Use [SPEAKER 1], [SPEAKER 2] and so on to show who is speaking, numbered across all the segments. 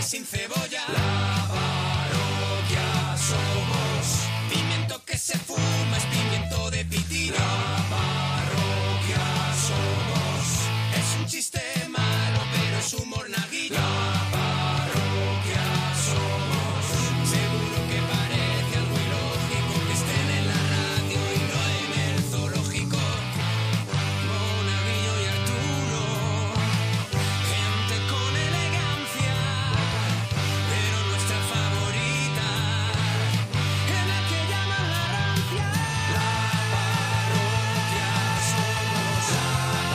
[SPEAKER 1] sin cebolla. La parroquia somos. Pimiento que se fuma es pimiento de pitina. La parroquia somos. Es un chiste malo, pero es humor naguillo. La parroquia somos. Seguro que parece algo ilógico que estén en la radio y no en el zoológico. Monaguillo y Arturo. Gente con elegancia, pero nuestra favorita es la que llaman la rancia. La parroquia somos, la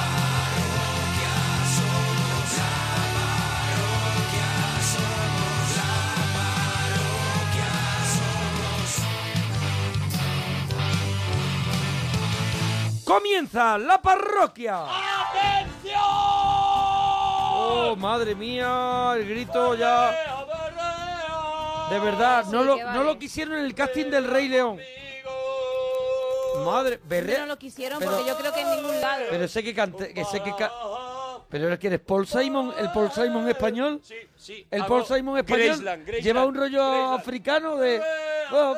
[SPEAKER 1] parroquia somos, la parroquia somos, la parroquia somos.
[SPEAKER 2] Comienza la parroquia. Oh, madre mía, el grito ya. De verdad, no lo, no lo quisieron en el casting del Rey León. Madre, berrea.
[SPEAKER 3] Pero no lo quisieron
[SPEAKER 2] Pero-
[SPEAKER 3] porque yo creo que en ningún lado.
[SPEAKER 2] Pero sé que cante, que sé que ca- Pero es que eres Paul Simon, el Paul Simon español. Sí,
[SPEAKER 4] sí,
[SPEAKER 2] El
[SPEAKER 4] hago
[SPEAKER 2] Paul Simon español
[SPEAKER 4] Graceland, Graceland,
[SPEAKER 2] lleva un rollo africano de Oh,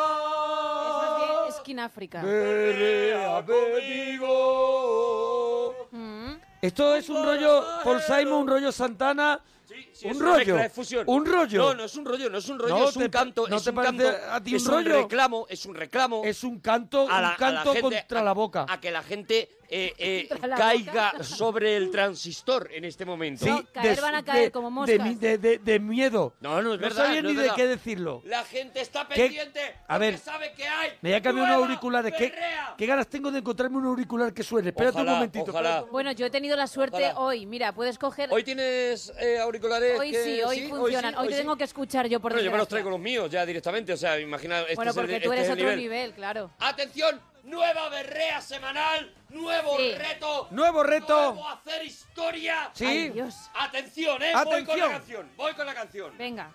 [SPEAKER 3] Más bien Skin África.
[SPEAKER 2] berrea, conmigo.
[SPEAKER 3] Mm.
[SPEAKER 2] Esto es un rollo Paul Simon, un rollo Santana,
[SPEAKER 4] es
[SPEAKER 2] un
[SPEAKER 4] una
[SPEAKER 2] rollo,
[SPEAKER 4] mezcla de fusión.
[SPEAKER 2] un rollo.
[SPEAKER 4] No, no es un rollo, no es un rollo,
[SPEAKER 2] No
[SPEAKER 4] es un
[SPEAKER 2] te-
[SPEAKER 4] canto.
[SPEAKER 2] ¿no
[SPEAKER 4] es
[SPEAKER 2] te
[SPEAKER 4] un
[SPEAKER 2] parece
[SPEAKER 4] canto,
[SPEAKER 2] a ti un
[SPEAKER 4] es
[SPEAKER 2] rollo?
[SPEAKER 4] un reclamo, es un reclamo.
[SPEAKER 2] Es un canto,
[SPEAKER 4] a la- a
[SPEAKER 2] un
[SPEAKER 4] la
[SPEAKER 2] canto
[SPEAKER 4] gente-
[SPEAKER 2] contra la boca.
[SPEAKER 4] A que la gente eh, eh,
[SPEAKER 3] Contra la
[SPEAKER 4] caiga
[SPEAKER 3] boca.
[SPEAKER 4] sobre el transistor en este momento.
[SPEAKER 2] Sí,
[SPEAKER 3] caer
[SPEAKER 2] de-
[SPEAKER 3] van a caer
[SPEAKER 2] de-
[SPEAKER 3] como
[SPEAKER 2] de
[SPEAKER 3] moscas.
[SPEAKER 2] mi- De, de- de miedo.
[SPEAKER 4] No, no es verdad,
[SPEAKER 2] sabía
[SPEAKER 4] no
[SPEAKER 2] ni
[SPEAKER 4] es
[SPEAKER 2] de
[SPEAKER 4] verdad.
[SPEAKER 2] qué decirlo.
[SPEAKER 4] La gente está
[SPEAKER 2] ¿Qué?
[SPEAKER 4] pendiente.
[SPEAKER 2] A
[SPEAKER 4] porque
[SPEAKER 2] ver,
[SPEAKER 4] sabe que hay.
[SPEAKER 2] Me voy a cambiar
[SPEAKER 4] nueva
[SPEAKER 2] unos auriculares. ¿Qué,
[SPEAKER 4] berrea.
[SPEAKER 2] ¿Qué ganas tengo de encontrarme un auricular que suene? Espérate
[SPEAKER 4] Ojalá,
[SPEAKER 2] un momentito.
[SPEAKER 4] ojalá.
[SPEAKER 2] espérate un
[SPEAKER 3] Bueno, yo he tenido la suerte
[SPEAKER 4] Ojalá.
[SPEAKER 3] hoy. Mira, puedes coger.
[SPEAKER 4] Hoy tienes eh, auriculares.
[SPEAKER 3] Hoy
[SPEAKER 4] que-
[SPEAKER 3] sí, hoy
[SPEAKER 4] sí,
[SPEAKER 3] funcionan.
[SPEAKER 4] sí,
[SPEAKER 3] Hoy, te
[SPEAKER 4] sí.
[SPEAKER 3] tengo que escuchar yo por
[SPEAKER 4] Bueno, yo me los
[SPEAKER 3] desgracia.
[SPEAKER 4] traigo los míos ya directamente. O sea, imagina. Este
[SPEAKER 3] Bueno,
[SPEAKER 4] es el-
[SPEAKER 3] porque tú
[SPEAKER 4] este
[SPEAKER 3] eres
[SPEAKER 4] es el
[SPEAKER 3] otro nivel. claro.
[SPEAKER 4] Atención, nueva berrea semanal, nuevo
[SPEAKER 3] Sí.
[SPEAKER 4] reto.
[SPEAKER 2] Nuevo reto.
[SPEAKER 4] Nuevo hacer historia.
[SPEAKER 2] Sí.
[SPEAKER 3] Ay, Dios.
[SPEAKER 4] Atención, eh. Voy con la
[SPEAKER 2] Atención.
[SPEAKER 4] canción. Voy con la canción.
[SPEAKER 3] Venga.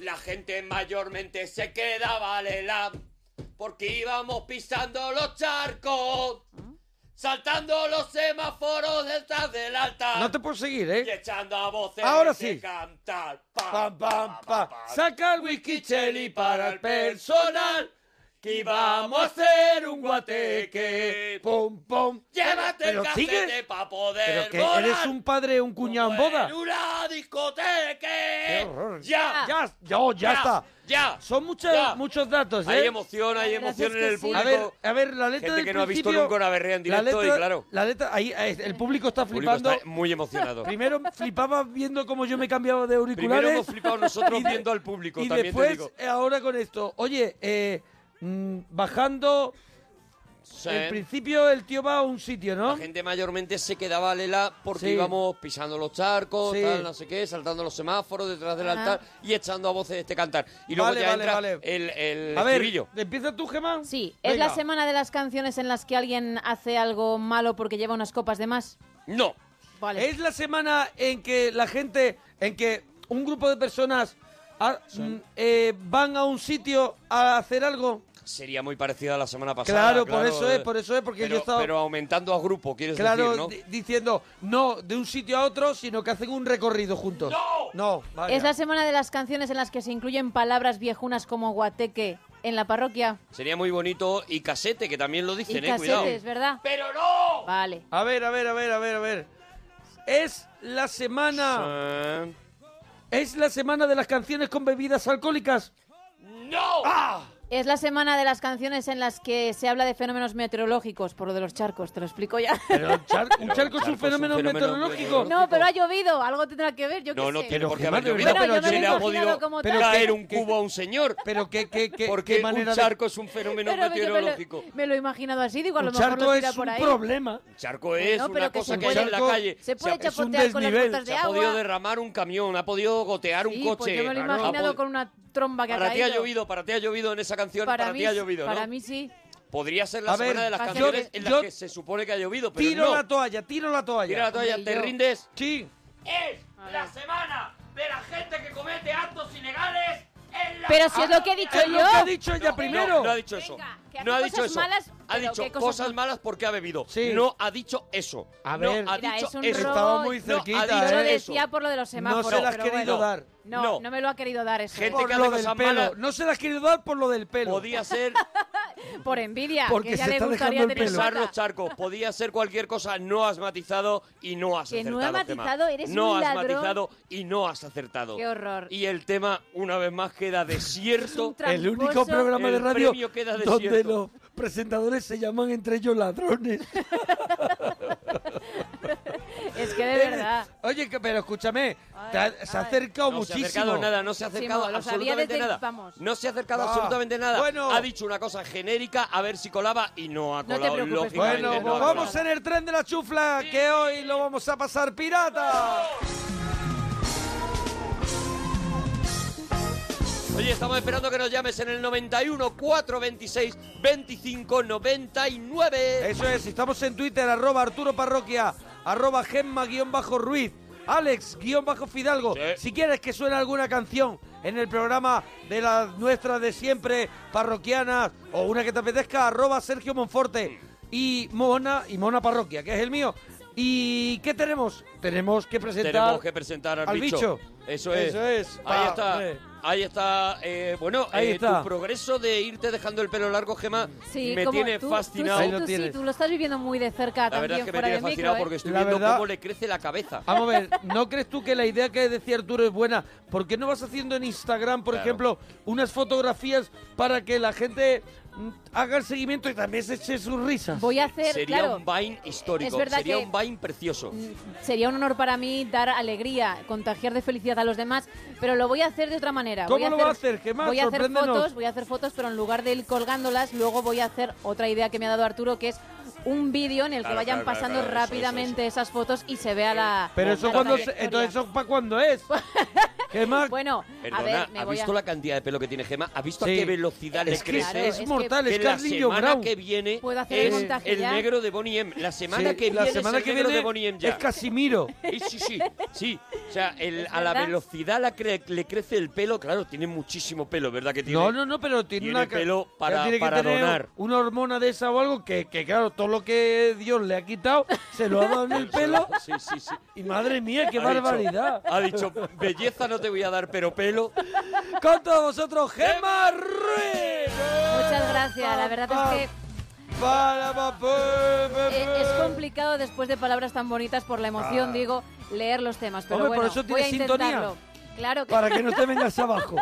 [SPEAKER 4] La gente mayormente se quedaba lela porque íbamos pisando los charcos, saltando los semáforos detrás del altar
[SPEAKER 2] No te puedo seguir,
[SPEAKER 4] y
[SPEAKER 2] ¿eh?
[SPEAKER 4] echando a voces
[SPEAKER 2] Ahora
[SPEAKER 4] de
[SPEAKER 2] sí.
[SPEAKER 4] cantar. Pam,
[SPEAKER 2] Pam, pam, pam.
[SPEAKER 4] Sac-
[SPEAKER 2] Saca el whisky
[SPEAKER 4] Kicheli
[SPEAKER 2] cheli para el personal.
[SPEAKER 4] que
[SPEAKER 2] Y vamos a hacer un guateque. Pum, pum.
[SPEAKER 4] Llévate
[SPEAKER 2] Pero
[SPEAKER 4] el
[SPEAKER 2] sigue.
[SPEAKER 4] café para poder
[SPEAKER 2] Pero que
[SPEAKER 4] volar.
[SPEAKER 2] eres un padre, un cuñado en boda.
[SPEAKER 4] En una discoteca.
[SPEAKER 2] Qué horror.
[SPEAKER 4] Ya,
[SPEAKER 2] Eh, Ya, ya, oh, ya está.
[SPEAKER 4] Ya.
[SPEAKER 2] Son muchos,
[SPEAKER 4] Ya.
[SPEAKER 2] muchos datos, ¿eh?
[SPEAKER 4] Hay emoción, hay
[SPEAKER 3] La verdad
[SPEAKER 4] emoción
[SPEAKER 3] es
[SPEAKER 4] en
[SPEAKER 3] que
[SPEAKER 4] el
[SPEAKER 3] sí.
[SPEAKER 4] público.
[SPEAKER 2] A ver, a ver, la letra
[SPEAKER 4] Gente
[SPEAKER 2] del
[SPEAKER 4] que no ha visto
[SPEAKER 2] principio-
[SPEAKER 4] nunca una berrea en
[SPEAKER 2] la
[SPEAKER 4] directo y
[SPEAKER 2] letra-
[SPEAKER 4] claro.
[SPEAKER 2] La letra, ahí, ahí, el público está
[SPEAKER 4] El público
[SPEAKER 2] flipando.
[SPEAKER 4] está muy emocionado.
[SPEAKER 2] Primero flipaba viendo cómo yo me cambiaba de auriculares.
[SPEAKER 4] Primero hemos flipado nosotros
[SPEAKER 2] Y de-
[SPEAKER 4] viendo al público,
[SPEAKER 2] Y
[SPEAKER 4] también
[SPEAKER 2] después,
[SPEAKER 4] te digo.
[SPEAKER 2] eh, ahora con esto. Oye, eh, mm, bajando.
[SPEAKER 4] Sí.
[SPEAKER 2] En principio el tío va a un sitio, ¿no?
[SPEAKER 4] La gente mayormente se quedaba lela porque
[SPEAKER 2] Sí.
[SPEAKER 4] íbamos pisando los charcos,
[SPEAKER 2] Sí.
[SPEAKER 4] tal, no sé qué, saltando los semáforos detrás del
[SPEAKER 3] Ajá.
[SPEAKER 4] altar y echando a voces este cantar. Y luego
[SPEAKER 2] Vale,
[SPEAKER 4] ya
[SPEAKER 2] vale,
[SPEAKER 4] entra
[SPEAKER 2] vale.
[SPEAKER 4] el, el
[SPEAKER 2] a ver,
[SPEAKER 4] estribillo.
[SPEAKER 2] ¿empieza tú, Gemma?
[SPEAKER 3] Sí, es la
[SPEAKER 2] Venga.
[SPEAKER 3] semana de las canciones en las que alguien hace algo malo porque lleva unas copas de más.
[SPEAKER 4] No,
[SPEAKER 3] Vale.
[SPEAKER 2] Es la semana en que la gente, en que un grupo de personas ha- mm, eh, van a un sitio a hacer algo.
[SPEAKER 4] sería muy parecida a la semana pasada. eh.
[SPEAKER 2] Claro, por eso es, por eso es, porque
[SPEAKER 4] pero,
[SPEAKER 2] yo he estado-
[SPEAKER 4] Pero aumentando a grupo, quieres
[SPEAKER 2] Claro,
[SPEAKER 4] decir, ¿no?
[SPEAKER 2] di- diciendo no de un sitio a otro, sino que hacen un recorrido juntos. No, vaya.
[SPEAKER 3] Es la semana de las canciones en las que se incluyen palabras viejunas como guateque en la parroquia.
[SPEAKER 4] Sería muy bonito y casete, que también lo
[SPEAKER 3] Y
[SPEAKER 4] dicen, eh, cuidado.
[SPEAKER 3] casetes, ¿verdad?
[SPEAKER 4] ¡Pero no!
[SPEAKER 3] Vale.
[SPEAKER 2] A ver, a ver, a ver, a ver, a ver. Es la semana.
[SPEAKER 4] Eh,
[SPEAKER 2] Es la semana de las canciones con bebidas alcohólicas.
[SPEAKER 4] ¡No!
[SPEAKER 3] Es la semana de las canciones en las que se habla de fenómenos meteorológicos, por lo de los charcos, te lo explico ya.
[SPEAKER 2] Pero el char- un
[SPEAKER 4] Pero
[SPEAKER 2] charco es un fenómeno meteorológico.
[SPEAKER 4] meteorológico.
[SPEAKER 3] No, pero ha llovido, algo tendrá que ver, yo qué
[SPEAKER 4] No, no
[SPEAKER 3] sé.
[SPEAKER 4] tiene
[SPEAKER 2] Pero
[SPEAKER 4] por qué
[SPEAKER 2] Gemma,
[SPEAKER 4] haber
[SPEAKER 2] de
[SPEAKER 4] llovido.
[SPEAKER 2] verdad, Bueno, yo me
[SPEAKER 4] se
[SPEAKER 2] lo
[SPEAKER 4] le
[SPEAKER 2] he
[SPEAKER 4] ha
[SPEAKER 3] imaginado
[SPEAKER 4] podido
[SPEAKER 3] como
[SPEAKER 2] tal.
[SPEAKER 4] caer
[SPEAKER 2] Pero
[SPEAKER 4] un
[SPEAKER 2] que-
[SPEAKER 4] cubo a un señor.
[SPEAKER 2] Pero qué, qué, qué,
[SPEAKER 4] Porque
[SPEAKER 2] qué manera
[SPEAKER 4] un
[SPEAKER 2] de-
[SPEAKER 4] charco es un fenómeno
[SPEAKER 3] Pero yo me lo,
[SPEAKER 4] meteorológico.
[SPEAKER 3] me lo he imaginado así, digo, a lo
[SPEAKER 2] un
[SPEAKER 3] mejor lo
[SPEAKER 2] charco
[SPEAKER 3] tira
[SPEAKER 2] es
[SPEAKER 3] por
[SPEAKER 2] un
[SPEAKER 3] ahí.
[SPEAKER 2] problema.
[SPEAKER 4] Un charco
[SPEAKER 3] Bueno,
[SPEAKER 4] es
[SPEAKER 3] pero
[SPEAKER 4] una
[SPEAKER 3] que
[SPEAKER 4] cosa
[SPEAKER 3] se
[SPEAKER 4] que
[SPEAKER 3] puede-
[SPEAKER 4] hay en la calle.
[SPEAKER 3] Se puede
[SPEAKER 4] ha,
[SPEAKER 2] un
[SPEAKER 3] chapotear con las
[SPEAKER 2] desnivel,
[SPEAKER 3] gotas de
[SPEAKER 4] se ha
[SPEAKER 3] agua.
[SPEAKER 4] podido derramar un camión, ha podido gotear un
[SPEAKER 3] Sí,
[SPEAKER 4] coche.
[SPEAKER 3] Pues yo me lo he
[SPEAKER 4] claro, ha
[SPEAKER 3] imaginado
[SPEAKER 4] pod-
[SPEAKER 3] con una tromba que ha
[SPEAKER 4] Para ti
[SPEAKER 3] caído.
[SPEAKER 4] ha llovido, para ti ha llovido en esa canción,
[SPEAKER 3] Para,
[SPEAKER 4] para,
[SPEAKER 3] mí,
[SPEAKER 4] ti ha
[SPEAKER 3] sí,
[SPEAKER 4] llovido, ¿no?
[SPEAKER 3] Para mí sí.
[SPEAKER 4] Podría ser la
[SPEAKER 2] A ver,
[SPEAKER 4] semana de las
[SPEAKER 3] pasa
[SPEAKER 4] canciones
[SPEAKER 3] que
[SPEAKER 4] en las
[SPEAKER 2] yo-
[SPEAKER 4] que se supone que ha llovido, pero
[SPEAKER 2] Tiro
[SPEAKER 4] no.
[SPEAKER 2] la toalla, tiro la toalla.
[SPEAKER 4] Tira la toalla,
[SPEAKER 3] Hombre,
[SPEAKER 4] te
[SPEAKER 3] yo-
[SPEAKER 4] rindes.
[SPEAKER 2] Sí.
[SPEAKER 4] Es
[SPEAKER 3] A
[SPEAKER 4] la
[SPEAKER 3] ver.
[SPEAKER 4] semana de la gente que comete actos ilegales en la
[SPEAKER 3] Pero si es lo que he dicho
[SPEAKER 2] Ah, Es
[SPEAKER 3] yo.
[SPEAKER 2] lo que ha dicho ella
[SPEAKER 4] No,
[SPEAKER 2] primero.
[SPEAKER 4] No, no ha dicho eso.
[SPEAKER 3] Venga, que
[SPEAKER 4] no ha
[SPEAKER 3] hace
[SPEAKER 4] dicho
[SPEAKER 3] cosas
[SPEAKER 4] eso.
[SPEAKER 3] malas
[SPEAKER 4] ha
[SPEAKER 3] Pero,
[SPEAKER 4] dicho
[SPEAKER 3] ¿qué
[SPEAKER 4] cosas,
[SPEAKER 3] cosas no?
[SPEAKER 4] malas porque ha bebido.
[SPEAKER 2] Sí.
[SPEAKER 4] No ha dicho eso.
[SPEAKER 2] A
[SPEAKER 4] No
[SPEAKER 2] ver.
[SPEAKER 4] ha
[SPEAKER 3] Mira,
[SPEAKER 4] dicho
[SPEAKER 3] es un
[SPEAKER 4] eso.
[SPEAKER 3] robo.
[SPEAKER 2] Estaba muy
[SPEAKER 3] No,
[SPEAKER 2] cerquita,
[SPEAKER 4] ha dicho
[SPEAKER 3] Yo lo
[SPEAKER 2] ¿eh?
[SPEAKER 4] eso.
[SPEAKER 3] decía por lo de los semáforos.
[SPEAKER 2] se las
[SPEAKER 3] pero
[SPEAKER 2] querido
[SPEAKER 3] bueno.
[SPEAKER 2] dar.
[SPEAKER 3] No,
[SPEAKER 4] No.
[SPEAKER 3] no, me lo ha querido dar eso.
[SPEAKER 4] Gente
[SPEAKER 3] por,
[SPEAKER 2] Por
[SPEAKER 4] que hace
[SPEAKER 2] lo del
[SPEAKER 4] cosas
[SPEAKER 2] pelo.
[SPEAKER 4] malas.
[SPEAKER 2] No se las querido dar por lo del pelo.
[SPEAKER 4] Podía ser
[SPEAKER 3] por envidia,
[SPEAKER 2] Porque
[SPEAKER 3] que ya
[SPEAKER 2] se
[SPEAKER 3] le
[SPEAKER 2] está
[SPEAKER 3] gustaría
[SPEAKER 2] dejando el
[SPEAKER 3] tener
[SPEAKER 2] pelo.
[SPEAKER 4] pisar
[SPEAKER 3] nota.
[SPEAKER 4] los charcos, podía ser cualquier cosa, no has matizado y no has
[SPEAKER 3] Que
[SPEAKER 4] acertado.
[SPEAKER 3] no he
[SPEAKER 4] Gemma.
[SPEAKER 3] matizado, eres
[SPEAKER 4] No
[SPEAKER 3] un
[SPEAKER 4] has
[SPEAKER 3] ladrón.
[SPEAKER 4] matizado y no has acertado.
[SPEAKER 3] Qué horror.
[SPEAKER 4] Y el tema, una vez más, queda desierto.
[SPEAKER 3] tra-
[SPEAKER 2] El único
[SPEAKER 3] tramposo.
[SPEAKER 2] programa de
[SPEAKER 4] El
[SPEAKER 2] radio
[SPEAKER 4] premio queda
[SPEAKER 2] donde los
[SPEAKER 4] desierto.
[SPEAKER 2] presentadores se llaman entre ellos ladrones.
[SPEAKER 3] Es que de verdad.
[SPEAKER 2] Oye, que- pero escúchame, te ha-
[SPEAKER 3] Ay,
[SPEAKER 2] se ha
[SPEAKER 3] ay.
[SPEAKER 2] acercado
[SPEAKER 4] no se ha
[SPEAKER 2] muchísimo.
[SPEAKER 4] acercado nada, no se ha acercado
[SPEAKER 3] Sí, mo, lo sabía
[SPEAKER 4] absolutamente
[SPEAKER 3] desde-
[SPEAKER 4] nada.
[SPEAKER 3] vamos.
[SPEAKER 4] No se ha acercado
[SPEAKER 2] Ah,
[SPEAKER 4] absolutamente nada.
[SPEAKER 2] bueno.
[SPEAKER 4] Ha dicho una cosa genérica, a ver si colaba y no ha
[SPEAKER 3] No te
[SPEAKER 4] colado,
[SPEAKER 3] preocupes,
[SPEAKER 4] lógicamente.
[SPEAKER 2] Bueno,
[SPEAKER 4] no
[SPEAKER 2] pues
[SPEAKER 4] ha
[SPEAKER 2] vamos
[SPEAKER 4] colado.
[SPEAKER 2] en el tren de la chufla, que hoy lo vamos a pasar pirata.
[SPEAKER 4] Oye, estamos esperando que nos llames en el 91 426 25 99.
[SPEAKER 2] Eso es, estamos en Twitter, arroba Arturo Parroquia, arroba Gemma guión bajo Ruiz, Alex guión bajo Fidalgo.
[SPEAKER 4] Sí.
[SPEAKER 2] Si quieres que suene alguna canción en el programa de las nuestras de siempre, parroquianas, o una que te apetezca, arroba Sergio Monforte y Mona, y Mona Parroquia, que es el mío. ¿Y qué tenemos? Tenemos que presentar...
[SPEAKER 4] Tenemos que presentar al,
[SPEAKER 2] al bicho.
[SPEAKER 4] Eso es.
[SPEAKER 2] Eso es.
[SPEAKER 4] Ahí
[SPEAKER 2] Pa-
[SPEAKER 4] está.
[SPEAKER 2] hombre.
[SPEAKER 4] Ahí está. eh, bueno,
[SPEAKER 2] Ahí
[SPEAKER 4] eh,
[SPEAKER 2] está.
[SPEAKER 4] tu progreso de irte dejando el pelo largo, Gema,
[SPEAKER 3] Sí,
[SPEAKER 4] me
[SPEAKER 3] como
[SPEAKER 4] tiene
[SPEAKER 3] tú,
[SPEAKER 4] fascinado.
[SPEAKER 3] Tú,
[SPEAKER 2] Ahí
[SPEAKER 3] sí,
[SPEAKER 2] lo
[SPEAKER 3] tú sí,
[SPEAKER 2] tienes.
[SPEAKER 3] tú lo estás viviendo muy de cerca
[SPEAKER 4] la verdad
[SPEAKER 3] también
[SPEAKER 4] es que me
[SPEAKER 3] fuera
[SPEAKER 4] tiene
[SPEAKER 3] de micro.
[SPEAKER 4] fascinado
[SPEAKER 3] ¿eh?
[SPEAKER 4] porque estoy
[SPEAKER 2] La
[SPEAKER 4] viendo
[SPEAKER 2] verdad-
[SPEAKER 4] cómo le crece la cabeza.
[SPEAKER 2] Vamos a ver, ¿no crees tú que la idea que decía Arturo es buena? ¿Por qué no vas haciendo en Instagram, por
[SPEAKER 4] Claro.
[SPEAKER 2] ejemplo, unas fotografías para que la gente mm, haga el seguimiento y también se eche sus risas?
[SPEAKER 3] Voy a hacer,
[SPEAKER 4] Sería
[SPEAKER 3] claro,
[SPEAKER 4] un Vine histórico,
[SPEAKER 3] es verdad
[SPEAKER 4] sería
[SPEAKER 3] que- Mm.
[SPEAKER 4] un Vine precioso.
[SPEAKER 3] sería un honor para mí dar alegría, contagiar de felicidad a los demás, pero lo voy a hacer de otra manera.
[SPEAKER 2] ¿Cómo
[SPEAKER 3] voy a
[SPEAKER 2] lo
[SPEAKER 3] hacer,
[SPEAKER 2] vas a hacer, Gemma?
[SPEAKER 3] Voy a hacer
[SPEAKER 2] Sorpréndenos.
[SPEAKER 3] fotos, voy a hacer fotos, pero en lugar de ir colgándolas, luego voy a hacer otra idea que me ha dado Arturo, que es un vídeo en el
[SPEAKER 4] Claro,
[SPEAKER 3] que vayan
[SPEAKER 4] claro, claro,
[SPEAKER 3] pasando
[SPEAKER 4] claro, eso, eso,
[SPEAKER 3] rápidamente esas fotos y se vea la.
[SPEAKER 2] Pero eso
[SPEAKER 3] la
[SPEAKER 2] cuando se-
[SPEAKER 3] trayectoria.
[SPEAKER 2] entonces eso para cuándo es? ¿Qué más?
[SPEAKER 3] Bueno, a
[SPEAKER 4] Perdona,
[SPEAKER 3] ver, me
[SPEAKER 4] ¿has
[SPEAKER 3] voy a.
[SPEAKER 4] visto la cantidad de pelo que tiene Gema? ¿Has visto
[SPEAKER 2] Sí.
[SPEAKER 4] a qué velocidad le
[SPEAKER 2] es que
[SPEAKER 4] crece?
[SPEAKER 3] Claro,
[SPEAKER 2] es,
[SPEAKER 3] es que-
[SPEAKER 2] mortal, es
[SPEAKER 4] que la
[SPEAKER 2] Carlillo
[SPEAKER 4] semana
[SPEAKER 2] Brown.
[SPEAKER 4] que viene
[SPEAKER 3] Puedo hacer el
[SPEAKER 4] es
[SPEAKER 3] montaje
[SPEAKER 4] el
[SPEAKER 3] ya.
[SPEAKER 4] negro de Bonnie M. La semana
[SPEAKER 2] Sí,
[SPEAKER 4] que
[SPEAKER 2] la
[SPEAKER 4] viene
[SPEAKER 2] semana
[SPEAKER 4] es el
[SPEAKER 2] que
[SPEAKER 4] negro
[SPEAKER 2] viene
[SPEAKER 4] de Bonnie M ya.
[SPEAKER 2] es Casimiro.
[SPEAKER 4] Eh, Sí, sí, sí. O sea, el-
[SPEAKER 3] ¿Es
[SPEAKER 4] a la
[SPEAKER 3] verdad?
[SPEAKER 4] velocidad a la que le crece el pelo, claro, tiene muchísimo pelo, ¿verdad que tiene?
[SPEAKER 2] No, no, no, pero tiene,
[SPEAKER 4] tiene
[SPEAKER 2] una ca-
[SPEAKER 4] pelo
[SPEAKER 2] ya
[SPEAKER 4] para-
[SPEAKER 2] tiene que
[SPEAKER 4] para
[SPEAKER 2] tener
[SPEAKER 4] donar.
[SPEAKER 2] una hormona de esa o algo que, que claro, todo lo que Dios le ha quitado se lo ha dado en el pelo.
[SPEAKER 4] Sí, sí, sí.
[SPEAKER 2] Y madre mía, qué
[SPEAKER 4] Ha dicho-
[SPEAKER 2] barbaridad.
[SPEAKER 4] ha dicho, belleza no te voy a dar, pero pelo.
[SPEAKER 2] Con todos vosotros, Gemma Ruiz.
[SPEAKER 3] Muchas gracias, la verdad es que.
[SPEAKER 2] Para, pa, pu, pu,
[SPEAKER 3] Eh,
[SPEAKER 2] pu.
[SPEAKER 3] es complicado después de palabras tan bonitas por la emoción, digo, leer los temas. Pero
[SPEAKER 2] Ah. Hombre, por
[SPEAKER 3] bueno,
[SPEAKER 2] eso
[SPEAKER 3] voy a
[SPEAKER 2] tienes sintonía.
[SPEAKER 3] intentarlo. Claro que
[SPEAKER 2] Para que no te vengas abajo.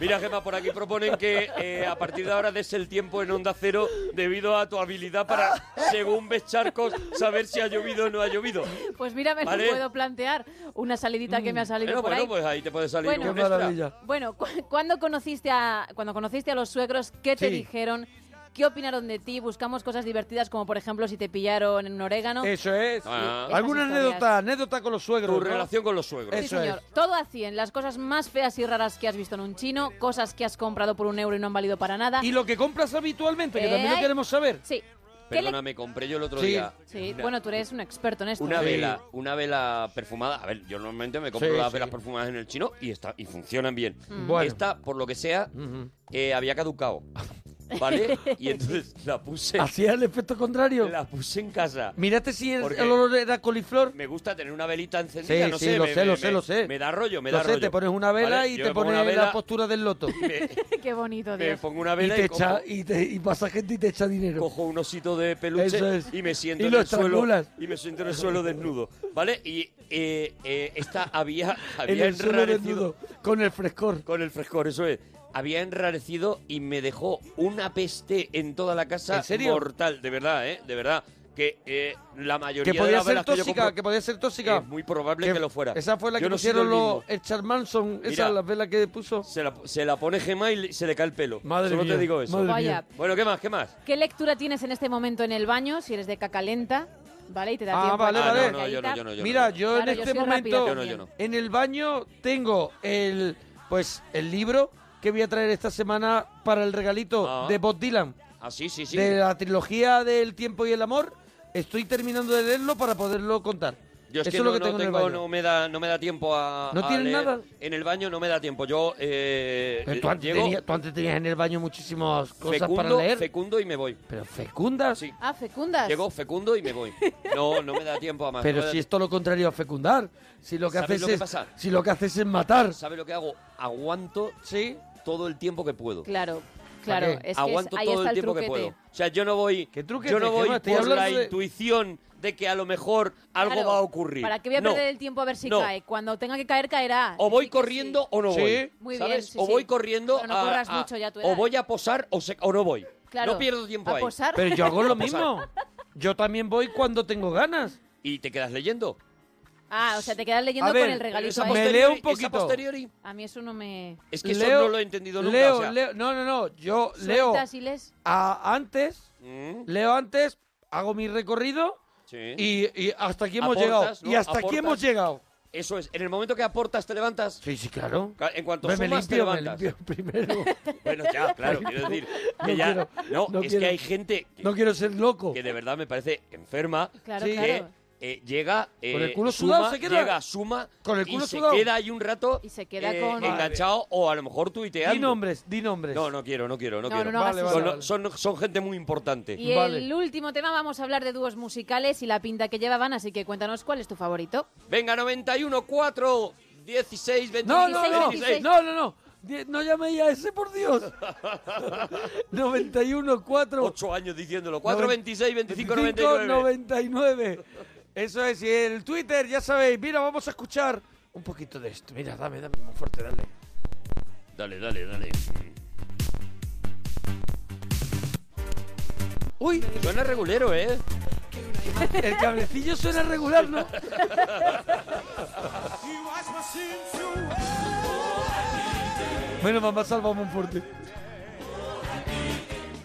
[SPEAKER 4] Mira, Gemma, por aquí proponen que eh, a partir de ahora des el tiempo en onda cero debido a tu habilidad para, según ves charcos, saber si ha llovido o no ha llovido.
[SPEAKER 3] Pues mira, me
[SPEAKER 4] Vale.
[SPEAKER 3] lo puedo plantear. Una salidita que me ha salido
[SPEAKER 4] Pero
[SPEAKER 3] por
[SPEAKER 4] bueno,
[SPEAKER 3] ahí.
[SPEAKER 4] pues ahí te puede salir
[SPEAKER 3] Bueno.
[SPEAKER 4] un
[SPEAKER 2] Qué
[SPEAKER 4] extra.
[SPEAKER 2] Mm. maravilla.
[SPEAKER 3] Bueno, cu- ¿cuándo conociste a, cuando conociste a los suegros, qué te
[SPEAKER 2] Sí.
[SPEAKER 3] dijeron? ¿Qué opinaron de ti? Buscamos cosas divertidas como, por ejemplo, si te pillaron en un orégano.
[SPEAKER 2] Eso es.
[SPEAKER 4] Ah.
[SPEAKER 3] Esas
[SPEAKER 2] ¿Alguna
[SPEAKER 3] historias.
[SPEAKER 2] anécdota? Anécdota con los suegros.
[SPEAKER 4] Tu
[SPEAKER 2] ¿no?
[SPEAKER 4] relación con los suegros.
[SPEAKER 3] Sí,
[SPEAKER 2] Eso
[SPEAKER 3] señor.
[SPEAKER 2] es.
[SPEAKER 3] Todo a 100. Las cosas más feas y raras que has visto en un chino, cosas que has comprado por un euro y no han valido para nada.
[SPEAKER 2] Y lo que compras habitualmente, que
[SPEAKER 3] Eh,
[SPEAKER 2] también lo
[SPEAKER 3] ay.
[SPEAKER 2] queremos saber.
[SPEAKER 3] Sí. ¿Qué le-
[SPEAKER 4] Perdona, me compré yo el otro
[SPEAKER 2] Sí.
[SPEAKER 4] día.
[SPEAKER 3] Sí,
[SPEAKER 4] una-
[SPEAKER 3] bueno, tú eres un experto en esto.
[SPEAKER 4] Una
[SPEAKER 3] ¿eh?
[SPEAKER 4] vela, una vela perfumada. A ver, yo normalmente me compro
[SPEAKER 2] Sí,
[SPEAKER 4] las
[SPEAKER 2] sí.
[SPEAKER 4] velas perfumadas en el chino y está, y funcionan bien.
[SPEAKER 2] Bueno.
[SPEAKER 4] Esta, por lo que sea,
[SPEAKER 2] Ujú.
[SPEAKER 4] eh, había caducado. ¿Vale? Y entonces la puse,
[SPEAKER 2] Hacía el efecto contrario.
[SPEAKER 4] la puse en casa.
[SPEAKER 2] Mírate este si el,
[SPEAKER 4] Porque-
[SPEAKER 2] el olor era coliflor.
[SPEAKER 4] Me gusta tener una velita encendida,
[SPEAKER 2] Sí,
[SPEAKER 4] no
[SPEAKER 2] sí,
[SPEAKER 4] sé.
[SPEAKER 2] lo
[SPEAKER 4] me-
[SPEAKER 2] sé,
[SPEAKER 4] me-
[SPEAKER 2] lo sé,
[SPEAKER 4] me-
[SPEAKER 2] lo sé.
[SPEAKER 4] Me da rollo, me
[SPEAKER 2] Lo
[SPEAKER 4] da
[SPEAKER 2] sé,
[SPEAKER 4] rollo.
[SPEAKER 2] te pones una vela
[SPEAKER 4] ¿Vale?
[SPEAKER 2] y
[SPEAKER 4] Yo
[SPEAKER 2] te
[SPEAKER 4] me pongo
[SPEAKER 2] pones
[SPEAKER 4] una
[SPEAKER 2] la
[SPEAKER 4] vela,
[SPEAKER 2] postura del loto.
[SPEAKER 4] me-
[SPEAKER 3] Qué bonito,
[SPEAKER 4] me
[SPEAKER 3] Dios.
[SPEAKER 4] pongo una
[SPEAKER 2] Y
[SPEAKER 4] vela y,
[SPEAKER 2] te
[SPEAKER 4] cojo,
[SPEAKER 2] echa, y, te, y pasa gente y te echa dinero.
[SPEAKER 4] cojo un osito de peluche
[SPEAKER 2] Eso es.
[SPEAKER 4] y me siento
[SPEAKER 2] Y
[SPEAKER 4] en
[SPEAKER 2] lo
[SPEAKER 4] el suelo
[SPEAKER 2] estrangulas.
[SPEAKER 4] y me siento en el suelo desnudo, ¿vale? Y eh, eh, esta había,
[SPEAKER 2] en
[SPEAKER 4] había
[SPEAKER 2] el suelo
[SPEAKER 4] enrarecido
[SPEAKER 2] desnudo, con el frescor.
[SPEAKER 4] Con el frescor, eso es. Había enrarecido y me dejó una peste en toda la casa
[SPEAKER 2] ¿En serio?
[SPEAKER 4] mortal, de verdad, ¿eh? De verdad. Que eh, la mayoría
[SPEAKER 2] Que
[SPEAKER 4] de
[SPEAKER 2] podía
[SPEAKER 4] las
[SPEAKER 2] ser
[SPEAKER 4] velas que yo
[SPEAKER 2] tóxica,
[SPEAKER 4] compro-
[SPEAKER 2] que podía ser tóxica.
[SPEAKER 4] Es muy probable que, lo fuera.
[SPEAKER 2] Esa fue la
[SPEAKER 4] Yo
[SPEAKER 2] que
[SPEAKER 4] no soy
[SPEAKER 2] pusieron
[SPEAKER 4] del
[SPEAKER 2] los
[SPEAKER 4] mismo.
[SPEAKER 2] el Charles Manson, esa
[SPEAKER 4] Mira.
[SPEAKER 2] la vela que puso.
[SPEAKER 4] Se la, se la pone Gema y le- se le cae el pelo.
[SPEAKER 2] Madre
[SPEAKER 4] Solo
[SPEAKER 2] mía.
[SPEAKER 4] te digo eso.
[SPEAKER 2] madre
[SPEAKER 3] Vaya.
[SPEAKER 2] mía.
[SPEAKER 4] Bueno, ¿qué más? ¿Qué más?
[SPEAKER 3] ¿Qué lectura tienes en este momento en el baño? Si eres de caca lenta, ¿vale? Y te da
[SPEAKER 2] Ah,
[SPEAKER 3] tiempo. a
[SPEAKER 2] vale,
[SPEAKER 3] echar
[SPEAKER 2] vale.
[SPEAKER 3] una
[SPEAKER 4] No, no, yo no, yo
[SPEAKER 3] ojeadita.
[SPEAKER 4] no, yo
[SPEAKER 2] Mira,
[SPEAKER 4] no.
[SPEAKER 2] yo
[SPEAKER 3] Claro,
[SPEAKER 2] en
[SPEAKER 3] yo
[SPEAKER 2] este
[SPEAKER 3] soy rápida
[SPEAKER 2] momento,
[SPEAKER 4] Yo no, yo no.
[SPEAKER 2] en el baño, tengo el, pues, el libro que voy a traer esta semana para el regalito
[SPEAKER 4] Ah.
[SPEAKER 2] de Bob Dylan,
[SPEAKER 4] Ah, sí, sí, sí.
[SPEAKER 2] de la trilogía del tiempo y el amor. Estoy terminando de leerlo para poderlo contar.
[SPEAKER 4] Yo es
[SPEAKER 2] Eso
[SPEAKER 4] que
[SPEAKER 2] es
[SPEAKER 4] no,
[SPEAKER 2] lo que
[SPEAKER 4] no
[SPEAKER 2] tengo en el baño.
[SPEAKER 4] no me da, no me da tiempo a.
[SPEAKER 2] ¿No
[SPEAKER 4] a
[SPEAKER 2] tienes
[SPEAKER 4] leer.
[SPEAKER 2] nada?
[SPEAKER 4] En el baño no me da tiempo. Yo eh,
[SPEAKER 2] Pero tú, antes
[SPEAKER 4] llego,
[SPEAKER 2] tenías, tú antes tenías en el baño muchísimas cosas
[SPEAKER 4] fecundo,
[SPEAKER 2] para leer.
[SPEAKER 4] fecundo y me voy.
[SPEAKER 2] ¿Pero fecundas?
[SPEAKER 4] Sí.
[SPEAKER 3] Ah, fecundas.
[SPEAKER 4] Llego fecundo y me voy. No, no me da tiempo a más. no me
[SPEAKER 2] Pero
[SPEAKER 4] da
[SPEAKER 2] si es todo lo contrario a fecundar. Si lo que
[SPEAKER 4] ¿Sabes
[SPEAKER 2] haces
[SPEAKER 4] lo que
[SPEAKER 2] es.
[SPEAKER 4] pasa?
[SPEAKER 2] Si lo que haces es matar.
[SPEAKER 4] ¿Sabes lo que hago? Aguanto todo el tiempo que puedo.
[SPEAKER 3] Claro, claro.
[SPEAKER 2] qué?
[SPEAKER 3] Es que es-
[SPEAKER 4] Aguanto
[SPEAKER 3] ahí
[SPEAKER 4] todo
[SPEAKER 3] está
[SPEAKER 4] el
[SPEAKER 3] el
[SPEAKER 4] tiempo que
[SPEAKER 3] truquete.
[SPEAKER 4] puedo. O sea, yo no voy,
[SPEAKER 2] ¿Qué truquete,
[SPEAKER 4] yo no voy
[SPEAKER 2] Gemma? Estoy
[SPEAKER 4] por la
[SPEAKER 2] hablando de-
[SPEAKER 4] intuición de que a lo mejor algo
[SPEAKER 3] Claro,
[SPEAKER 4] va a ocurrir.
[SPEAKER 3] ¿Para qué voy a
[SPEAKER 4] No.
[SPEAKER 3] perder el tiempo a ver si
[SPEAKER 4] No.
[SPEAKER 3] cae? Cuando tenga que caer, caerá.
[SPEAKER 4] O voy
[SPEAKER 3] Sí que
[SPEAKER 4] corriendo
[SPEAKER 3] sí.
[SPEAKER 4] o no
[SPEAKER 2] Sí.
[SPEAKER 4] voy.
[SPEAKER 3] Muy bien,
[SPEAKER 4] ¿sabes?
[SPEAKER 3] sí,
[SPEAKER 4] o
[SPEAKER 3] sí.
[SPEAKER 4] voy corriendo
[SPEAKER 3] Pero no
[SPEAKER 4] a-
[SPEAKER 3] corras
[SPEAKER 4] a-
[SPEAKER 3] mucho ya a tu
[SPEAKER 4] O
[SPEAKER 3] edad.
[SPEAKER 4] voy a posar o, se- o no voy.
[SPEAKER 3] Claro,
[SPEAKER 4] No pierdo tiempo
[SPEAKER 3] a
[SPEAKER 4] ahí.
[SPEAKER 3] posar.
[SPEAKER 2] Pero yo hago lo
[SPEAKER 4] Pasar.
[SPEAKER 2] mismo. Yo también voy cuando tengo ganas.
[SPEAKER 4] Y te quedas leyendo.
[SPEAKER 3] Ah, o sea, te quedas leyendo
[SPEAKER 2] A ver,
[SPEAKER 3] con el regalito
[SPEAKER 2] esa
[SPEAKER 3] ahí.
[SPEAKER 2] Me
[SPEAKER 4] posteriori-
[SPEAKER 2] leo un
[SPEAKER 4] esa
[SPEAKER 2] poquito.
[SPEAKER 4] posteriori,
[SPEAKER 3] A mí eso no me...
[SPEAKER 4] es que
[SPEAKER 2] Leo-
[SPEAKER 4] eso no lo he entendido nunca.
[SPEAKER 2] Leo,
[SPEAKER 4] o sea,
[SPEAKER 2] leo. No, no, no. Yo leo
[SPEAKER 3] Sueltas y lees.
[SPEAKER 2] a- antes.
[SPEAKER 4] mm,
[SPEAKER 2] Leo antes. Hago mi recorrido.
[SPEAKER 4] sí.
[SPEAKER 2] Y, y hasta aquí hemos
[SPEAKER 4] Aportas,
[SPEAKER 2] llegado.
[SPEAKER 4] ¿no?
[SPEAKER 2] Y hasta aquí
[SPEAKER 4] Aportas.
[SPEAKER 2] hemos llegado.
[SPEAKER 4] Eso es. En el momento que aportas, te levantas.
[SPEAKER 2] Sí, sí, claro.
[SPEAKER 4] En cuanto
[SPEAKER 2] Me, me
[SPEAKER 4] sumas, te
[SPEAKER 2] limpio, me
[SPEAKER 4] levantas.
[SPEAKER 2] limpio primero.
[SPEAKER 4] Bueno, ya, claro, quiero decir.
[SPEAKER 2] No
[SPEAKER 4] Que ya,
[SPEAKER 2] quiero,
[SPEAKER 4] no,
[SPEAKER 2] no
[SPEAKER 4] es
[SPEAKER 2] quiero.
[SPEAKER 4] que hay gente que,
[SPEAKER 2] No quiero ser loco.
[SPEAKER 4] que de verdad me parece enferma.
[SPEAKER 3] Claro,
[SPEAKER 2] Sí.
[SPEAKER 4] Que
[SPEAKER 3] claro.
[SPEAKER 4] eh, llega, eh,
[SPEAKER 2] Con el culo
[SPEAKER 4] suma,
[SPEAKER 2] sudado se queda.
[SPEAKER 4] llega, suma,
[SPEAKER 2] Con el
[SPEAKER 4] y
[SPEAKER 2] culo
[SPEAKER 4] se
[SPEAKER 2] sudado.
[SPEAKER 4] queda ahí un rato
[SPEAKER 3] Y se queda
[SPEAKER 4] eh,
[SPEAKER 3] con-
[SPEAKER 4] enganchado o a lo mejor tuiteando.
[SPEAKER 2] Di nombres, di nombres.
[SPEAKER 4] No, no quiero, no quiero, no,
[SPEAKER 3] No,
[SPEAKER 4] quiero.
[SPEAKER 3] no, no hagas
[SPEAKER 2] Vale,
[SPEAKER 3] eso.
[SPEAKER 2] vale,
[SPEAKER 4] son,
[SPEAKER 2] vale.
[SPEAKER 4] son- son gente muy importante.
[SPEAKER 3] Y
[SPEAKER 2] Vale.
[SPEAKER 3] el último tema vamos a hablar de dúos musicales y la pinta que llevaban, así que cuéntanos cuál es tu favorito.
[SPEAKER 4] Venga, 91, 4, 16, 25,
[SPEAKER 2] No, no, no,
[SPEAKER 4] 26.
[SPEAKER 2] no, no, no. Die- No llaméis a ese, por Dios. 91, 4,
[SPEAKER 4] 8 años diciéndolo. 4, 26, 25, 99.
[SPEAKER 2] 99. Eso es, y el Twitter, ya sabéis. Mira, vamos a escuchar un poquito de esto. Mira, dame, dame, muy fuerte, dale.
[SPEAKER 4] Dale, dale, dale.
[SPEAKER 2] Uy,
[SPEAKER 4] Suena regulero, ¿eh?
[SPEAKER 2] el cablecillo suena regular, ¿no? Bueno, mamá, salvamos un fuerte.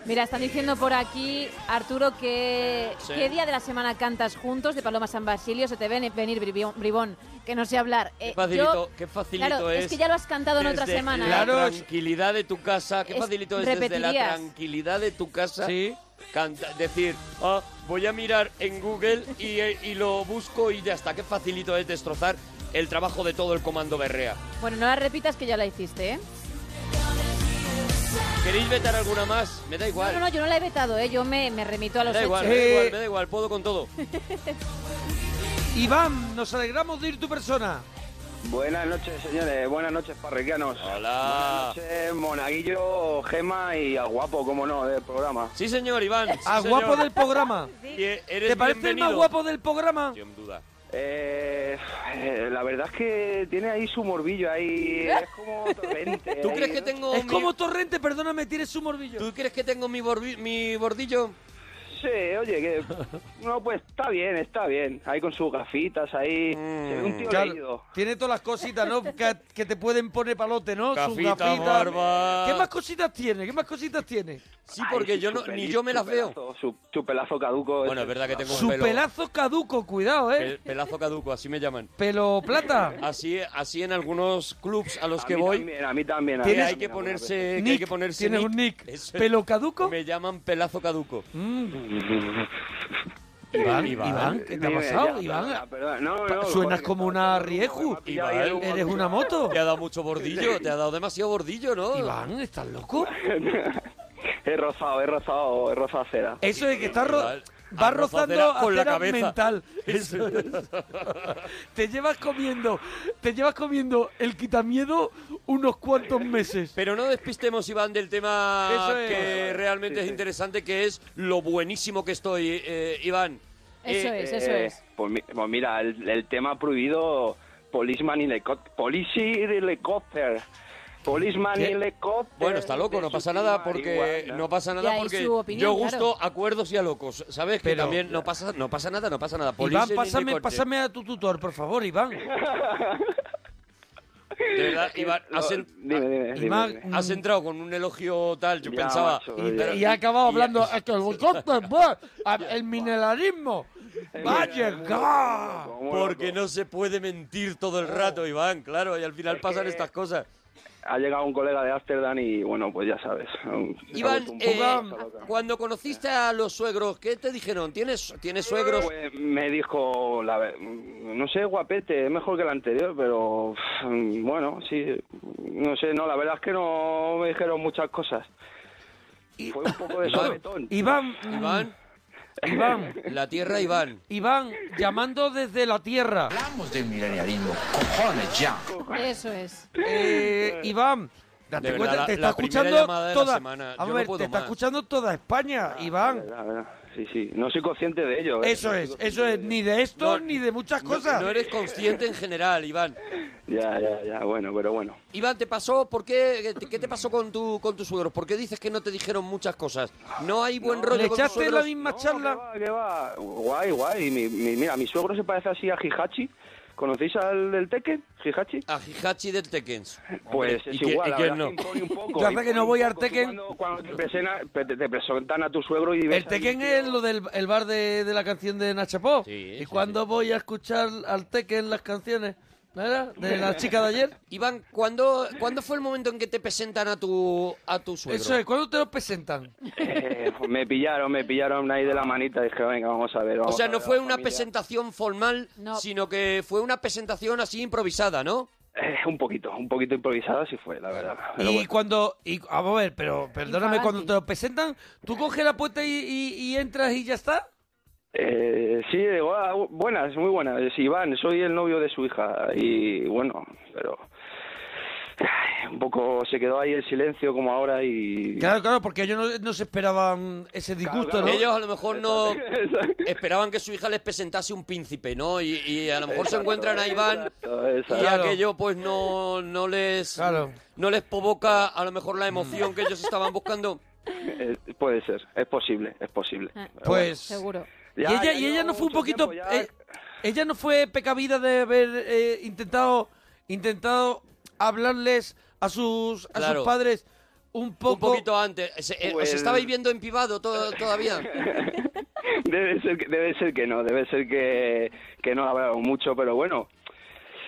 [SPEAKER 3] Mira, están diciendo por aquí, Arturo, que
[SPEAKER 4] Sí.
[SPEAKER 3] ¿qué día de la semana cantas juntos de Paloma San Basilio? Se te ven venir, bribón- bribón, que no sé hablar. Eh,
[SPEAKER 4] Qué facilito,
[SPEAKER 3] yo-
[SPEAKER 4] qué facilito
[SPEAKER 3] claro,
[SPEAKER 4] es.
[SPEAKER 3] es que ya lo has cantado en otra
[SPEAKER 4] desde
[SPEAKER 3] semana,
[SPEAKER 4] La
[SPEAKER 2] ¿eh? Claro, es-
[SPEAKER 4] tranquilidad de tu casa. Qué
[SPEAKER 3] Es-
[SPEAKER 4] facilito es desde la
[SPEAKER 3] repetirías.
[SPEAKER 4] tranquilidad de tu casa.
[SPEAKER 2] Sí.
[SPEAKER 4] canta- decir, "Ah, voy a mirar en Google y, eh, y lo busco y ya está. Qué facilito es destrozar el trabajo de todo el comando Berrea.
[SPEAKER 3] Bueno, no la repitas que ya la hiciste, ¿eh?
[SPEAKER 4] ¿Queréis vetar alguna más? Me da
[SPEAKER 3] No,
[SPEAKER 4] igual.
[SPEAKER 3] no, no, yo no la he vetado, ¿eh? Yo me, me remito a
[SPEAKER 4] me
[SPEAKER 3] los
[SPEAKER 4] da
[SPEAKER 3] hechos.
[SPEAKER 4] igual,
[SPEAKER 2] hechos.
[SPEAKER 4] me da igual,
[SPEAKER 2] Eh.
[SPEAKER 4] me da igual, puedo con todo.
[SPEAKER 2] Iván, nos alegramos de ir tu persona.
[SPEAKER 5] Buenas noches, señores. Buenas noches, parriquianos.
[SPEAKER 4] Hola.
[SPEAKER 5] Buenas noches, Monaguillo, Gema y a guapo, como no, del programa.
[SPEAKER 4] Sí, señor, Iván. sí,
[SPEAKER 2] A
[SPEAKER 4] señor.
[SPEAKER 2] guapo del programa.
[SPEAKER 4] Bien, Eres
[SPEAKER 2] ¿Te parece el
[SPEAKER 4] bienvenido.
[SPEAKER 2] más guapo del programa?
[SPEAKER 4] Sin duda.
[SPEAKER 5] Eh, eh, la verdad es que tiene ahí su morbillo, ahí
[SPEAKER 4] ¿Eh?
[SPEAKER 5] es como torrente.
[SPEAKER 4] ¿Tú
[SPEAKER 5] ahí,
[SPEAKER 4] crees que
[SPEAKER 5] ¿no?
[SPEAKER 4] tengo
[SPEAKER 2] Es
[SPEAKER 4] mi-
[SPEAKER 2] como Torrente, perdóname, tienes su morbillo.
[SPEAKER 4] ¿Tú crees que tengo mi, borbi- mi bordillo?
[SPEAKER 5] Sí, oye, que... No, pues está bien, está bien. Ahí con sus gafitas, ahí...
[SPEAKER 4] Mm,
[SPEAKER 5] se ve un tío
[SPEAKER 2] Claro,
[SPEAKER 5] leído.
[SPEAKER 2] tiene todas las cositas, ¿no? Que, que te pueden poner palote, ¿no? Sus
[SPEAKER 4] Gafita,
[SPEAKER 2] gafitas.
[SPEAKER 4] barba.
[SPEAKER 2] ¿Qué más cositas tiene? ¿Qué más cositas tiene?
[SPEAKER 4] Sí, porque
[SPEAKER 5] Ay,
[SPEAKER 4] yo
[SPEAKER 5] su
[SPEAKER 4] no,
[SPEAKER 5] peli-
[SPEAKER 4] ni yo me
[SPEAKER 5] su
[SPEAKER 4] las veo.
[SPEAKER 5] pelazo, Su, su pelazo caduco.
[SPEAKER 4] Bueno, es verdad que tengo un
[SPEAKER 2] Su
[SPEAKER 4] pelo.
[SPEAKER 2] pelazo caduco, cuidado, ¿eh?
[SPEAKER 4] pel- pelazo caduco, así me llaman.
[SPEAKER 2] Pelo plata.
[SPEAKER 4] Así, así en algunos clubs a los
[SPEAKER 5] A
[SPEAKER 4] que
[SPEAKER 5] mí
[SPEAKER 4] voy.
[SPEAKER 5] También, a mí también. a mí
[SPEAKER 4] que
[SPEAKER 2] Tienes-
[SPEAKER 4] hay
[SPEAKER 5] también
[SPEAKER 4] que
[SPEAKER 5] alguna vez.
[SPEAKER 4] ponerse. que hay que
[SPEAKER 2] Nick,
[SPEAKER 4] ponerse
[SPEAKER 2] tienes un nick.
[SPEAKER 4] Eso es.
[SPEAKER 2] ¿Pelo caduco?
[SPEAKER 4] Me llaman pelazo caduco.
[SPEAKER 2] Mm. Iván,
[SPEAKER 4] Iván.
[SPEAKER 2] Iván, ¿qué te ha
[SPEAKER 5] Dime,
[SPEAKER 2] pasado,
[SPEAKER 5] ya,
[SPEAKER 2] Iván?
[SPEAKER 5] perdona, perdona. No, no,
[SPEAKER 2] Suenas
[SPEAKER 5] joder,
[SPEAKER 2] como
[SPEAKER 5] que
[SPEAKER 2] una
[SPEAKER 5] estaba-
[SPEAKER 2] Rieju.
[SPEAKER 5] me ha pillado ahí
[SPEAKER 4] Iván,
[SPEAKER 5] en un-
[SPEAKER 2] ¿Eres una moto?
[SPEAKER 4] Te ha dado mucho bordillo, te ha dado demasiado bordillo, ¿no?
[SPEAKER 2] Iván, ¿estás loco?
[SPEAKER 5] He rozado, he rozado, he rozado cera.
[SPEAKER 2] Eso es que está ro-
[SPEAKER 4] Igual,
[SPEAKER 2] va
[SPEAKER 4] arroz
[SPEAKER 2] rozando
[SPEAKER 4] acera con la
[SPEAKER 2] acera
[SPEAKER 4] cabeza.
[SPEAKER 2] mental. Eso es. te llevas comiendo, te llevas comiendo el quitamiedo unos cuantos meses.
[SPEAKER 4] Pero no despistemos, Iván, del tema
[SPEAKER 2] Eso es.
[SPEAKER 4] que realmente
[SPEAKER 5] Sí,
[SPEAKER 4] es
[SPEAKER 5] sí.
[SPEAKER 4] interesante, que es lo buenísimo que estoy, eh, Iván.
[SPEAKER 3] Eso
[SPEAKER 4] Eh,
[SPEAKER 3] es, eso
[SPEAKER 5] Eh,
[SPEAKER 3] es.
[SPEAKER 5] Pues, mi- pues mira, el, el tema prohibido, policeman in helicop- police in helicopter. Policeman
[SPEAKER 2] ¿Qué?
[SPEAKER 5] in helicopter.
[SPEAKER 4] Bueno, está loco,
[SPEAKER 5] de
[SPEAKER 4] no pasa
[SPEAKER 5] su
[SPEAKER 4] nada porque
[SPEAKER 5] marihuana.
[SPEAKER 4] no pasa
[SPEAKER 3] Y
[SPEAKER 4] nada
[SPEAKER 3] ahí
[SPEAKER 4] porque
[SPEAKER 3] su opinión,
[SPEAKER 4] yo gusto
[SPEAKER 3] claro.
[SPEAKER 4] a cuerdos y a locos, ¿sabes? Que
[SPEAKER 2] Pero-
[SPEAKER 4] también no pasa, no pasa nada, no pasa nada.
[SPEAKER 2] Iván,
[SPEAKER 4] Police en
[SPEAKER 2] pásame,
[SPEAKER 4] helicóptero.
[SPEAKER 2] pásame a tu tutor, por favor, Iván.
[SPEAKER 4] De verdad, Iván,
[SPEAKER 5] No,
[SPEAKER 4] has en-
[SPEAKER 5] dime, dime, dime,
[SPEAKER 2] Iván,
[SPEAKER 5] dime.
[SPEAKER 4] Has entrado con un elogio tal, yo
[SPEAKER 5] Ya,
[SPEAKER 4] pensaba.
[SPEAKER 5] macho,
[SPEAKER 2] Y,
[SPEAKER 5] Pero-
[SPEAKER 2] y ha acabado
[SPEAKER 4] y-
[SPEAKER 2] hablando "Es que el helicóptero, pues, a- el mineralismo va a llegar.
[SPEAKER 5] Como loco.
[SPEAKER 4] Porque no se puede mentir todo el rato, Iván, claro, y al final pasan
[SPEAKER 5] que-
[SPEAKER 4] estas cosas.
[SPEAKER 5] ha llegado un colega de Ámsterdam y bueno, pues ya sabes. un- se ha
[SPEAKER 4] Iván,
[SPEAKER 5] vuelto un
[SPEAKER 4] eh,
[SPEAKER 5] poco loca.
[SPEAKER 4] cuando conociste a los suegros, ¿qué te dijeron? ¿Tienes, tienes suegros?
[SPEAKER 5] Pues me dijo, la, ve- no sé, guapete, es mejor que el anterior, pero uf, bueno, sí, no sé, no, la verdad es que no me dijeron muchas cosas. Fue un poco de
[SPEAKER 4] Iván,
[SPEAKER 5] sorbetón.
[SPEAKER 2] Iván, mm,
[SPEAKER 4] Iván,
[SPEAKER 2] Iván,
[SPEAKER 4] la tierra Iván.
[SPEAKER 2] Iván, llamando desde la tierra.
[SPEAKER 1] Hablamos del milenarismo, cojones ya.
[SPEAKER 3] Eso es.
[SPEAKER 2] Eh, Iván, date
[SPEAKER 4] verdad,
[SPEAKER 2] cuenta,
[SPEAKER 4] la-
[SPEAKER 2] te
[SPEAKER 4] la
[SPEAKER 2] está
[SPEAKER 4] primera
[SPEAKER 2] escuchando
[SPEAKER 4] llamada de la
[SPEAKER 2] toda.
[SPEAKER 4] semana.
[SPEAKER 2] Vamos
[SPEAKER 4] Yo
[SPEAKER 2] a ver,
[SPEAKER 4] no puedo
[SPEAKER 2] te está
[SPEAKER 4] más.
[SPEAKER 2] escuchando toda
[SPEAKER 5] Ah,
[SPEAKER 2] España, Iván.
[SPEAKER 5] La verdad, sí, sí, no soy consciente de ello. ¿eh?
[SPEAKER 2] Eso
[SPEAKER 5] No soy
[SPEAKER 2] es,
[SPEAKER 5] consciente
[SPEAKER 2] eso es,
[SPEAKER 5] de
[SPEAKER 2] ni de esto
[SPEAKER 4] No,
[SPEAKER 2] ni de muchas
[SPEAKER 4] No-
[SPEAKER 2] cosas.
[SPEAKER 4] No, eres consciente en general, Iván.
[SPEAKER 5] ello. Ya, ya, ya, bueno, pero bueno.
[SPEAKER 4] Iván, ¿te pasó? ¿Por qué? ¿Qué te pasó con tu con tus suegros? ¿Por qué dices que no te dijeron muchas cosas? No hay buen rollo
[SPEAKER 2] ¿Le
[SPEAKER 4] con tus
[SPEAKER 2] echaste la
[SPEAKER 4] suegros.
[SPEAKER 2] misma
[SPEAKER 5] No,
[SPEAKER 2] charla?
[SPEAKER 5] que va, que va. Guay, guay. Mi- mi- mira, mi suegro se parece así a Hihachi. ¿Conocéis al del Teque? Hihachi.
[SPEAKER 4] A Hihachi del Tekens.
[SPEAKER 5] Pues
[SPEAKER 4] Ah, Hombre,
[SPEAKER 5] es
[SPEAKER 4] ¿y qué-
[SPEAKER 5] igual,
[SPEAKER 4] y
[SPEAKER 5] la
[SPEAKER 4] quién
[SPEAKER 5] verdad
[SPEAKER 4] no?
[SPEAKER 5] que impone un poco.
[SPEAKER 2] Yo hace que
[SPEAKER 5] impone
[SPEAKER 2] no voy
[SPEAKER 5] un
[SPEAKER 2] al
[SPEAKER 5] poco. Tú
[SPEAKER 2] Tekken.
[SPEAKER 5] Cuando, cuando te, presena- te- te presentan a tu suegro y ves
[SPEAKER 2] El
[SPEAKER 5] al
[SPEAKER 2] Tekken
[SPEAKER 5] tío-
[SPEAKER 2] es lo del el bar de, de la canción de Nachapó.
[SPEAKER 4] Sí,
[SPEAKER 2] y
[SPEAKER 4] sí,
[SPEAKER 2] cuando voy a escuchar al Tekken las canciones, ¿no era? De la chica de ayer.
[SPEAKER 4] Iván, ¿cuándo, ¿cuándo fue el momento en que te presentan a tu a tu suegro?
[SPEAKER 2] Eso es, ¿cuándo te lo presentan?
[SPEAKER 5] Eh, me pillaron, me pillaron ahí de la manita. Dije, venga, vamos a ver.
[SPEAKER 4] O
[SPEAKER 5] vamos
[SPEAKER 4] sea,
[SPEAKER 5] a
[SPEAKER 4] no
[SPEAKER 5] ver,
[SPEAKER 4] fue
[SPEAKER 5] la
[SPEAKER 4] una
[SPEAKER 5] familia.
[SPEAKER 4] presentación formal,
[SPEAKER 3] No.
[SPEAKER 4] sino que fue una presentación así improvisada, ¿no?
[SPEAKER 5] Eh, un poquito, un poquito improvisada sí fue, la verdad. Pero
[SPEAKER 2] Y
[SPEAKER 5] bueno.
[SPEAKER 2] cuando. Y, vamos a ver, pero perdóname,
[SPEAKER 3] Infraganti.
[SPEAKER 2] cuando te lo presentan, ¿tú coges la puerta y, y- y entras y ya está?
[SPEAKER 5] Eh, sí, digo, ah, bu- buenas, muy buenas. Es Iván, soy el novio de su hija. Y bueno, pero. ay, Un poco se quedó ahí el silencio como ahora y.
[SPEAKER 2] Claro, claro, porque ellos no, no se esperaban ese disgusto,
[SPEAKER 5] claro.
[SPEAKER 2] ¿no?
[SPEAKER 4] Ellos a lo mejor no
[SPEAKER 5] Exacto.
[SPEAKER 4] esperaban que su hija les presentase un príncipe, ¿no? Y, y a lo mejor se
[SPEAKER 5] Exacto,
[SPEAKER 4] encuentran a Iván
[SPEAKER 5] exacto,
[SPEAKER 4] y
[SPEAKER 5] exacto.
[SPEAKER 2] Claro.
[SPEAKER 4] aquello pues no, no les
[SPEAKER 2] Claro. Mm.
[SPEAKER 4] no les provoca a lo mejor la emoción que ellos estaban buscando.
[SPEAKER 5] Eh, puede ser, es posible, es posible.
[SPEAKER 3] Ah.
[SPEAKER 5] Pero
[SPEAKER 2] Pues.
[SPEAKER 3] Seguro.
[SPEAKER 5] bueno.
[SPEAKER 2] y
[SPEAKER 5] Ya-
[SPEAKER 2] ella,
[SPEAKER 5] ya
[SPEAKER 2] y ella
[SPEAKER 5] llevo
[SPEAKER 2] no fue un
[SPEAKER 5] mucho
[SPEAKER 2] poquito.
[SPEAKER 5] tiempo, ya-
[SPEAKER 2] eh, ella no fue pecavida de haber eh, intentado intentado hablarles a sus a
[SPEAKER 4] Claro.
[SPEAKER 2] sus padres un poco.
[SPEAKER 4] Un poquito antes. ¿Se, eh,
[SPEAKER 5] Pues-
[SPEAKER 4] ¿os estabais viendo en privado to- todavía?
[SPEAKER 5] Debe ser, que- debe ser que no, debe ser que, que no hablamos mucho, pero bueno.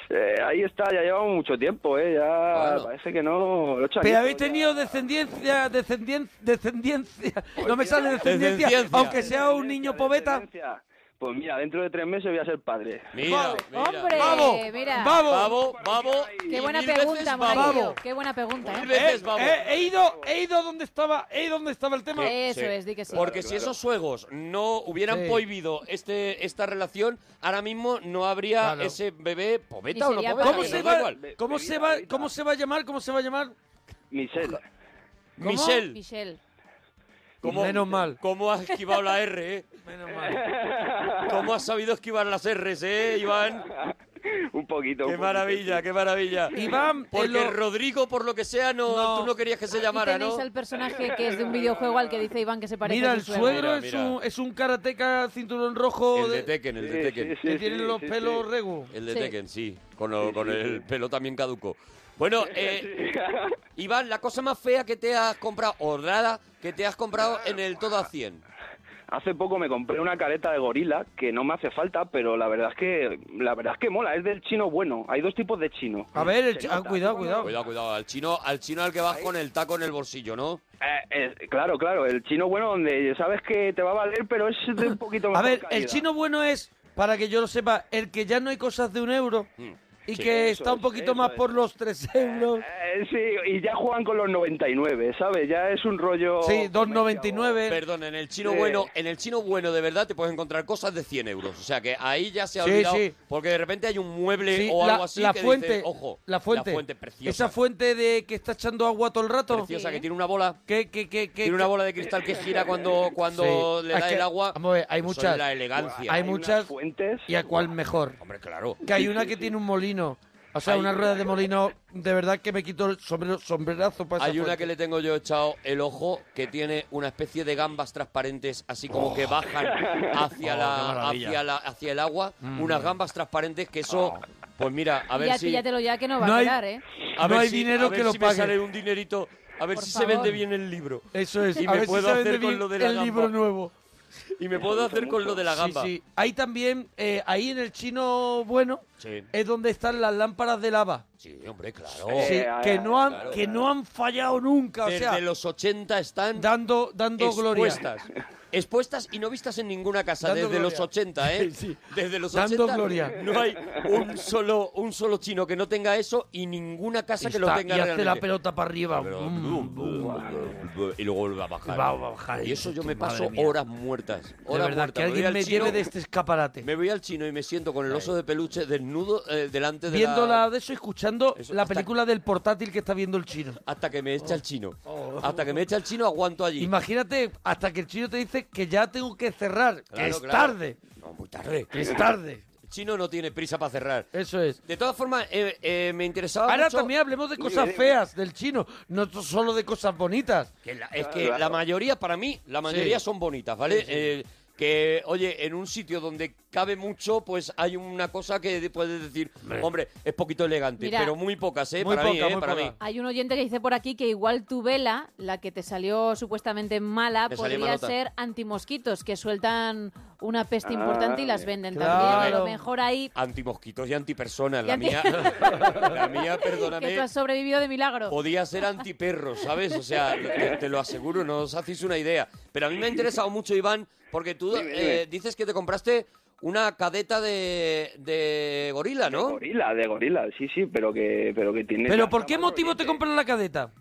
[SPEAKER 5] eh, ahí está, ya llevamos mucho tiempo, ¿eh? Ya
[SPEAKER 4] Bueno.
[SPEAKER 5] parece que no... los
[SPEAKER 2] Pero
[SPEAKER 5] añitos
[SPEAKER 2] habéis
[SPEAKER 5] ya-
[SPEAKER 2] tenido descendencia, descendencia, descendencia. No me sale descendencia,
[SPEAKER 4] Pues Descendencia.
[SPEAKER 2] aunque sea un niño pobeta.
[SPEAKER 5] Descendencia. Pues mira, dentro de tres meses voy a ser padre.
[SPEAKER 4] Mira, mira.
[SPEAKER 3] ¡Hombre!
[SPEAKER 2] ¡Vamos!
[SPEAKER 3] Eh, Mira.
[SPEAKER 2] ¡Vamos!
[SPEAKER 4] Babo, babo.
[SPEAKER 3] Qué
[SPEAKER 4] y
[SPEAKER 3] buena
[SPEAKER 4] mil veces
[SPEAKER 3] pregunta,
[SPEAKER 4] babo.
[SPEAKER 3] Monaguillo.
[SPEAKER 2] Vamos.
[SPEAKER 3] Qué buena pregunta,
[SPEAKER 4] Mil
[SPEAKER 3] ¿eh?
[SPEAKER 4] veces
[SPEAKER 2] Eh,
[SPEAKER 4] babo.
[SPEAKER 2] eh, he ido, he ido donde estaba, he ido donde estaba el tema.
[SPEAKER 3] Eso es, di que sí.
[SPEAKER 4] Porque si esos suegos no hubieran
[SPEAKER 2] Sí.
[SPEAKER 4] prohibido este, esta relación, ahora mismo no habría
[SPEAKER 2] Claro.
[SPEAKER 4] ese bebé pobeta
[SPEAKER 3] Y
[SPEAKER 4] o no
[SPEAKER 3] sería
[SPEAKER 4] pobeta.
[SPEAKER 2] ¿Cómo
[SPEAKER 4] que
[SPEAKER 2] se
[SPEAKER 4] nos da
[SPEAKER 2] va?
[SPEAKER 4] igual.
[SPEAKER 5] Be-
[SPEAKER 2] ¿Cómo
[SPEAKER 5] bebida,
[SPEAKER 2] se va?
[SPEAKER 5] bebida.
[SPEAKER 2] ¿Cómo se va a llamar? ¿Cómo se va a llamar?
[SPEAKER 5] Michelle.
[SPEAKER 4] Michelle,
[SPEAKER 3] Michelle.
[SPEAKER 4] ¿cómo,
[SPEAKER 2] Menos mal.
[SPEAKER 4] ¿cómo has esquivado la R, eh?
[SPEAKER 2] Menos mal.
[SPEAKER 4] ¿Cómo has sabido esquivar las R's, eh, Iván?
[SPEAKER 5] un poquito.
[SPEAKER 4] Qué
[SPEAKER 5] un
[SPEAKER 4] maravilla, qué maravilla.
[SPEAKER 2] Iván,
[SPEAKER 4] Porque
[SPEAKER 2] en lo-
[SPEAKER 4] Rodrigo, por lo que sea, no,
[SPEAKER 2] No.
[SPEAKER 4] tú no querías que se
[SPEAKER 3] Aquí
[SPEAKER 4] llamara,
[SPEAKER 3] tenéis
[SPEAKER 4] ¿no?
[SPEAKER 3] al personaje que es de un videojuego al que dice Iván que se parece
[SPEAKER 2] Mira,
[SPEAKER 3] a
[SPEAKER 2] el
[SPEAKER 3] su suegro.
[SPEAKER 2] suegro
[SPEAKER 4] Mira,
[SPEAKER 2] es
[SPEAKER 4] mira.
[SPEAKER 2] un, es un karateca cinturón rojo
[SPEAKER 4] El de
[SPEAKER 2] de-
[SPEAKER 4] Tekken, el
[SPEAKER 5] poquito.
[SPEAKER 4] de
[SPEAKER 5] Sí,
[SPEAKER 4] Tekken.
[SPEAKER 5] sí, sí,
[SPEAKER 2] que
[SPEAKER 5] sí,
[SPEAKER 2] tiene los
[SPEAKER 5] sí,
[SPEAKER 2] pelos
[SPEAKER 5] sí.
[SPEAKER 2] regu.
[SPEAKER 4] El de
[SPEAKER 3] Sí.
[SPEAKER 4] Tekken, sí. Con, lo- con el pelo también caduco. Bueno, eh, Iván, la cosa más fea que te has comprado, o rara, que te has comprado en el todo a 100.
[SPEAKER 5] Hace poco me compré una careta de gorila que no me hace falta, pero la verdad es que la verdad es que mola, es del chino bueno. Hay dos tipos de chino.
[SPEAKER 2] A ver, el
[SPEAKER 5] Se
[SPEAKER 2] chi- ah,
[SPEAKER 5] nota.
[SPEAKER 2] cuidado, cuidado.
[SPEAKER 4] Cuidado, cuidado. Al chino, al chino al que vas con el taco en el bolsillo, ¿no?
[SPEAKER 5] Eh, eh, claro, claro, el chino bueno donde sabes que te va a valer, pero es de un poquito más.
[SPEAKER 2] A ver, el chino bueno es, para que yo lo sepa, el que ya no hay cosas de un euro y
[SPEAKER 4] sí.
[SPEAKER 2] que
[SPEAKER 5] Mm. Eso
[SPEAKER 2] está un
[SPEAKER 5] es,
[SPEAKER 2] poquito
[SPEAKER 5] eso
[SPEAKER 2] más
[SPEAKER 5] es. Eh,
[SPEAKER 2] por los tres euros.
[SPEAKER 5] sí, y ya juegan con los 99, ¿sabes? Ya es un rollo.
[SPEAKER 2] Sí,
[SPEAKER 5] comercial.
[SPEAKER 2] 2,99.
[SPEAKER 4] Perdón, en el chino
[SPEAKER 5] Sí.
[SPEAKER 4] bueno, en el chino bueno de verdad te puedes encontrar cosas de 100 euros. O sea que ahí ya se ha
[SPEAKER 2] Sí,
[SPEAKER 4] olvidado.
[SPEAKER 2] sí.
[SPEAKER 4] Porque de repente hay un mueble
[SPEAKER 2] Sí,
[SPEAKER 4] o
[SPEAKER 2] la,
[SPEAKER 4] algo así
[SPEAKER 2] la
[SPEAKER 4] que
[SPEAKER 2] fuente,
[SPEAKER 4] dice, ojo,
[SPEAKER 2] la fuente,
[SPEAKER 4] preciosa.
[SPEAKER 2] esa fuente de que está echando agua todo el rato,
[SPEAKER 4] preciosa
[SPEAKER 3] Sí.
[SPEAKER 4] que tiene una bola.
[SPEAKER 2] que, que, que, que-
[SPEAKER 4] Tiene una bola de cristal que gira cuando, cuando
[SPEAKER 2] Sí.
[SPEAKER 4] le
[SPEAKER 2] Es
[SPEAKER 4] da
[SPEAKER 2] que,
[SPEAKER 4] el agua.
[SPEAKER 2] vamos a ver, hay
[SPEAKER 4] Eso es
[SPEAKER 2] muchas.
[SPEAKER 4] La elegancia.
[SPEAKER 2] Hay
[SPEAKER 5] unas
[SPEAKER 2] muchas-
[SPEAKER 5] fuentes.
[SPEAKER 2] y a cuál mejor.
[SPEAKER 4] Hombre, claro.
[SPEAKER 2] Que hay una que tiene un molino, o sea,
[SPEAKER 4] Hay-
[SPEAKER 2] una rueda de molino, de verdad que me quito el sombrero- sombrerazo para esa
[SPEAKER 4] Hay una
[SPEAKER 2] fuente.
[SPEAKER 4] que le tengo yo echado el ojo que tiene una especie de gambas transparentes, así como que bajan hacia,
[SPEAKER 2] Oh, qué
[SPEAKER 4] la,
[SPEAKER 2] maravilla. Mm. Oh.
[SPEAKER 4] hacia, la- hacia el agua. Unas gambas transparentes que eso, pues mira, a
[SPEAKER 3] y
[SPEAKER 4] ver
[SPEAKER 3] a
[SPEAKER 4] si.
[SPEAKER 3] ti ya te lo ya que no va
[SPEAKER 2] No
[SPEAKER 3] a
[SPEAKER 2] hay-
[SPEAKER 3] quedar, ¿eh?
[SPEAKER 4] A
[SPEAKER 2] no
[SPEAKER 4] ver
[SPEAKER 2] hay
[SPEAKER 4] si-
[SPEAKER 2] dinero
[SPEAKER 4] a ver
[SPEAKER 2] que lo
[SPEAKER 4] si
[SPEAKER 2] pague.
[SPEAKER 4] me sale un dinerito. A ver
[SPEAKER 3] Por
[SPEAKER 4] si
[SPEAKER 3] favor.
[SPEAKER 4] se vende bien el libro.
[SPEAKER 2] Eso es.
[SPEAKER 4] Y
[SPEAKER 2] a
[SPEAKER 4] me
[SPEAKER 2] ver si
[SPEAKER 4] puedo
[SPEAKER 2] se
[SPEAKER 4] hacer
[SPEAKER 2] vende
[SPEAKER 4] con
[SPEAKER 2] bien
[SPEAKER 4] lo de la
[SPEAKER 2] el
[SPEAKER 4] gamba.
[SPEAKER 2] libro nuevo.
[SPEAKER 4] Y me puedo hacer con lo de la
[SPEAKER 2] Sí,
[SPEAKER 4] gamba.
[SPEAKER 2] sí. Ahí también, eh, ahí en el chino bueno,
[SPEAKER 4] Sí.
[SPEAKER 2] es donde están las lámparas de lava.
[SPEAKER 4] Sí, hombre, claro. Eh,
[SPEAKER 2] Sí, que no han,
[SPEAKER 4] claro,
[SPEAKER 2] que
[SPEAKER 4] claro.
[SPEAKER 2] no han fallado nunca.
[SPEAKER 4] Desde
[SPEAKER 2] o sea,
[SPEAKER 4] los 80 están
[SPEAKER 2] dando, dando gloria.
[SPEAKER 4] expuestas. Expuestas y no vistas en ninguna casa
[SPEAKER 2] Dando
[SPEAKER 4] desde los
[SPEAKER 2] gloria.
[SPEAKER 4] 80, ¿eh? Desde los
[SPEAKER 2] Dando
[SPEAKER 4] 80
[SPEAKER 2] gloria.
[SPEAKER 4] no hay un solo, un solo chino que no tenga eso y ninguna casa que lo
[SPEAKER 2] Está,
[SPEAKER 4] tenga
[SPEAKER 2] y hace
[SPEAKER 4] realmente.
[SPEAKER 2] la pelota para arriba.
[SPEAKER 4] Pero,
[SPEAKER 2] Mm.
[SPEAKER 4] bum, bum, bum, y luego vuelve a bajar.
[SPEAKER 2] Va a bajar.
[SPEAKER 4] Y eso yo me
[SPEAKER 2] Madre
[SPEAKER 4] paso
[SPEAKER 2] mía.
[SPEAKER 4] horas muertas.
[SPEAKER 2] De
[SPEAKER 4] Horas
[SPEAKER 2] verdad,
[SPEAKER 4] muertas.
[SPEAKER 2] que
[SPEAKER 4] voy
[SPEAKER 2] alguien
[SPEAKER 4] al
[SPEAKER 2] me
[SPEAKER 4] chino,
[SPEAKER 2] lleve de este escaparate.
[SPEAKER 4] Me voy al chino y me siento con el oso de peluche desnudo eh, delante de
[SPEAKER 2] Viendo
[SPEAKER 4] la...
[SPEAKER 2] la de eso, escuchando
[SPEAKER 4] Eso,
[SPEAKER 2] la
[SPEAKER 4] hasta-
[SPEAKER 2] película del portátil que está viendo el chino. Oh,
[SPEAKER 4] Hasta que me echa el chino. Hasta que me echa el chino aguanto allí.
[SPEAKER 2] Imagínate hasta que el chino te dice que ya tengo que cerrar. que
[SPEAKER 4] Claro,
[SPEAKER 2] es
[SPEAKER 4] claro.
[SPEAKER 2] tarde.
[SPEAKER 4] No, muy tarde.
[SPEAKER 2] que es tarde.
[SPEAKER 4] El chino no tiene prisa para cerrar.
[SPEAKER 2] Eso es.
[SPEAKER 4] De todas formas, eh, eh, me interesaba
[SPEAKER 2] Ahora
[SPEAKER 4] mucho-
[SPEAKER 2] también hablemos de
[SPEAKER 4] eh,
[SPEAKER 2] cosas
[SPEAKER 5] dime.
[SPEAKER 2] feas del chino, no to- solo de cosas bonitas.
[SPEAKER 4] que la- es que
[SPEAKER 5] Claro.
[SPEAKER 4] la mayoría, para mí, la mayoría
[SPEAKER 2] Sí.
[SPEAKER 4] son bonitas, ¿vale? Eh, que, oye, en un sitio donde cabe mucho, pues hay una cosa que de- puedes decir, hombre, es poquito elegante,
[SPEAKER 3] Mira.
[SPEAKER 4] pero muy pocas, ¿eh?
[SPEAKER 2] Muy
[SPEAKER 4] para mí,
[SPEAKER 2] poca,
[SPEAKER 4] ¿eh?
[SPEAKER 2] muy
[SPEAKER 4] para
[SPEAKER 2] poca.
[SPEAKER 4] mí.
[SPEAKER 3] Hay un oyente que dice por aquí que igual tu vela, la que te salió supuestamente mala,
[SPEAKER 4] Te salió
[SPEAKER 3] podría
[SPEAKER 4] malota.
[SPEAKER 3] ser antimosquitos, que sueltan una peste
[SPEAKER 4] Ah,
[SPEAKER 3] importante y las venden
[SPEAKER 2] claro.
[SPEAKER 3] también. A lo mejor ahí
[SPEAKER 4] Antimosquitos y antipersonas,
[SPEAKER 3] Y
[SPEAKER 4] la
[SPEAKER 3] anti-
[SPEAKER 4] mía. la mía,
[SPEAKER 3] que tú
[SPEAKER 4] perdóname.
[SPEAKER 3] has sobrevivido de milagro.
[SPEAKER 4] Podía ser antiperro, ¿sabes? O sea, te, te lo aseguro, no os hacéis una idea. Pero a mí me ha interesado mucho, Iván, porque tú
[SPEAKER 5] Dime, dime.
[SPEAKER 4] eh, dices que te compraste una cadeta de, de gorila,
[SPEAKER 5] De
[SPEAKER 4] ¿no?
[SPEAKER 5] gorila, de gorila, sí, sí, pero que, pero que tiene...
[SPEAKER 2] Pero
[SPEAKER 5] la
[SPEAKER 2] ¿por qué
[SPEAKER 5] cámara
[SPEAKER 2] motivo te
[SPEAKER 5] brillante.
[SPEAKER 2] compras la cadeta?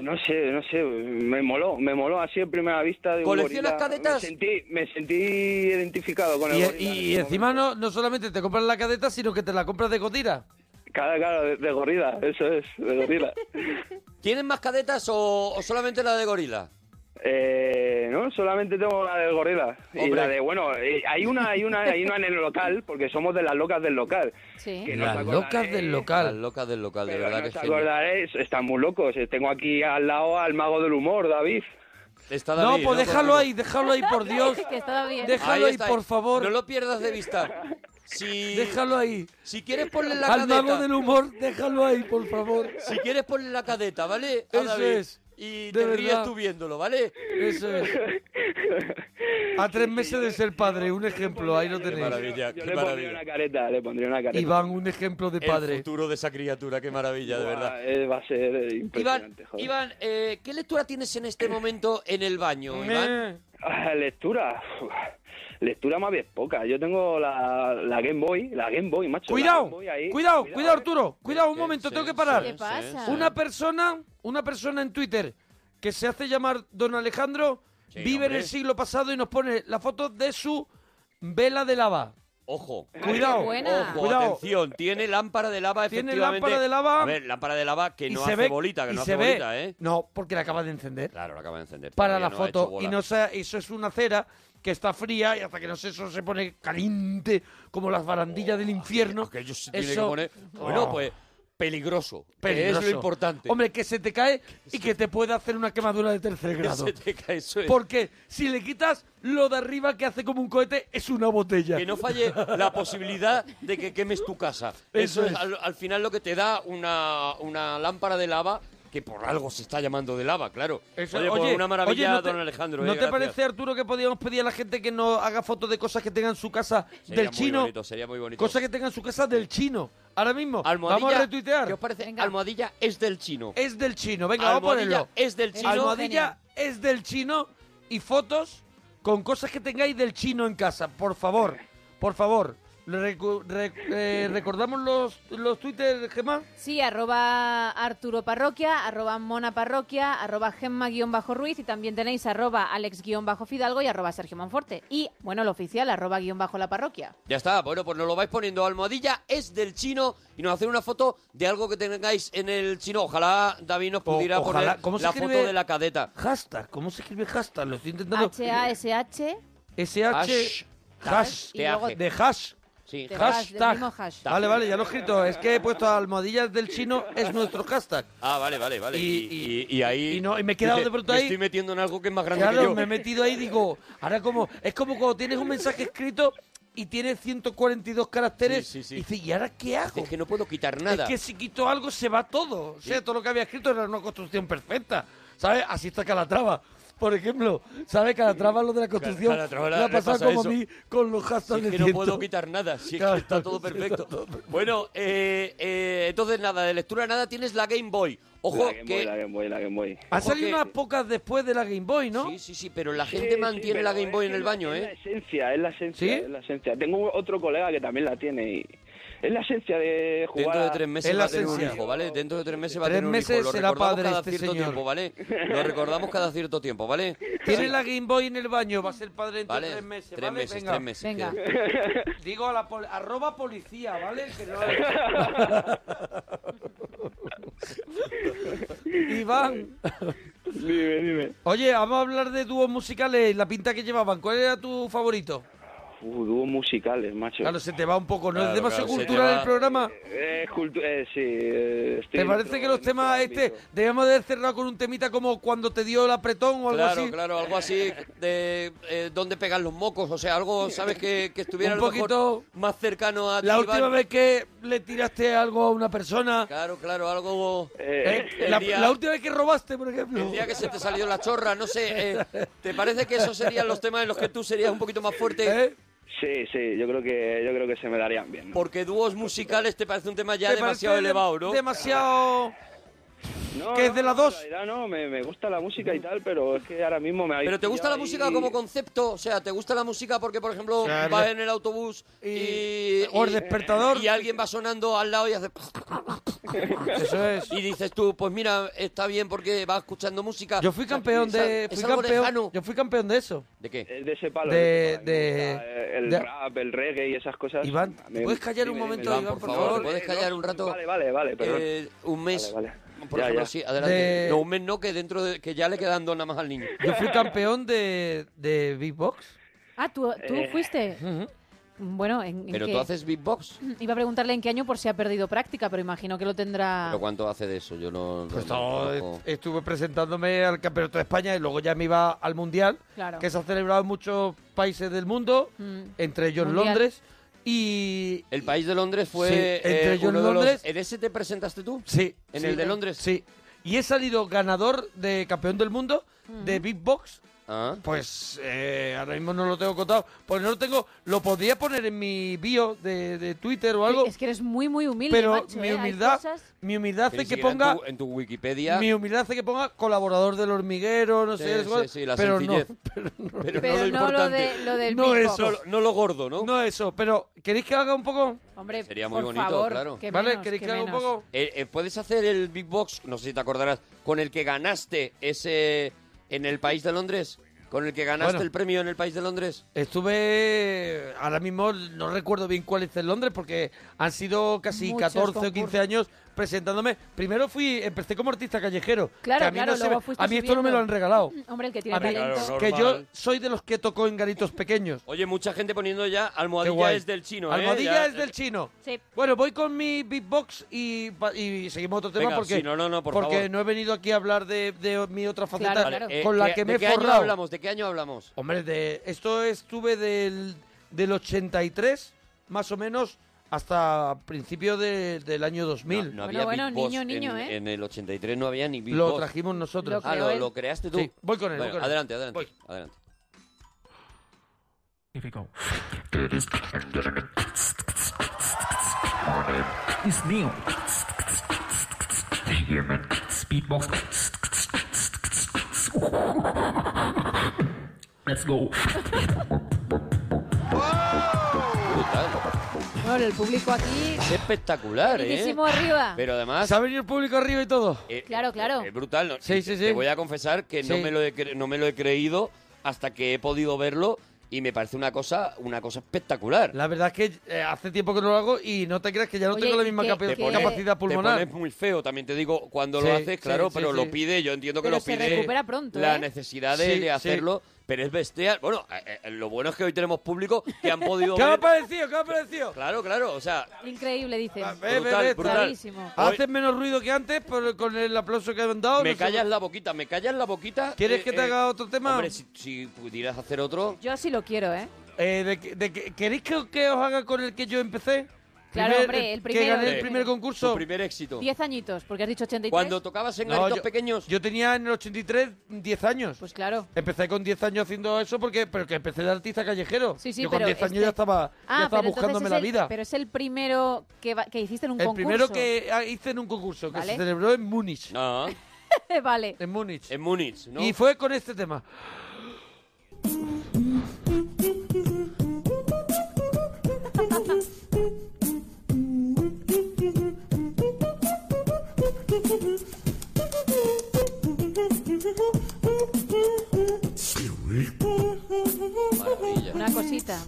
[SPEAKER 5] No sé, no sé, me moló, me moló así a primera vista de un
[SPEAKER 4] ¿Coleccionas
[SPEAKER 5] gorila.
[SPEAKER 4] cadetas?
[SPEAKER 5] Me sentí, me sentí identificado con el
[SPEAKER 2] Y,
[SPEAKER 5] gorila en
[SPEAKER 2] y
[SPEAKER 5] ese
[SPEAKER 2] encima
[SPEAKER 5] momento.
[SPEAKER 2] no, no solamente te compras la cadeta, sino que te la compras de Godira.
[SPEAKER 5] Claro, claro, de, de gorila, eso es, de gorila.
[SPEAKER 4] ¿Tienes más cadetas o, o solamente la de gorila?
[SPEAKER 5] Eh, no, solamente tengo la del gorila. Y
[SPEAKER 4] Hombre.
[SPEAKER 5] la de, bueno, eh, hay una, hay una, hay una en el local, porque somos de las locas del local.
[SPEAKER 3] Sí.
[SPEAKER 5] Que no
[SPEAKER 2] Las
[SPEAKER 5] te
[SPEAKER 2] locas
[SPEAKER 5] acordaré,
[SPEAKER 2] del
[SPEAKER 4] Las
[SPEAKER 2] local.
[SPEAKER 4] locas del local, de
[SPEAKER 5] pero
[SPEAKER 4] verdad
[SPEAKER 5] no
[SPEAKER 4] que
[SPEAKER 5] te
[SPEAKER 4] genio.
[SPEAKER 5] acordaréis, están muy locos. Eh, Tengo aquí al lado al mago del humor, David.
[SPEAKER 4] Está
[SPEAKER 2] No,
[SPEAKER 4] David,
[SPEAKER 2] pues déjalo
[SPEAKER 4] Contigo.
[SPEAKER 2] ahí, déjalo ahí, por Dios.
[SPEAKER 3] Que estaba bien.
[SPEAKER 2] Deja- déjalo ahí,
[SPEAKER 4] está.
[SPEAKER 2] por favor.
[SPEAKER 4] No lo pierdas de vista. Si,
[SPEAKER 2] Déjalo ahí.
[SPEAKER 4] si quieres ponle la
[SPEAKER 2] Al mago
[SPEAKER 4] cadeta.
[SPEAKER 2] del humor, déjalo ahí, por favor.
[SPEAKER 4] Si quieres ponle la cadeta, ¿vale? A
[SPEAKER 2] Eso
[SPEAKER 4] David.
[SPEAKER 2] es.
[SPEAKER 4] Y
[SPEAKER 2] De
[SPEAKER 4] te ríes
[SPEAKER 2] verdad.
[SPEAKER 4] tú viéndolo, ¿vale?
[SPEAKER 2] Eso es. A tres meses de ser padre, un ejemplo, ahí lo
[SPEAKER 4] Qué
[SPEAKER 2] tenéis.
[SPEAKER 4] maravilla,
[SPEAKER 5] Yo le
[SPEAKER 4] qué
[SPEAKER 5] pondría
[SPEAKER 4] maravilla.
[SPEAKER 5] una careta, le pondría una careta.
[SPEAKER 2] Iván, un ejemplo de
[SPEAKER 4] El
[SPEAKER 2] padre.
[SPEAKER 4] futuro de esa criatura, qué maravilla, de
[SPEAKER 5] Buah,
[SPEAKER 4] verdad.
[SPEAKER 5] eh, va a ser eh,
[SPEAKER 4] Iván,
[SPEAKER 5] impresionante, joder.
[SPEAKER 4] Iván eh, ¿qué lectura tienes en este momento en el baño, Iván?
[SPEAKER 2] Eh,
[SPEAKER 5] Ah, Lectura. uf, Lectura más bien poca. Yo tengo la, la Game Boy, la Game Boy, macho. la
[SPEAKER 2] Cuidado,
[SPEAKER 5] Game Boy ahí. eh.
[SPEAKER 2] cuidado, cuidado, Arturo. Cuidado, un
[SPEAKER 4] Que-
[SPEAKER 2] momento,
[SPEAKER 4] sí,
[SPEAKER 2] tengo que
[SPEAKER 4] sí,
[SPEAKER 2] parar.
[SPEAKER 3] ¿Qué pasa?
[SPEAKER 4] sí.
[SPEAKER 2] Una persona, una persona en Twitter que se hace llamar Don Alejandro
[SPEAKER 4] Sí,
[SPEAKER 2] vive
[SPEAKER 4] hombre.
[SPEAKER 2] en el siglo pasado y nos pone la foto de su vela de lava.
[SPEAKER 4] Ojo.
[SPEAKER 2] Cuidado,
[SPEAKER 3] buena.
[SPEAKER 4] Ojo,
[SPEAKER 2] cuidado.
[SPEAKER 4] atención, tiene lámpara de lava,
[SPEAKER 2] Tiene
[SPEAKER 4] efectivamente.
[SPEAKER 2] lámpara de lava.
[SPEAKER 4] A ver, lámpara de lava que
[SPEAKER 2] Y
[SPEAKER 4] no
[SPEAKER 2] se
[SPEAKER 4] hace
[SPEAKER 2] ve-
[SPEAKER 4] bolita, que
[SPEAKER 2] y
[SPEAKER 4] no
[SPEAKER 2] se
[SPEAKER 4] hace
[SPEAKER 2] ve-
[SPEAKER 4] bolita, ¿eh?
[SPEAKER 2] No, porque la acaba de encender
[SPEAKER 4] Claro, lo acaba de encender.
[SPEAKER 2] para
[SPEAKER 4] todavía
[SPEAKER 2] la
[SPEAKER 4] no ha hecho
[SPEAKER 2] foto
[SPEAKER 4] bola.
[SPEAKER 2] y no se, eso es una cera que está fría y hasta que no sé eso se pone caliente como las barandillas del infierno.
[SPEAKER 4] Oh, Aquello se tiene que
[SPEAKER 2] Eso-
[SPEAKER 4] poner- Bueno,
[SPEAKER 2] Oh.
[SPEAKER 4] pues peligroso. que
[SPEAKER 2] Peligroso.
[SPEAKER 4] Es lo importante.
[SPEAKER 2] Hombre, que se te cae y que te puede hacer una quemadura de tercer
[SPEAKER 4] Que
[SPEAKER 2] grado.
[SPEAKER 4] se te cae, eso es.
[SPEAKER 2] Porque si le quitas lo de arriba que hace como un cohete, es una botella.
[SPEAKER 4] Que no falle la posibilidad de que quemes tu casa. Eso,
[SPEAKER 2] Eso
[SPEAKER 4] es
[SPEAKER 2] es.
[SPEAKER 4] al, al final lo que te da una, una lámpara de lava que por algo se está llamando de lava, claro.
[SPEAKER 2] Eso-
[SPEAKER 4] oye, pues una maravilla,
[SPEAKER 2] oye, ¿no te-
[SPEAKER 4] don Alejandro.
[SPEAKER 2] ¿No
[SPEAKER 4] eh,
[SPEAKER 2] te
[SPEAKER 4] gracias.
[SPEAKER 2] parece, Arturo, que podíamos pedir a la gente que nos haga fotos de cosas que tenga en su casa
[SPEAKER 4] Sería
[SPEAKER 2] del
[SPEAKER 4] muy
[SPEAKER 2] chino?
[SPEAKER 4] bonito, sería muy bonito.
[SPEAKER 2] Cosas que tenga en su casa del chino. Ahora mismo.
[SPEAKER 4] Almohadilla,
[SPEAKER 2] Vamos a
[SPEAKER 4] ¿Qué
[SPEAKER 2] retuitear.
[SPEAKER 4] os parece?
[SPEAKER 3] Venga.
[SPEAKER 4] Almohadilla es del chino.
[SPEAKER 2] Es del chino. Venga, vamos a
[SPEAKER 4] Almohadilla
[SPEAKER 2] ponerlo.
[SPEAKER 4] es del chino.
[SPEAKER 2] Almohadilla es del chino y fotos con cosas que tengáis del chino en casa. Por favor, por favor. Recu- re- eh, ¿Recordamos los, los Twitter, Gemma?
[SPEAKER 3] Sí, arroba Arturo Parroquia, arroba Mona Parroquia, arroba Gemma-Ruiz y también tenéis arroba Alex-Fidalgo y arroba Sergio Manforte. Y, bueno, el oficial, arroba guión bajo la parroquia.
[SPEAKER 4] Ya está, bueno, pues nos lo vais poniendo. Almohadilla es del chino y nos hacen una foto de algo que tengáis en el chino. Ojalá David nos
[SPEAKER 2] O-
[SPEAKER 4] pudiera
[SPEAKER 2] ojalá.
[SPEAKER 4] poner
[SPEAKER 2] ¿Cómo se
[SPEAKER 4] la foto
[SPEAKER 2] escribe?
[SPEAKER 4] de la cadeta.
[SPEAKER 2] Hashtag. ¿Cómo se escribe hashtag? Lo estoy intentando.
[SPEAKER 3] H-A-S-H,
[SPEAKER 2] SH. Hash.
[SPEAKER 3] Y luego
[SPEAKER 4] Te hace.
[SPEAKER 2] De hash.
[SPEAKER 4] Sí,
[SPEAKER 3] Te
[SPEAKER 4] hash.
[SPEAKER 3] vas. del
[SPEAKER 2] Hashtag.
[SPEAKER 3] mismo hash.
[SPEAKER 2] Vale, vale, ya lo he escrito. Es que he puesto almohadillas del chino, es nuestro hashtag.
[SPEAKER 4] Ah, vale, vale, vale. Y,
[SPEAKER 2] Y-
[SPEAKER 4] y- y ahí.
[SPEAKER 2] y no, y me he quedado
[SPEAKER 4] dice,
[SPEAKER 2] de pronto
[SPEAKER 4] "Me
[SPEAKER 2] ahí".
[SPEAKER 4] estoy metiendo en algo que es más grande que
[SPEAKER 2] Claro,
[SPEAKER 4] yo.
[SPEAKER 2] me he metido ahí digo, ahora como, es como cuando tienes un mensaje escrito y tienes 142 caracteres
[SPEAKER 4] Sí, sí, sí.
[SPEAKER 2] y dices, ¿y ahora qué hago?
[SPEAKER 4] Es que no puedo quitar nada.
[SPEAKER 2] Es que si quito algo se va todo. O sea, todo lo que había escrito era una construcción perfecta. ¿Sabes? Así está Calatrava. por ejemplo, ¿sabes? Calatrava lo de la construcción
[SPEAKER 4] Calatrava
[SPEAKER 2] le
[SPEAKER 4] le
[SPEAKER 2] ha pasado
[SPEAKER 4] pasa
[SPEAKER 2] como
[SPEAKER 4] eso.
[SPEAKER 2] a mí con los
[SPEAKER 4] Si
[SPEAKER 2] hashtags
[SPEAKER 4] es
[SPEAKER 2] de
[SPEAKER 4] que no
[SPEAKER 2] ciento.
[SPEAKER 4] puedo quitar nada, si es
[SPEAKER 2] Claro,
[SPEAKER 4] que está todo
[SPEAKER 2] sí, está
[SPEAKER 4] perfecto.
[SPEAKER 2] todo
[SPEAKER 4] Bueno, eh, eh, entonces nada, de lectura nada, tienes la Game Boy. Ojo
[SPEAKER 5] la Game Boy,
[SPEAKER 4] que...
[SPEAKER 5] la Game Boy, la Game Boy.
[SPEAKER 2] Han
[SPEAKER 4] Ojo
[SPEAKER 2] salido
[SPEAKER 4] que-
[SPEAKER 2] unas pocas después de la Game Boy, ¿no?
[SPEAKER 4] Sí, sí, sí, pero la gente
[SPEAKER 5] Sí,
[SPEAKER 4] mantiene
[SPEAKER 5] sí,
[SPEAKER 4] la
[SPEAKER 5] pero
[SPEAKER 4] Game Boy
[SPEAKER 5] es
[SPEAKER 4] en el
[SPEAKER 5] que
[SPEAKER 4] baño,
[SPEAKER 5] es
[SPEAKER 4] ¿eh?
[SPEAKER 5] la esencia, es la esencia,
[SPEAKER 2] ¿Sí?
[SPEAKER 5] es la esencia. Tengo otro colega que también la tiene y es la esencia de jugar.
[SPEAKER 4] Dentro de
[SPEAKER 5] a-
[SPEAKER 4] tres meses
[SPEAKER 2] Es
[SPEAKER 4] va
[SPEAKER 2] la
[SPEAKER 4] a tener un
[SPEAKER 2] esencia.
[SPEAKER 4] hijo, ¿vale? Dentro de tres meses va a
[SPEAKER 2] Tres
[SPEAKER 4] tener un hijo.
[SPEAKER 2] meses
[SPEAKER 4] Lo
[SPEAKER 2] será
[SPEAKER 4] recordamos
[SPEAKER 2] padre
[SPEAKER 4] cada
[SPEAKER 2] este
[SPEAKER 4] cierto
[SPEAKER 2] señor.
[SPEAKER 4] tiempo, ¿vale? Lo recordamos cada cierto tiempo, ¿vale?
[SPEAKER 2] Tiene la Game Boy en el baño, va a ser padre entre
[SPEAKER 4] ¿Vale?
[SPEAKER 2] tres meses,
[SPEAKER 4] tres
[SPEAKER 2] ¿vale?
[SPEAKER 4] meses,
[SPEAKER 2] Venga.
[SPEAKER 4] tres meses.
[SPEAKER 3] Venga.
[SPEAKER 4] queda.
[SPEAKER 2] Digo a la pol- arroba policía, ¿vale? Que no- Iván,
[SPEAKER 5] Dime, dime.
[SPEAKER 2] oye, vamos a hablar de dúos musicales, la pinta que llevaban. ¿Cuál era tu favorito?
[SPEAKER 5] Uh, dúos musicales, macho.
[SPEAKER 2] Claro, se te va un poco, ¿no?
[SPEAKER 4] Claro,
[SPEAKER 2] es demasiado
[SPEAKER 4] claro, se te
[SPEAKER 2] cultura
[SPEAKER 4] va.
[SPEAKER 2] del programa.
[SPEAKER 5] Eh, es cultu- eh, sí, eh, estoy
[SPEAKER 2] ¿Te parece
[SPEAKER 5] dentro
[SPEAKER 2] que los
[SPEAKER 5] en este
[SPEAKER 2] temas
[SPEAKER 5] ámbito.
[SPEAKER 2] este debemos de cerrar con un temita como cuando te dio el apretón o algo
[SPEAKER 4] Claro,
[SPEAKER 2] así?
[SPEAKER 4] claro, algo así de eh, dónde pegan los mocos, o sea, algo, ¿sabes? Que, que estuviera
[SPEAKER 2] Un
[SPEAKER 4] a lo mejor
[SPEAKER 2] poquito-
[SPEAKER 4] más cercano a ti,
[SPEAKER 2] La
[SPEAKER 4] Iván.
[SPEAKER 2] última vez que le tiraste algo a una persona,
[SPEAKER 4] Claro, claro, algo...
[SPEAKER 5] Eh,
[SPEAKER 2] ¿eh?
[SPEAKER 4] el
[SPEAKER 2] la,
[SPEAKER 4] día-
[SPEAKER 2] la última vez que robaste, por ejemplo.
[SPEAKER 4] El día que se te salió la chorra, no sé, eh, ¿te parece que esos serían los temas en los que tú serías un poquito más fuerte?
[SPEAKER 2] ¿Eh?
[SPEAKER 5] Sí, sí, yo creo que yo creo que se me darían bien. ¿no?
[SPEAKER 4] Porque dúos musicales te parece un tema ya
[SPEAKER 2] ¿Te
[SPEAKER 4] demasiado
[SPEAKER 2] parece de-
[SPEAKER 4] elevado, ¿no?
[SPEAKER 2] Demasiado...
[SPEAKER 5] No,
[SPEAKER 2] que es
[SPEAKER 5] no,
[SPEAKER 2] de las
[SPEAKER 5] no,
[SPEAKER 2] dos.
[SPEAKER 5] En realidad no, me, me gusta la música y tal, pero es que ahora mismo me habéis
[SPEAKER 4] Pero te gusta la
[SPEAKER 5] pillado
[SPEAKER 4] música
[SPEAKER 5] ahí.
[SPEAKER 4] como concepto, o sea, te gusta la música porque, por ejemplo,
[SPEAKER 2] Claro.
[SPEAKER 4] vas en el autobús y,
[SPEAKER 2] Y- o el
[SPEAKER 4] y-
[SPEAKER 2] despertador.
[SPEAKER 4] y alguien va sonando al lado y hace
[SPEAKER 2] Eso es.
[SPEAKER 4] y dices tú, pues mira, está bien porque vas escuchando música.
[SPEAKER 2] Yo fui
[SPEAKER 4] O sea,
[SPEAKER 2] campeón
[SPEAKER 4] es al-
[SPEAKER 2] de...
[SPEAKER 4] es
[SPEAKER 2] Fui
[SPEAKER 4] algo
[SPEAKER 2] campeón,
[SPEAKER 4] lejano.
[SPEAKER 2] yo fui campeón de eso.
[SPEAKER 4] ¿De qué?
[SPEAKER 5] Es de ese palo.
[SPEAKER 2] De-
[SPEAKER 5] de
[SPEAKER 2] de-
[SPEAKER 5] ese palo, me gusta, eh, el
[SPEAKER 2] de-
[SPEAKER 5] rap, el reggae y esas cosas.
[SPEAKER 2] Iván,
[SPEAKER 5] A
[SPEAKER 2] ¿te
[SPEAKER 5] mí-
[SPEAKER 2] puedes callar un
[SPEAKER 5] dime,
[SPEAKER 2] momento,
[SPEAKER 5] dime,
[SPEAKER 4] Iván, por favor, ¿te puedes callar un rato?
[SPEAKER 5] Vale, vale, vale, perdón.
[SPEAKER 4] Eh, un mes.
[SPEAKER 5] Vale, vale.
[SPEAKER 4] Por
[SPEAKER 5] Ya,
[SPEAKER 4] ejemplo,
[SPEAKER 5] ya.
[SPEAKER 4] sí, adelante.
[SPEAKER 2] De-
[SPEAKER 4] No, un mes no, que dentro de, que ya le quedan dos nada más al niño.
[SPEAKER 2] Yo fui campeón de, de beatbox.
[SPEAKER 3] Ah, tú, tú
[SPEAKER 5] Eh.
[SPEAKER 3] fuiste. Bueno, en, en
[SPEAKER 4] Pero
[SPEAKER 3] qué-
[SPEAKER 4] tú haces beatbox.
[SPEAKER 3] iba a preguntarle en qué año por si ha perdido práctica, pero imagino que lo tendrá.
[SPEAKER 4] ¿Pero cuánto hace de eso? Yo no. no-
[SPEAKER 2] Pues
[SPEAKER 4] no
[SPEAKER 2] no,
[SPEAKER 4] conozco.
[SPEAKER 2] est- estuve presentándome al Campeonato de España y luego ya me iba al Mundial,
[SPEAKER 3] Claro.
[SPEAKER 2] que se ha celebrado en muchos países del mundo,
[SPEAKER 3] Mm.
[SPEAKER 2] entre ellos
[SPEAKER 3] Mundial.
[SPEAKER 2] Londres. Y.
[SPEAKER 4] El país de Londres fue.
[SPEAKER 2] Sí,
[SPEAKER 4] eh,
[SPEAKER 2] entre ellos
[SPEAKER 4] uno de los-
[SPEAKER 2] Londres.
[SPEAKER 4] ¿En ese te presentaste tú?
[SPEAKER 2] Sí.
[SPEAKER 4] ¿En
[SPEAKER 2] sí,
[SPEAKER 4] el de Londres?
[SPEAKER 2] Sí. Y he salido ganador de campeón del mundo de
[SPEAKER 3] Mm.
[SPEAKER 2] beatbox.
[SPEAKER 4] Ah.
[SPEAKER 2] Pues eh, ahora mismo no lo tengo contado. Pues no lo tengo. Lo podría poner en mi bio de, de Twitter o algo.
[SPEAKER 3] Es que eres muy, muy humilde.
[SPEAKER 2] pero
[SPEAKER 3] macho,
[SPEAKER 2] mi
[SPEAKER 3] ¿eh? Hay
[SPEAKER 2] humildad.
[SPEAKER 3] cosas-
[SPEAKER 2] Mi humildad
[SPEAKER 4] Ni
[SPEAKER 2] hace que
[SPEAKER 4] siquiera en
[SPEAKER 2] ponga.
[SPEAKER 4] tu- En tu, Wikipedia.
[SPEAKER 2] Mi humildad hace que ponga colaborador del hormiguero, no
[SPEAKER 4] Sí,
[SPEAKER 2] sé,
[SPEAKER 4] sí,
[SPEAKER 2] cuál,
[SPEAKER 4] sí, la
[SPEAKER 2] pero, no,
[SPEAKER 4] sencillez.
[SPEAKER 2] pero no.
[SPEAKER 4] Pero,
[SPEAKER 3] Pero
[SPEAKER 4] no lo
[SPEAKER 3] no lo,
[SPEAKER 4] importante.
[SPEAKER 3] de, lo del
[SPEAKER 2] No
[SPEAKER 3] beatbox.
[SPEAKER 2] eso.
[SPEAKER 4] No lo gordo, ¿no?
[SPEAKER 2] No eso, pero ¿queréis que haga un poco?
[SPEAKER 3] Hombre,
[SPEAKER 4] Sería muy
[SPEAKER 3] por
[SPEAKER 4] bonito,
[SPEAKER 3] favor,
[SPEAKER 4] claro.
[SPEAKER 3] que
[SPEAKER 2] ¿Vale?
[SPEAKER 3] menos,
[SPEAKER 2] ¿Queréis que,
[SPEAKER 3] que
[SPEAKER 2] haga un
[SPEAKER 3] menos.
[SPEAKER 2] poco?
[SPEAKER 4] Eh, eh, ¿Puedes hacer el beatbox, no sé si te acordarás, con el que ganaste ese en el país de Londres? ¿Con el que ganaste
[SPEAKER 2] Bueno.
[SPEAKER 4] el premio en el país de Londres?
[SPEAKER 2] Estuve, ahora mismo no recuerdo bien cuál es en Londres, porque han sido casi
[SPEAKER 3] Muchos
[SPEAKER 2] 14 o
[SPEAKER 3] concursos.
[SPEAKER 2] 15 años presentándome. Primero fui, empecé como artista callejero.
[SPEAKER 3] Claro,
[SPEAKER 2] que a mí,
[SPEAKER 3] claro,
[SPEAKER 2] no se
[SPEAKER 3] luego
[SPEAKER 2] me-
[SPEAKER 3] fuiste
[SPEAKER 2] a mí esto no me lo
[SPEAKER 3] subiendo.
[SPEAKER 2] han regalado.
[SPEAKER 3] Hombre, el que tiene
[SPEAKER 2] A mí-
[SPEAKER 3] talento.
[SPEAKER 4] Claro, no.
[SPEAKER 2] que yo
[SPEAKER 4] normal.
[SPEAKER 2] soy de los que tocó en garitos pequeños.
[SPEAKER 4] Oye, mucha gente poniendo ya
[SPEAKER 2] Qué
[SPEAKER 4] almohadilla
[SPEAKER 2] guay.
[SPEAKER 4] es del chino, ¿eh?
[SPEAKER 2] Almohadilla
[SPEAKER 4] Ya-
[SPEAKER 2] es del chino.
[SPEAKER 3] Sí.
[SPEAKER 2] Bueno, voy con mi beatbox y, pa- y seguimos otro tema
[SPEAKER 4] Venga,
[SPEAKER 2] porque,
[SPEAKER 4] sí, no, no, no, por
[SPEAKER 2] porque
[SPEAKER 4] favor.
[SPEAKER 2] no he venido aquí a hablar de, de mi otra faceta
[SPEAKER 3] Claro,
[SPEAKER 4] Vale,
[SPEAKER 3] claro.
[SPEAKER 4] eh,
[SPEAKER 2] con la
[SPEAKER 4] ¿qué-
[SPEAKER 2] que me
[SPEAKER 4] ¿De
[SPEAKER 2] he
[SPEAKER 4] qué año
[SPEAKER 2] forrado.
[SPEAKER 4] hablamos? ¿De qué año hablamos?
[SPEAKER 2] Hombre, de, esto estuve del, del 83 más o menos hasta principio de- del año 2000.
[SPEAKER 4] No,
[SPEAKER 3] Bueno,
[SPEAKER 4] no había
[SPEAKER 3] bueno,
[SPEAKER 4] beatbox
[SPEAKER 3] niño, niño,
[SPEAKER 4] en,
[SPEAKER 3] ¿eh?
[SPEAKER 4] en el 83 no había ni beatbox.
[SPEAKER 2] Lo trajimos nosotros.
[SPEAKER 3] Lo-
[SPEAKER 4] Ah,
[SPEAKER 3] Creo
[SPEAKER 4] lo,
[SPEAKER 3] él.
[SPEAKER 4] lo creaste tú.
[SPEAKER 2] Sí, voy con él,
[SPEAKER 4] Bueno,
[SPEAKER 2] voy con él.
[SPEAKER 4] adelante, adelante,
[SPEAKER 2] Voy.
[SPEAKER 4] adelante.
[SPEAKER 6] Here we go. It's Neo. Here, man. Speedbox. Let's go.
[SPEAKER 4] Brutal.
[SPEAKER 3] Bueno, el público aquí,
[SPEAKER 4] Es espectacular, ¿eh?
[SPEAKER 3] muchísimo arriba.
[SPEAKER 4] Pero además...
[SPEAKER 2] ¿Se ha venido el público arriba y todo?
[SPEAKER 4] Eh,
[SPEAKER 3] Claro, claro.
[SPEAKER 4] Es brutal. ¿no?
[SPEAKER 2] Sí, sí, sí.
[SPEAKER 4] Te voy a confesar que no,
[SPEAKER 2] Sí.
[SPEAKER 4] me lo he cre- no me lo he creído hasta que he podido verlo y me parece una cosa, una cosa espectacular.
[SPEAKER 2] La verdad es que eh, hace tiempo que no lo hago y no te creas que ya no
[SPEAKER 3] Oye,
[SPEAKER 2] tengo la
[SPEAKER 3] ¿y
[SPEAKER 2] misma
[SPEAKER 3] qué-
[SPEAKER 2] capa-
[SPEAKER 3] qué-
[SPEAKER 2] capacidad pulmonar.
[SPEAKER 4] Te pones muy feo, también te digo, cuando
[SPEAKER 2] Sí,
[SPEAKER 4] lo haces, claro,
[SPEAKER 2] sí, sí,
[SPEAKER 4] pero
[SPEAKER 2] sí.
[SPEAKER 4] lo pide, yo entiendo que
[SPEAKER 3] Pero
[SPEAKER 4] lo
[SPEAKER 3] se
[SPEAKER 4] pide.
[SPEAKER 3] recupera pronto,
[SPEAKER 4] La
[SPEAKER 3] ¿eh?
[SPEAKER 4] necesidad de,
[SPEAKER 2] Sí,
[SPEAKER 4] de
[SPEAKER 2] sí.
[SPEAKER 4] hacerlo, pero es bestial. Bueno, eh, eh, lo bueno es que hoy tenemos público que han podido
[SPEAKER 2] ¿Qué me ha
[SPEAKER 4] ver.
[SPEAKER 2] parecido? ¿Qué me ha parecido?
[SPEAKER 4] Claro, claro, o sea,
[SPEAKER 3] increíble, dicen.
[SPEAKER 2] Ah, ve, ve,
[SPEAKER 4] Brutal,
[SPEAKER 2] ve, está-
[SPEAKER 4] brutal.
[SPEAKER 3] Bravísimo.
[SPEAKER 2] Hacen menos ruido que antes por- con el aplauso que han dado.
[SPEAKER 4] me
[SPEAKER 2] no sé-
[SPEAKER 4] callas la boquita, me callas la boquita. eh,
[SPEAKER 2] ¿Quieres que te haga otro tema?
[SPEAKER 4] Hombre, si, si pudieras hacer otro,
[SPEAKER 3] Yo sí lo quiero, ¿eh?
[SPEAKER 2] Eh, de, que- de que- ¿Queréis que, que os haga con el que yo empecé?
[SPEAKER 3] Claro,
[SPEAKER 2] Primer-
[SPEAKER 3] hombre, el
[SPEAKER 2] Que
[SPEAKER 3] primero,
[SPEAKER 2] gané
[SPEAKER 3] el
[SPEAKER 2] el primer
[SPEAKER 3] primero.
[SPEAKER 2] concurso.
[SPEAKER 4] Tu primer éxito.
[SPEAKER 3] Diez añitos, porque has dicho 83.
[SPEAKER 4] Cuando tocabas en
[SPEAKER 2] No,
[SPEAKER 4] garitos
[SPEAKER 2] yo-
[SPEAKER 4] pequeños.
[SPEAKER 2] Yo tenía en el 83 10 años.
[SPEAKER 3] Pues claro.
[SPEAKER 2] Empecé con 10 años haciendo eso porque pero que empecé de artista callejero.
[SPEAKER 3] Sí, sí,
[SPEAKER 2] Yo
[SPEAKER 3] pero
[SPEAKER 2] con 10 años
[SPEAKER 3] este-
[SPEAKER 2] ya estaba, ya
[SPEAKER 3] Ah,
[SPEAKER 2] estaba
[SPEAKER 3] pero entonces
[SPEAKER 2] buscándome
[SPEAKER 3] es
[SPEAKER 2] la
[SPEAKER 3] el-
[SPEAKER 2] vida.
[SPEAKER 3] Pero es el primero que, va- que hiciste en un
[SPEAKER 2] el
[SPEAKER 3] concurso.
[SPEAKER 2] primero que ah, hice en un concurso que
[SPEAKER 3] Vale.
[SPEAKER 2] se celebró en Múnich.
[SPEAKER 4] No,
[SPEAKER 3] vale.
[SPEAKER 2] En Múnich.
[SPEAKER 4] en Múnich, ¿no?
[SPEAKER 2] Y fue con este tema.
[SPEAKER 4] Maravilla.
[SPEAKER 3] Una cosita.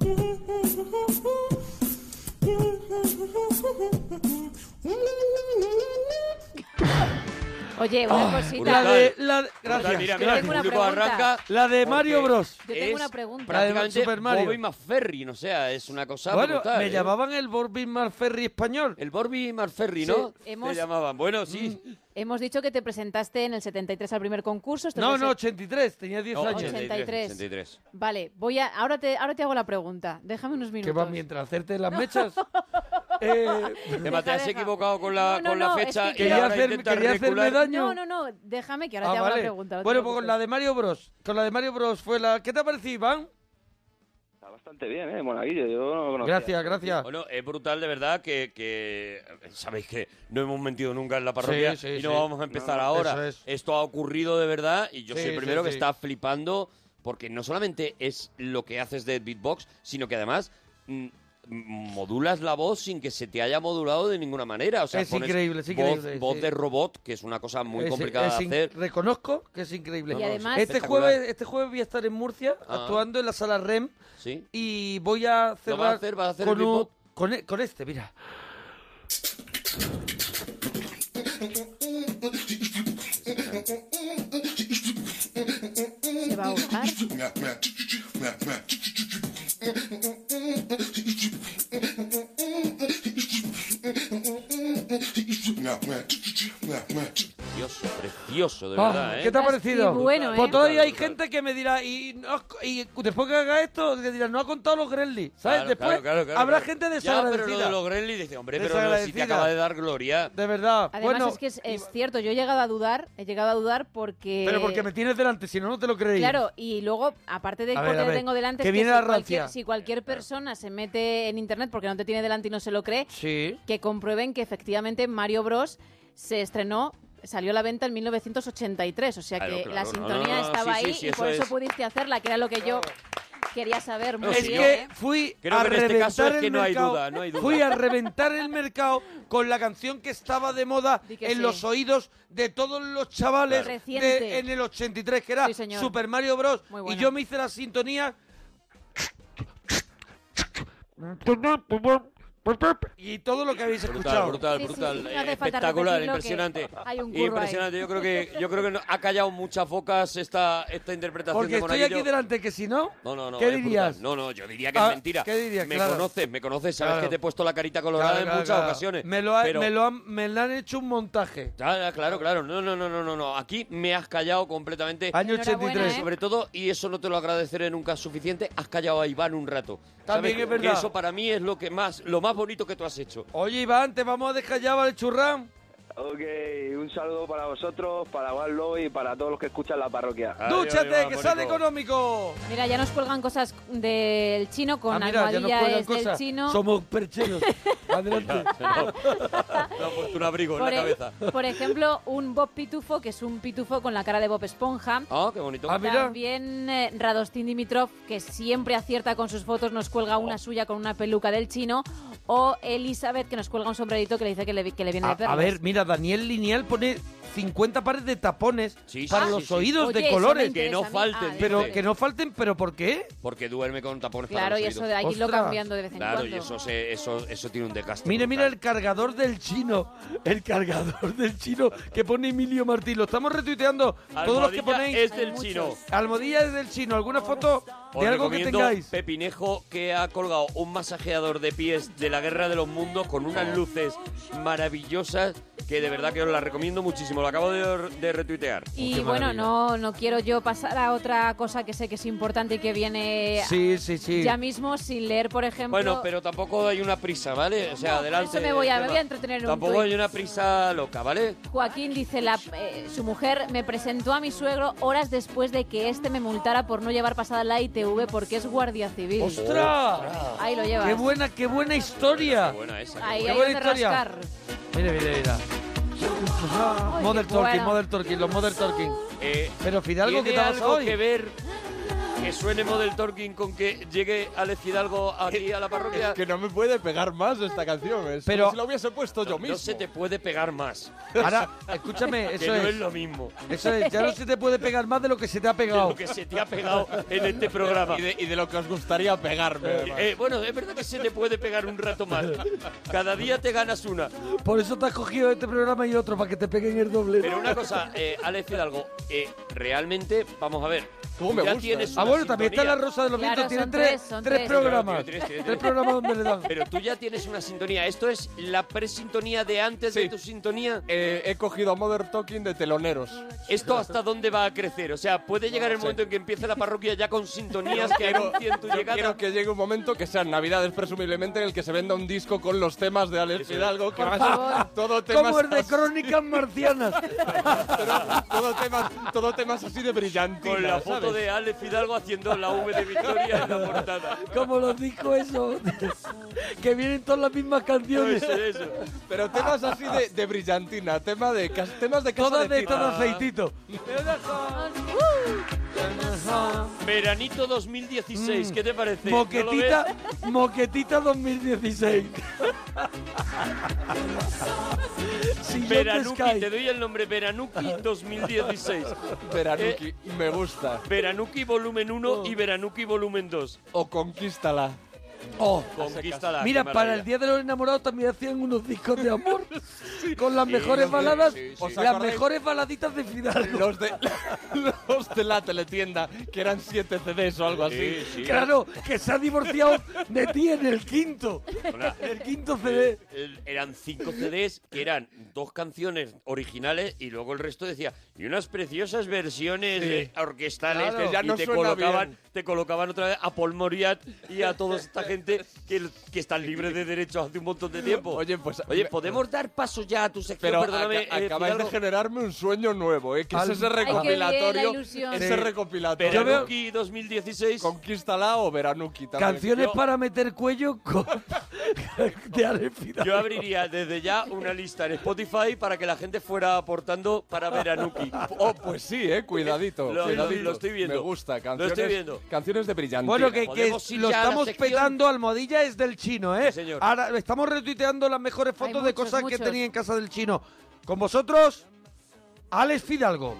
[SPEAKER 3] Oye, una cosita.
[SPEAKER 2] La
[SPEAKER 4] Brutal.
[SPEAKER 2] de, la de-
[SPEAKER 4] Mira,
[SPEAKER 2] gracias,
[SPEAKER 4] mira,
[SPEAKER 2] gracias.
[SPEAKER 4] el
[SPEAKER 3] Tengo una
[SPEAKER 4] público
[SPEAKER 3] pregunta.
[SPEAKER 4] arranca.
[SPEAKER 2] La de Mario
[SPEAKER 4] porque
[SPEAKER 2] Bros.
[SPEAKER 3] Yo tengo
[SPEAKER 4] es
[SPEAKER 3] una pregunta.
[SPEAKER 4] Prácticamente
[SPEAKER 2] Super Mario.
[SPEAKER 4] Bobby McFerrin, o sea, es una cosa
[SPEAKER 2] Bueno,
[SPEAKER 4] brutal.
[SPEAKER 2] me
[SPEAKER 4] ¿eh?
[SPEAKER 2] llamaban el Borbin Malferry español.
[SPEAKER 4] El Bobby McFerrin, ¿no?
[SPEAKER 3] Sí, hemos-
[SPEAKER 4] Te llamaban. Bueno, sí.
[SPEAKER 2] Mm.
[SPEAKER 3] Hemos dicho que te presentaste en el 73 al primer concurso. esto
[SPEAKER 2] No,
[SPEAKER 3] es el-
[SPEAKER 2] no, 83, tenía 10
[SPEAKER 4] No,
[SPEAKER 2] años.
[SPEAKER 3] 83.
[SPEAKER 4] 83.
[SPEAKER 3] Vale, voy a, ahora, te, ahora te hago la pregunta. Déjame unos minutos.
[SPEAKER 2] Que va mientras hacerte las mechas. Eh,
[SPEAKER 4] Emma, te has
[SPEAKER 3] deja.
[SPEAKER 4] equivocado con la,
[SPEAKER 3] No, no,
[SPEAKER 4] con la
[SPEAKER 3] no, es
[SPEAKER 4] fecha
[SPEAKER 3] que
[SPEAKER 4] y
[SPEAKER 3] quiero-
[SPEAKER 2] quería,
[SPEAKER 4] ahora
[SPEAKER 2] hacerme,
[SPEAKER 4] intentas
[SPEAKER 2] quería hacerme
[SPEAKER 4] recular.
[SPEAKER 2] daño.
[SPEAKER 3] No, no, no, déjame que ahora
[SPEAKER 2] Ah,
[SPEAKER 3] te hago
[SPEAKER 2] vale.
[SPEAKER 3] la pregunta. no te
[SPEAKER 2] bueno, pues con
[SPEAKER 3] preocupes.
[SPEAKER 2] la de Mario Bros. Con la de Mario Bros fue la. ¿Qué te ha parecido, Iván?
[SPEAKER 5] Está bastante bien, ¿eh? Monaguillo, yo no lo conocía.
[SPEAKER 2] Gracias, gracias.
[SPEAKER 4] Bueno, es brutal de verdad que, que- sabéis que no hemos mentido nunca en la parroquia
[SPEAKER 2] Sí, sí,
[SPEAKER 4] y no
[SPEAKER 2] sí.
[SPEAKER 4] vamos a empezar
[SPEAKER 2] No, no,
[SPEAKER 4] ahora.
[SPEAKER 2] eso es.
[SPEAKER 4] Esto ha ocurrido de verdad y yo
[SPEAKER 2] Sí,
[SPEAKER 4] soy
[SPEAKER 2] sí,
[SPEAKER 4] el primero que
[SPEAKER 2] sí.
[SPEAKER 4] está flipando porque no solamente es lo que haces de beatbox, sino que además mm, mm, modulas la voz sin que se te haya modulado de ninguna manera. O sea,
[SPEAKER 2] Es
[SPEAKER 4] pones
[SPEAKER 2] increíble, es
[SPEAKER 4] voz-
[SPEAKER 2] increíble,
[SPEAKER 4] Voz,
[SPEAKER 2] sí.
[SPEAKER 4] de robot, que es una cosa muy
[SPEAKER 2] Es-
[SPEAKER 4] complicada
[SPEAKER 2] es
[SPEAKER 4] de
[SPEAKER 2] in-
[SPEAKER 4] hacer.
[SPEAKER 2] Reconozco que es increíble.
[SPEAKER 3] Y además-
[SPEAKER 2] este,
[SPEAKER 4] Espectacular.
[SPEAKER 2] jueves, este jueves voy a estar en Murcia
[SPEAKER 4] Ah.
[SPEAKER 2] actuando en la sala REM
[SPEAKER 4] Sí.
[SPEAKER 2] y voy a cerrar
[SPEAKER 4] vas a hacer? ¿Vas a hacer
[SPEAKER 2] con,
[SPEAKER 4] el
[SPEAKER 2] un-
[SPEAKER 4] beatbox?
[SPEAKER 2] con, e- con este, mira.
[SPEAKER 3] ¿Te va a gustar?
[SPEAKER 4] Precioso, precioso, de
[SPEAKER 2] Ah,
[SPEAKER 4] verdad, ¿eh?
[SPEAKER 2] ¿Qué te ha
[SPEAKER 3] Ostras, qué
[SPEAKER 2] parecido?
[SPEAKER 3] bueno, ¿eh?
[SPEAKER 2] Pues todavía hay
[SPEAKER 4] Brutal,
[SPEAKER 2] gente que me dirá, y, no has co- y después que haga esto, que dirá, no ha contado los Gremlins. ¿Sabes?
[SPEAKER 4] Claro,
[SPEAKER 2] después
[SPEAKER 4] claro, claro, claro,
[SPEAKER 2] habrá
[SPEAKER 4] claro.
[SPEAKER 2] gente
[SPEAKER 4] Ya, pero
[SPEAKER 2] desagradecida.
[SPEAKER 4] lo de los Gremlins dice, hombre, pero no, si te
[SPEAKER 2] Desagradecida.
[SPEAKER 4] acaba de dar gloria.
[SPEAKER 2] De verdad.
[SPEAKER 3] Además
[SPEAKER 2] bueno,
[SPEAKER 3] es que es, es cierto, yo he llegado a dudar, he llegado a dudar porque...
[SPEAKER 2] pero porque me tienes delante, si no, no te lo creí.
[SPEAKER 3] Claro, y luego, aparte de
[SPEAKER 2] A
[SPEAKER 3] que
[SPEAKER 2] ver, a
[SPEAKER 3] te
[SPEAKER 2] ver,
[SPEAKER 3] tengo delante,
[SPEAKER 2] que
[SPEAKER 3] es
[SPEAKER 2] viene
[SPEAKER 3] si
[SPEAKER 2] la
[SPEAKER 3] cualquier-
[SPEAKER 2] rancia.
[SPEAKER 3] si cualquier persona se mete en internet porque no te tiene delante y no se lo cree,
[SPEAKER 2] Sí.
[SPEAKER 3] que comprueben que efectivamente Mario Bros. se estrenó, salió a la venta en 1983. O sea
[SPEAKER 4] Claro,
[SPEAKER 3] que
[SPEAKER 4] claro,
[SPEAKER 3] la
[SPEAKER 4] no,
[SPEAKER 3] sintonía
[SPEAKER 4] no, no,
[SPEAKER 3] estaba
[SPEAKER 4] sí, sí,
[SPEAKER 3] ahí
[SPEAKER 4] sí,
[SPEAKER 3] y por
[SPEAKER 4] eso
[SPEAKER 3] eso
[SPEAKER 4] es.
[SPEAKER 3] pudiste hacerla, que era lo que yo quería saber. Muy
[SPEAKER 4] No,
[SPEAKER 2] Es
[SPEAKER 4] sí,
[SPEAKER 3] bien,
[SPEAKER 2] que
[SPEAKER 3] ¿eh?
[SPEAKER 2] fui
[SPEAKER 4] Creo
[SPEAKER 2] a
[SPEAKER 4] que en este
[SPEAKER 2] reventar
[SPEAKER 4] caso es
[SPEAKER 2] el
[SPEAKER 4] que no hay
[SPEAKER 2] mercado.
[SPEAKER 4] duda, no hay duda.
[SPEAKER 2] Fui a reventar el mercado con la canción que estaba de moda
[SPEAKER 3] Di que
[SPEAKER 2] en
[SPEAKER 3] sí.
[SPEAKER 2] los oídos de todos los chavales
[SPEAKER 3] Claro.
[SPEAKER 2] de-
[SPEAKER 3] Reciente.
[SPEAKER 2] en el 83, que era
[SPEAKER 3] Sí, señor.
[SPEAKER 2] Super Mario Bros.
[SPEAKER 3] Muy
[SPEAKER 2] Y
[SPEAKER 3] buena.
[SPEAKER 2] yo me hice la sintonía. Y todo lo que habéis
[SPEAKER 4] Brutal,
[SPEAKER 2] escuchado.
[SPEAKER 4] brutal,
[SPEAKER 3] Sí, sí,
[SPEAKER 4] brutal.
[SPEAKER 3] sí, no
[SPEAKER 4] eh,
[SPEAKER 3] hace falta
[SPEAKER 4] espectacular,
[SPEAKER 3] repetirlo,
[SPEAKER 4] impresionante.
[SPEAKER 3] que hay un curro ahí.
[SPEAKER 4] impresionante. Yo creo que yo creo que no- ha callado muchas focas esta esta interpretación
[SPEAKER 2] Porque
[SPEAKER 4] de
[SPEAKER 2] estoy aquí
[SPEAKER 4] Monaguillo.
[SPEAKER 2] delante, que si no,
[SPEAKER 4] No, no, no.
[SPEAKER 2] ¿qué
[SPEAKER 4] es brutal.
[SPEAKER 2] dirías?
[SPEAKER 4] No, no, yo diría que
[SPEAKER 2] Ah,
[SPEAKER 4] es mentira.
[SPEAKER 2] ¿qué dirías?
[SPEAKER 4] Me
[SPEAKER 2] Claro.
[SPEAKER 4] conoces, me conoces, sabes
[SPEAKER 2] Claro.
[SPEAKER 4] que te he puesto la carita colorada
[SPEAKER 2] Claro,
[SPEAKER 4] en
[SPEAKER 2] claro,
[SPEAKER 4] muchas
[SPEAKER 2] claro.
[SPEAKER 4] ocasiones.
[SPEAKER 2] Me lo, ha-
[SPEAKER 4] pero-
[SPEAKER 2] me lo han, me le han hecho un montaje.
[SPEAKER 4] Ya, ya, claro, claro. No, no, no, no, no, no. Aquí me has callado completamente.
[SPEAKER 2] Año
[SPEAKER 3] Enhorabuena,
[SPEAKER 2] 83.
[SPEAKER 3] ¿eh?
[SPEAKER 4] Sobre todo, y eso no te lo agradeceré nunca suficiente, has callado a Iván un rato.
[SPEAKER 2] También es verdad.
[SPEAKER 4] Que eso para mí es lo que más, lo más bonito que tú has hecho.
[SPEAKER 2] Oye, Iván, te vamos a descallar al churrán.
[SPEAKER 5] Ok, un saludo para vosotros, para Juan Loy y para todos los que escuchan la parroquia.
[SPEAKER 4] Adiós,
[SPEAKER 2] ¡Dúchate,
[SPEAKER 4] Iván,
[SPEAKER 2] que
[SPEAKER 4] bonito.
[SPEAKER 2] sale económico!
[SPEAKER 3] Mira, ya nos cuelgan cosas del chino con
[SPEAKER 2] Ah, mira, ya nos
[SPEAKER 3] almohadilla
[SPEAKER 2] cuelgan
[SPEAKER 3] es del
[SPEAKER 2] cosas.
[SPEAKER 3] chino.
[SPEAKER 2] Somos percheros. Adelante.
[SPEAKER 4] Te has puesto un abrigo en
[SPEAKER 3] Por,
[SPEAKER 4] la
[SPEAKER 3] e-
[SPEAKER 4] cabeza.
[SPEAKER 3] por ejemplo, un Bob Pitufo, que es un pitufo con la cara de Bob Esponja.
[SPEAKER 4] Ah, qué bonito.
[SPEAKER 2] Ah, mira.
[SPEAKER 3] También eh, Radostin Dimitrov, que siempre acierta con sus fotos, nos cuelga
[SPEAKER 4] Oh.
[SPEAKER 3] una suya con una peluca del chino. O Elizabeth, que nos cuelga un sombrerito que le dice que le, que le viene
[SPEAKER 2] a,
[SPEAKER 3] de perlas.
[SPEAKER 2] a ver, mira, Daniel Lineal pone 50 pares de tapones
[SPEAKER 4] Sí, sí,
[SPEAKER 2] para
[SPEAKER 4] sí,
[SPEAKER 2] los
[SPEAKER 4] sí.
[SPEAKER 2] oídos
[SPEAKER 3] Oye,
[SPEAKER 2] de
[SPEAKER 3] eso me
[SPEAKER 2] colores.
[SPEAKER 4] Que
[SPEAKER 3] interesa
[SPEAKER 4] no
[SPEAKER 3] a mí.
[SPEAKER 4] falten,
[SPEAKER 3] Ah,
[SPEAKER 2] Pero
[SPEAKER 3] vale.
[SPEAKER 2] que no falten, ¿pero por qué?
[SPEAKER 4] Porque duerme con tapones
[SPEAKER 3] Claro,
[SPEAKER 4] para
[SPEAKER 3] y
[SPEAKER 4] los
[SPEAKER 3] eso
[SPEAKER 4] oídos.
[SPEAKER 3] de ahí lo
[SPEAKER 2] Ostras.
[SPEAKER 3] cambiando de vez en
[SPEAKER 4] Claro, y
[SPEAKER 3] cuando.
[SPEAKER 4] eso, se- eso, eso tiene un desgaste.
[SPEAKER 2] Mire, mira el
[SPEAKER 4] brutal.
[SPEAKER 2] cargador del chino. El cargador del chino que pone Emilio Martín. Lo estamos retuiteando. Todos los que
[SPEAKER 4] Almohadilla
[SPEAKER 2] ponéis.
[SPEAKER 4] es del chino.
[SPEAKER 2] Almodilla es del chino. ¿Alguna foto
[SPEAKER 4] Os
[SPEAKER 2] de algo que
[SPEAKER 4] recomiendo
[SPEAKER 2] tengáis?
[SPEAKER 4] Pepinejo que ha colgado Oh. un masajeador de pies de la Guerra de los Mundos con unas luces maravillosas que de verdad que os la recomiendo muchísimo. Lo acabo de, de retuitear.
[SPEAKER 3] Y bueno, no, no quiero yo pasar a otra cosa que sé que es importante y que viene
[SPEAKER 4] Sí, sí, sí.
[SPEAKER 3] eh, ya mismo sin leer, por ejemplo.
[SPEAKER 4] Bueno, pero tampoco hay una prisa, ¿vale? O sea,
[SPEAKER 3] No, por
[SPEAKER 4] adelante.
[SPEAKER 3] eso me voy a- me
[SPEAKER 4] Emma.
[SPEAKER 3] voy a entretener en un
[SPEAKER 4] Tampoco
[SPEAKER 3] tuit.
[SPEAKER 4] hay una prisa loca, ¿vale?
[SPEAKER 3] Joaquín dice, la, eh, su mujer me presentó a mi suegro horas después de que este me multara por no llevar pasada la ITV porque es guardia civil.
[SPEAKER 2] ¡Ostras!
[SPEAKER 3] Ahí lo llevas.
[SPEAKER 2] ¡Qué buena, qué buena historia!
[SPEAKER 4] buena esa.
[SPEAKER 3] Ahí
[SPEAKER 2] qué
[SPEAKER 3] hay
[SPEAKER 2] buena
[SPEAKER 3] donde
[SPEAKER 2] historia.
[SPEAKER 3] rascar.
[SPEAKER 2] Mira, mira, mira.
[SPEAKER 3] Ay,
[SPEAKER 2] Mother
[SPEAKER 3] qué
[SPEAKER 2] Talking,
[SPEAKER 3] bueno.
[SPEAKER 2] Mother Talking, los Mother Talking.
[SPEAKER 4] Eh,
[SPEAKER 2] Pero Fidalgo, ¿qué
[SPEAKER 4] ¿Tiene
[SPEAKER 2] te ha
[SPEAKER 4] algo
[SPEAKER 2] pasado hoy?
[SPEAKER 4] que ver que suene Model Talking con que llegue Alex Fidalgo aquí a la parroquia?
[SPEAKER 7] Que no me puede pegar más esta canción.
[SPEAKER 2] Pero-
[SPEAKER 7] Es Pero si la hubiese puesto yo
[SPEAKER 4] no,
[SPEAKER 7] mismo.
[SPEAKER 4] se te puede pegar más.
[SPEAKER 2] Ahora, escúchame,
[SPEAKER 4] que
[SPEAKER 2] eso
[SPEAKER 4] no es.
[SPEAKER 2] es.
[SPEAKER 4] lo mismo.
[SPEAKER 2] Eso es, ya no se te puede pegar más de lo que se te ha
[SPEAKER 4] de lo
[SPEAKER 2] pegado.
[SPEAKER 4] que se te ha pegado en este programa.
[SPEAKER 7] Y de, y de lo que os gustaría pegarme. además.
[SPEAKER 4] Eh, bueno, es verdad que se te puede pegar un rato más. Cada día te ganas una.
[SPEAKER 2] Por eso te has cogido este programa y otro, para que te peguen el doble.
[SPEAKER 4] Pero una cosa, eh, Alex Fidalgo, eh, realmente, vamos a ver.
[SPEAKER 7] Cómo
[SPEAKER 4] tú
[SPEAKER 7] me
[SPEAKER 4] ya
[SPEAKER 7] gusta,
[SPEAKER 4] tienes
[SPEAKER 7] eh.
[SPEAKER 4] una
[SPEAKER 2] Ah, bueno, también está la
[SPEAKER 4] sintonía,
[SPEAKER 2] Rosa de los
[SPEAKER 3] Claro,
[SPEAKER 2] Vientos. Tienen
[SPEAKER 3] son
[SPEAKER 2] tres,
[SPEAKER 3] tres, son
[SPEAKER 2] tres
[SPEAKER 3] tres.
[SPEAKER 2] programas.
[SPEAKER 4] Claro, tiene tres, tiene
[SPEAKER 2] Tres
[SPEAKER 4] tres.
[SPEAKER 2] programas donde le dan.
[SPEAKER 4] Pero tú ya tienes una sintonía. Esto es la presintonía de antes
[SPEAKER 7] Sí.
[SPEAKER 4] de tu sintonía.
[SPEAKER 7] Eh, he cogido a Mother Talking de teloneros.
[SPEAKER 4] ¿Esto hasta dónde va a crecer? O sea, puede llegar el
[SPEAKER 7] Sí.
[SPEAKER 4] momento en que empiece la parroquia ya con sintonías que anuncien tu
[SPEAKER 7] Yo
[SPEAKER 4] llegada.
[SPEAKER 7] quiero que llegue un momento que sean navidades presumiblemente en el que se venda un disco con los temas de Alex Fidalgo que van a ser todo temas
[SPEAKER 2] Como el de
[SPEAKER 7] así,
[SPEAKER 2] Crónicas Marcianas.
[SPEAKER 7] pero todo temas todo temas así de brillante
[SPEAKER 4] Con la foto de Alex Fidalgo haciendo la V de Victoria en la portada.
[SPEAKER 2] Como los discos esos. que vienen todas las mismas canciones.
[SPEAKER 4] Eso, eso.
[SPEAKER 7] pero temas así de, de brillantina tema de cas- temas de casa
[SPEAKER 2] Todas
[SPEAKER 7] de
[SPEAKER 2] de
[SPEAKER 7] tita.
[SPEAKER 2] todo aceitito.
[SPEAKER 4] ¡Uh! Veranito 2016, ¿qué te parece? ¿No lo
[SPEAKER 2] Moquetita, moquetita 2016.
[SPEAKER 4] ves?
[SPEAKER 2] Sillón
[SPEAKER 4] Veranuki, te
[SPEAKER 2] Sky.
[SPEAKER 4] doy el nombre Veranuki 2016.
[SPEAKER 7] Veranuki,
[SPEAKER 4] Eh,
[SPEAKER 7] me gusta
[SPEAKER 4] Veranuki volumen 1 y Veranuki volumen 2.
[SPEAKER 7] o conquístala
[SPEAKER 2] Oh.
[SPEAKER 4] Conquístala.
[SPEAKER 2] Mira,
[SPEAKER 4] qué
[SPEAKER 2] para el
[SPEAKER 4] maravilla.
[SPEAKER 2] Día de los Enamorados también hacían unos discos de amor con
[SPEAKER 4] eh,
[SPEAKER 2] las mejores
[SPEAKER 7] sí,
[SPEAKER 2] baladas,
[SPEAKER 7] sí, sí. ¿Os
[SPEAKER 2] las
[SPEAKER 7] acordáis?
[SPEAKER 2] mejores baladitas de Fidalgo.
[SPEAKER 7] los de los de la teletienda que eran siete CDs o algo así
[SPEAKER 4] Sí, sí.
[SPEAKER 2] Claro, que se ha divorciado de ti en el quinto.
[SPEAKER 4] Hola.
[SPEAKER 2] En el quinto CD.
[SPEAKER 4] El- eran cinco CDs que eran dos canciones originales y luego el resto decía y unas preciosas versiones eh, orquestales
[SPEAKER 7] Claro.
[SPEAKER 4] y
[SPEAKER 7] Que ya no
[SPEAKER 4] te
[SPEAKER 7] suena
[SPEAKER 4] colocaban
[SPEAKER 7] bien.
[SPEAKER 4] te colocaban otra vez a Paul Moriat y a toda esta gente que, que están libres de derechos hace un montón de tiempo
[SPEAKER 7] Oye, pues-
[SPEAKER 4] oye podemos dar paso ya a tu sección
[SPEAKER 7] Pero
[SPEAKER 4] perdóname
[SPEAKER 7] aca-
[SPEAKER 4] eh,
[SPEAKER 7] acabáis de
[SPEAKER 4] Fidalgo.
[SPEAKER 7] generarme un sueño nuevo, ¿eh? Que
[SPEAKER 2] Al-
[SPEAKER 7] es ese
[SPEAKER 2] Ay,
[SPEAKER 3] qué bien, la
[SPEAKER 7] recopilatorio.
[SPEAKER 3] ilusión.
[SPEAKER 7] ese
[SPEAKER 4] Eh,
[SPEAKER 2] Sí.
[SPEAKER 7] recopilatorio.
[SPEAKER 2] Yo veo-
[SPEAKER 4] Veranuki 2016
[SPEAKER 7] Conquístala o Veranuki también.
[SPEAKER 2] Canciones
[SPEAKER 4] Yo-
[SPEAKER 2] para meter cuello con... de Ale Fidalgo.
[SPEAKER 4] yo abriría desde ya una lista en Spotify para que la gente fuera aportando para Veranuki
[SPEAKER 7] Oh, pues sí, eh, cuidadito.
[SPEAKER 4] Lo- lo-
[SPEAKER 7] cuidadito.
[SPEAKER 4] lo estoy viendo.
[SPEAKER 7] Me gusta,
[SPEAKER 4] Lo
[SPEAKER 7] canciones.
[SPEAKER 4] estoy viendo.
[SPEAKER 7] Canciones de brillante.
[SPEAKER 2] Bueno, que, que
[SPEAKER 4] Podemos ir
[SPEAKER 2] lo
[SPEAKER 4] ya a la
[SPEAKER 2] estamos
[SPEAKER 4] sección.
[SPEAKER 2] petando almohadilla es del chino, ¿eh?
[SPEAKER 4] Sí, señor.
[SPEAKER 2] Ahora estamos retuiteando las mejores fotos de
[SPEAKER 3] muchos,
[SPEAKER 2] cosas que
[SPEAKER 3] muchos.
[SPEAKER 2] tenía en casa del chino. Con vosotros, Alex Fidalgo.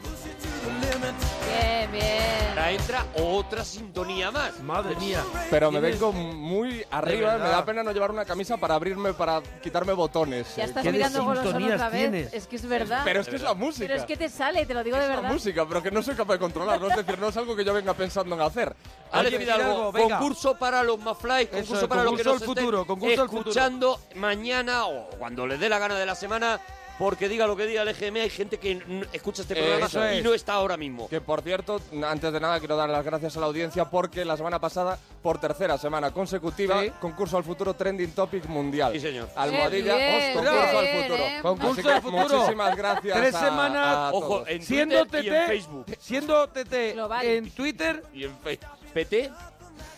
[SPEAKER 3] Bien, bien.
[SPEAKER 4] ahora entra otra sintonía más
[SPEAKER 2] Madre mía.
[SPEAKER 7] Pero me vengo muy arriba. Me
[SPEAKER 2] verdad.
[SPEAKER 7] da pena no llevar una camisa para abrirme, para quitarme botones.
[SPEAKER 3] Ya estás
[SPEAKER 2] ¿Qué
[SPEAKER 3] mirando golosón
[SPEAKER 2] sintonías
[SPEAKER 3] otra vez.
[SPEAKER 2] tienes?
[SPEAKER 3] Es que es verdad.
[SPEAKER 7] Pero es que es la música.
[SPEAKER 3] Pero es que te sale, te lo digo de
[SPEAKER 7] Es la
[SPEAKER 3] verdad.
[SPEAKER 7] música, pero que no soy capaz de controlarlo. Es decir, no es algo que yo venga pensando en hacer.
[SPEAKER 4] Alex
[SPEAKER 2] Oye,
[SPEAKER 4] Fidalgo,
[SPEAKER 2] Fidalgo, venga.
[SPEAKER 4] concurso para los más fly, concurso
[SPEAKER 2] es,
[SPEAKER 4] para los
[SPEAKER 2] concurso
[SPEAKER 4] que nos
[SPEAKER 2] al
[SPEAKER 4] estén
[SPEAKER 2] futuro, concurso al futuro.
[SPEAKER 4] escuchando mañana o cuando les dé la gana de la semana, porque diga lo que diga el EGM, hay gente que n- escucha este programa
[SPEAKER 7] Eso
[SPEAKER 4] y
[SPEAKER 7] es.
[SPEAKER 4] no está ahora mismo.
[SPEAKER 7] Que por cierto, antes de nada quiero dar las gracias a la audiencia porque la semana pasada, por tercera semana consecutiva,
[SPEAKER 2] Sí.
[SPEAKER 7] concurso al futuro Trending Topic Mundial.
[SPEAKER 4] Sí, señor.
[SPEAKER 7] Almohadilla,
[SPEAKER 3] Qué bien,
[SPEAKER 7] concurso
[SPEAKER 2] qué
[SPEAKER 7] al
[SPEAKER 3] bien,
[SPEAKER 7] futuro.
[SPEAKER 3] eh.
[SPEAKER 2] Concurso
[SPEAKER 7] Así que
[SPEAKER 2] al futuro.
[SPEAKER 7] Muchísimas gracias.
[SPEAKER 2] Tres
[SPEAKER 7] a-
[SPEAKER 2] semanas.
[SPEAKER 7] a
[SPEAKER 4] Ojo,
[SPEAKER 7] todos.
[SPEAKER 4] en
[SPEAKER 2] Siendo
[SPEAKER 4] Twitter y en Facebook.
[SPEAKER 2] TT, siendo TT
[SPEAKER 3] Global.
[SPEAKER 2] en Twitter,
[SPEAKER 4] Y en Facebook. PT,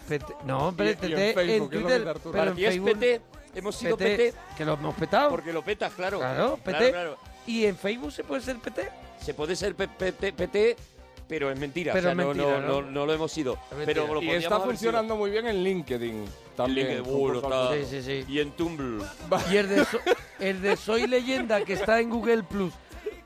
[SPEAKER 2] PT, no,
[SPEAKER 7] Y-
[SPEAKER 2] hombre,
[SPEAKER 7] y
[SPEAKER 2] TT
[SPEAKER 7] en
[SPEAKER 2] en,
[SPEAKER 7] Facebook, que es lo que
[SPEAKER 2] Twitter,
[SPEAKER 7] dice Arturo.
[SPEAKER 2] pero
[SPEAKER 4] para
[SPEAKER 2] en
[SPEAKER 4] ti es
[SPEAKER 2] Facebook,
[SPEAKER 4] PT, hemos sido
[SPEAKER 2] PT,
[SPEAKER 4] PT,
[SPEAKER 2] que lo hemos petado,
[SPEAKER 4] porque lo petas, claro.
[SPEAKER 2] claro, PT,
[SPEAKER 4] claro.
[SPEAKER 2] y en Facebook se puede ser PT,
[SPEAKER 4] Se puede ser pe- PT, PT, pero es mentira,
[SPEAKER 2] Pero
[SPEAKER 4] o sea,
[SPEAKER 2] es
[SPEAKER 4] no,
[SPEAKER 2] mentira,
[SPEAKER 4] no,
[SPEAKER 2] ¿no?
[SPEAKER 4] no- no lo hemos sido.
[SPEAKER 2] mentira.
[SPEAKER 4] Pero lo
[SPEAKER 7] Y está
[SPEAKER 4] podíamos haber sido.
[SPEAKER 7] funcionando muy bien en LinkedIn. También.
[SPEAKER 4] LinkedIn, uh,
[SPEAKER 7] concurso al
[SPEAKER 4] lo
[SPEAKER 7] futuro.
[SPEAKER 4] está-
[SPEAKER 2] Sí, sí, sí.
[SPEAKER 4] Y en Tumblr.
[SPEAKER 2] y el de, So- el de Soy Leyenda que está en Google Plus,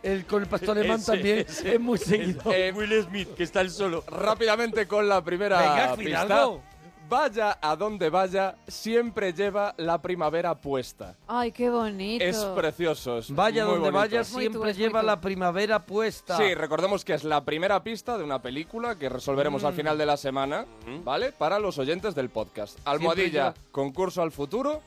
[SPEAKER 2] el con el pastor alemán
[SPEAKER 4] Ese,
[SPEAKER 2] también
[SPEAKER 4] ese.
[SPEAKER 2] es muy seguido.
[SPEAKER 4] Eh, Will Smith, que está el solo.
[SPEAKER 7] Rápidamente con la primera
[SPEAKER 2] Venga,
[SPEAKER 7] pista.
[SPEAKER 2] Fidalgo.
[SPEAKER 7] Vaya a donde vaya, siempre lleva la primavera puesta.
[SPEAKER 3] Ay, qué bonito.
[SPEAKER 7] Es precioso. es
[SPEAKER 2] Vaya
[SPEAKER 7] muy
[SPEAKER 2] donde
[SPEAKER 7] bonito.
[SPEAKER 2] vaya,
[SPEAKER 3] Muy tú,
[SPEAKER 2] siempre
[SPEAKER 3] es muy
[SPEAKER 2] lleva
[SPEAKER 3] tú.
[SPEAKER 2] la primavera puesta.
[SPEAKER 7] Sí, recordemos que es la primera pista de una película que resolveremos
[SPEAKER 3] Mm.
[SPEAKER 7] al final de la semana, ¿vale? Para los oyentes del podcast. Almohadilla,
[SPEAKER 2] lleva-
[SPEAKER 7] concurso al futuro,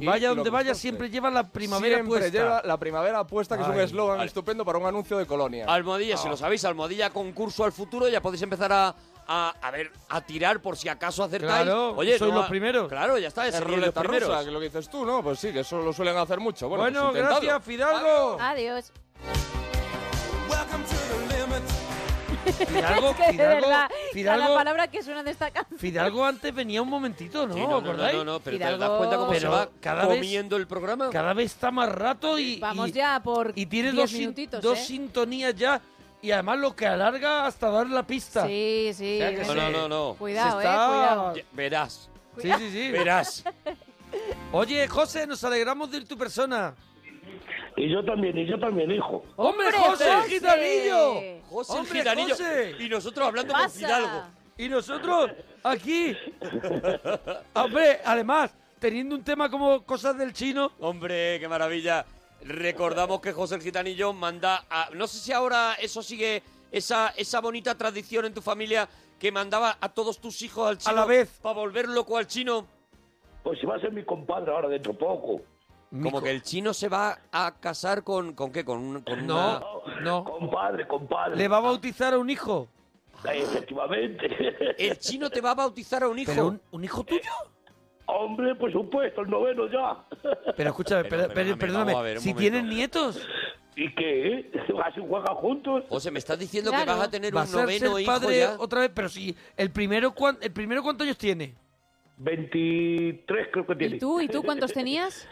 [SPEAKER 7] y
[SPEAKER 2] Vaya
[SPEAKER 7] lo
[SPEAKER 2] donde vaya,
[SPEAKER 7] costaste.
[SPEAKER 2] siempre lleva la primavera
[SPEAKER 7] Siempre
[SPEAKER 2] puesta.
[SPEAKER 7] lleva la primavera puesta, que es un
[SPEAKER 2] Ay.
[SPEAKER 7] eslogan estupendo para un anuncio de colonia.
[SPEAKER 4] Almohadilla,
[SPEAKER 2] Ah.
[SPEAKER 4] si lo sabéis, Almohadilla concurso al futuro, ya podéis empezar a, a, a ver, a tirar por si acaso acertáis.
[SPEAKER 2] Claro, sois
[SPEAKER 4] no
[SPEAKER 2] los
[SPEAKER 4] ha-
[SPEAKER 2] primeros.
[SPEAKER 4] Claro, ya está,
[SPEAKER 7] Es
[SPEAKER 4] seríais los
[SPEAKER 7] ruleta
[SPEAKER 4] primeros.
[SPEAKER 7] rusa, que lo que dices tú, ¿no? Pues sí, que eso lo suelen hacer mucho. Bueno,
[SPEAKER 2] Bueno,
[SPEAKER 7] pues intentadlo.
[SPEAKER 2] gracias, Fidalgo.
[SPEAKER 3] Adiós.
[SPEAKER 1] Welcome to the limit.
[SPEAKER 2] Fidalgo,
[SPEAKER 3] Es que de
[SPEAKER 2] Fidalgo,
[SPEAKER 3] verdad, cada
[SPEAKER 2] Fidalgo,
[SPEAKER 3] palabra que suena de esta canción.
[SPEAKER 2] Fidalgo antes venía un momentito, ¿no?
[SPEAKER 4] Sí, no, no, no,
[SPEAKER 2] ¿Acordáis?
[SPEAKER 4] no, no, pero
[SPEAKER 3] Fidalgo.
[SPEAKER 4] te das cuenta cómo se
[SPEAKER 2] Pero
[SPEAKER 4] va
[SPEAKER 2] cada vez-
[SPEAKER 4] comiendo el programa.
[SPEAKER 2] Cada vez está más rato y...
[SPEAKER 3] Vamos
[SPEAKER 2] y-
[SPEAKER 3] ya por
[SPEAKER 2] Y tiene
[SPEAKER 3] 10
[SPEAKER 2] dos, sin-
[SPEAKER 3] minutitos,
[SPEAKER 2] dos
[SPEAKER 3] ¿eh?
[SPEAKER 2] sintonías ya y además lo que alarga hasta dar la pista.
[SPEAKER 3] Sí, sí.
[SPEAKER 2] sea que
[SPEAKER 3] ven.
[SPEAKER 4] No, no, no, no.
[SPEAKER 3] Cuidado,
[SPEAKER 2] Se
[SPEAKER 3] eh,
[SPEAKER 2] está-
[SPEAKER 3] cuidado.
[SPEAKER 4] Ya- Verás,
[SPEAKER 2] sí, sí. sí.
[SPEAKER 4] verás.
[SPEAKER 2] Oye, José, nos alegramos de ir tu persona.
[SPEAKER 8] Y yo también, y yo también, hijo.
[SPEAKER 2] ¡Hombre, José,
[SPEAKER 3] José!
[SPEAKER 2] Gitanillo!
[SPEAKER 4] José el
[SPEAKER 2] ¡Hombre,
[SPEAKER 4] gitanillo.
[SPEAKER 2] José!
[SPEAKER 4] Y nosotros hablando con Fidalgo.
[SPEAKER 3] Pasa.
[SPEAKER 2] Y nosotros aquí. Hombre, además, teniendo un tema como cosas del chino.
[SPEAKER 4] Hombre, qué maravilla. Recordamos que José el Gitanillo manda a... No sé si ahora eso sigue, esa, esa bonita tradición en tu familia que mandaba a todos tus hijos al chino.
[SPEAKER 2] la vez.
[SPEAKER 4] Para volver loco al chino.
[SPEAKER 8] Pues si va a ser mi compadre ahora dentro poco.
[SPEAKER 4] Como que el chino se va a casar con... ¿Con qué? Con, un, con una-
[SPEAKER 2] No, no.
[SPEAKER 8] Compadre, compadre. Eh,
[SPEAKER 2] Le va a bautizar a un hijo.
[SPEAKER 8] Efectivamente.
[SPEAKER 4] El chino te va a bautizar a un hijo.
[SPEAKER 2] ¿Pero un, un hijo tuyo?
[SPEAKER 8] Eh, Hombre, por supuesto, el noveno ya.
[SPEAKER 2] Pero escúchame,
[SPEAKER 4] Pero,
[SPEAKER 2] per-
[SPEAKER 4] perdóname,
[SPEAKER 2] perdóname.
[SPEAKER 4] vamos a ver, un
[SPEAKER 2] si
[SPEAKER 4] momento.
[SPEAKER 2] tienen nietos,
[SPEAKER 8] ¿Y qué? eh? ¿Va a ser juega juntos?
[SPEAKER 4] José, me estás diciendo que
[SPEAKER 3] Claro.
[SPEAKER 4] vas a tener
[SPEAKER 2] va a
[SPEAKER 4] un
[SPEAKER 2] ser,
[SPEAKER 4] noveno
[SPEAKER 2] ser
[SPEAKER 4] hijo
[SPEAKER 2] padre
[SPEAKER 4] ya.
[SPEAKER 2] otra vez. Pero si el primero, cuan- el primero ¿cuántos años tiene?
[SPEAKER 8] 23 creo que tiene.
[SPEAKER 3] ¿Y tú? ¿Y tú cuántos tenías?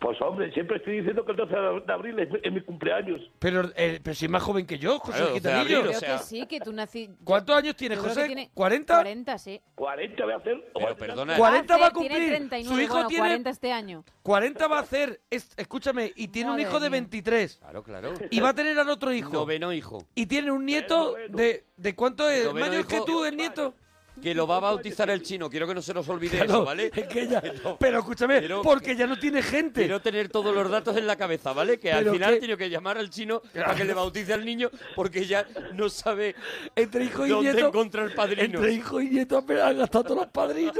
[SPEAKER 8] Pues hombre, siempre estoy diciendo que el 12 de abril es mi, es mi cumpleaños.
[SPEAKER 2] Pero, eh, pero si es más joven que yo, José
[SPEAKER 4] Claro, o sea,
[SPEAKER 2] Gitanillo.
[SPEAKER 4] abril,
[SPEAKER 3] Creo
[SPEAKER 4] o sea,
[SPEAKER 3] que sí, que tú nací...
[SPEAKER 2] ¿Cuántos años tiene
[SPEAKER 3] yo creo que
[SPEAKER 2] José?
[SPEAKER 3] tiene-
[SPEAKER 2] ¿40?
[SPEAKER 3] 40, sí.
[SPEAKER 8] 40 voy a hacer.
[SPEAKER 4] Pero perdona,
[SPEAKER 2] Cuarenta. 40 va a
[SPEAKER 3] Hace- tiene
[SPEAKER 2] cumplir.
[SPEAKER 3] 39,
[SPEAKER 2] Su hijo
[SPEAKER 3] bueno,
[SPEAKER 2] tiene-
[SPEAKER 3] 40 este año.
[SPEAKER 2] 40 va a hacer, es- escúchame, y tiene
[SPEAKER 3] Madre
[SPEAKER 2] un hijo de
[SPEAKER 3] mía.
[SPEAKER 2] 23.
[SPEAKER 4] Claro, claro.
[SPEAKER 2] Y va a tener al otro hijo.
[SPEAKER 4] Noveno hijo.
[SPEAKER 2] Y tiene un nieto de, de cuánto es
[SPEAKER 4] Noveno
[SPEAKER 2] mayor que
[SPEAKER 4] hijo.
[SPEAKER 2] tú, el nieto.
[SPEAKER 4] Que lo va a bautizar el chino. Quiero que no se nos olvide
[SPEAKER 2] Claro,
[SPEAKER 4] eso, ¿vale?
[SPEAKER 2] es que ya- pero escúchame,
[SPEAKER 4] Pero-
[SPEAKER 2] porque ya no tiene gente.
[SPEAKER 4] Quiero tener todos los datos en la cabeza, ¿vale? Que al
[SPEAKER 2] Pero
[SPEAKER 4] final
[SPEAKER 2] que-
[SPEAKER 4] he tenido que llamar al chino para que le bautice al niño porque ya no sabe
[SPEAKER 2] entre hijo y
[SPEAKER 4] dónde
[SPEAKER 2] nieto.
[SPEAKER 4] encontrar padrino.
[SPEAKER 2] Entre hijo y nieto apenas han gastado todos los padrinos.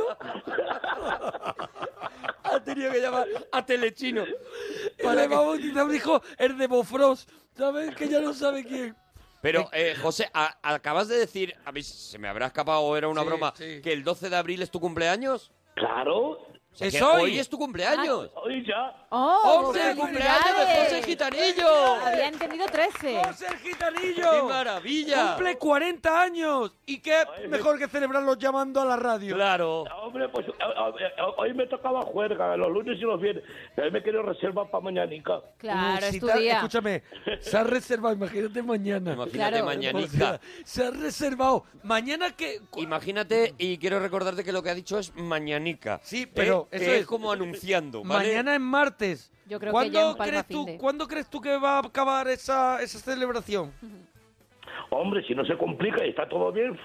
[SPEAKER 4] Ha tenido que llamar a Telechino.
[SPEAKER 2] y le va a bautizar un hijo, el de Bofros. ¿Sabes? Que ya no sabe quién.
[SPEAKER 4] Pero, eh, José, a- acabas de decir, a mí se me habrá escapado o era una
[SPEAKER 2] Sí,
[SPEAKER 4] broma,
[SPEAKER 2] sí.
[SPEAKER 4] que el 12 de abril es tu cumpleaños.
[SPEAKER 8] Claro,
[SPEAKER 4] O sea,
[SPEAKER 2] Es
[SPEAKER 4] que
[SPEAKER 2] hoy.
[SPEAKER 4] hoy es tu
[SPEAKER 1] Ah,
[SPEAKER 4] cumpleaños.
[SPEAKER 8] Ah, hoy ya.
[SPEAKER 3] ¡Oh,
[SPEAKER 4] ¡Once
[SPEAKER 3] felicidades!
[SPEAKER 4] cumpleaños de José Gitanillo!
[SPEAKER 3] Había entendido 13.
[SPEAKER 2] ¡José el Gitanillo!
[SPEAKER 4] ¡Qué maravilla!
[SPEAKER 2] Cumple 40 años. ¿Y qué mejor que celebrarlo llamando a la radio?
[SPEAKER 4] Claro.
[SPEAKER 8] Hombre, pues eh, eh, hoy me tocaba juerga, los lunes y los viernes. Pero hoy me quiero reservar para mañanica.
[SPEAKER 3] Claro,
[SPEAKER 2] Uh,
[SPEAKER 3] es
[SPEAKER 2] si
[SPEAKER 3] tu
[SPEAKER 2] te-
[SPEAKER 3] día.
[SPEAKER 2] Escúchame, se ha reservado, imagínate mañana.
[SPEAKER 4] Imagínate
[SPEAKER 3] Claro.
[SPEAKER 2] O sea,
[SPEAKER 4] mañanica.
[SPEAKER 2] se ha reservado. Mañana que... cu-
[SPEAKER 4] Imagínate, y quiero recordarte que lo que ha dicho es mañanica.
[SPEAKER 2] Sí,
[SPEAKER 4] ¿eh?
[SPEAKER 2] pero
[SPEAKER 4] Que
[SPEAKER 2] eso
[SPEAKER 4] es,
[SPEAKER 2] es.
[SPEAKER 4] como anunciando, ¿vale?
[SPEAKER 2] Mañana es martes.
[SPEAKER 3] Yo creo que
[SPEAKER 2] ¿Cuándo
[SPEAKER 3] ya empalma
[SPEAKER 2] crees
[SPEAKER 3] fin
[SPEAKER 2] tú,
[SPEAKER 3] de.
[SPEAKER 2] ¿Cuándo crees tú que va a acabar esa, esa celebración?
[SPEAKER 8] Hombre, si no se complica y está todo bien,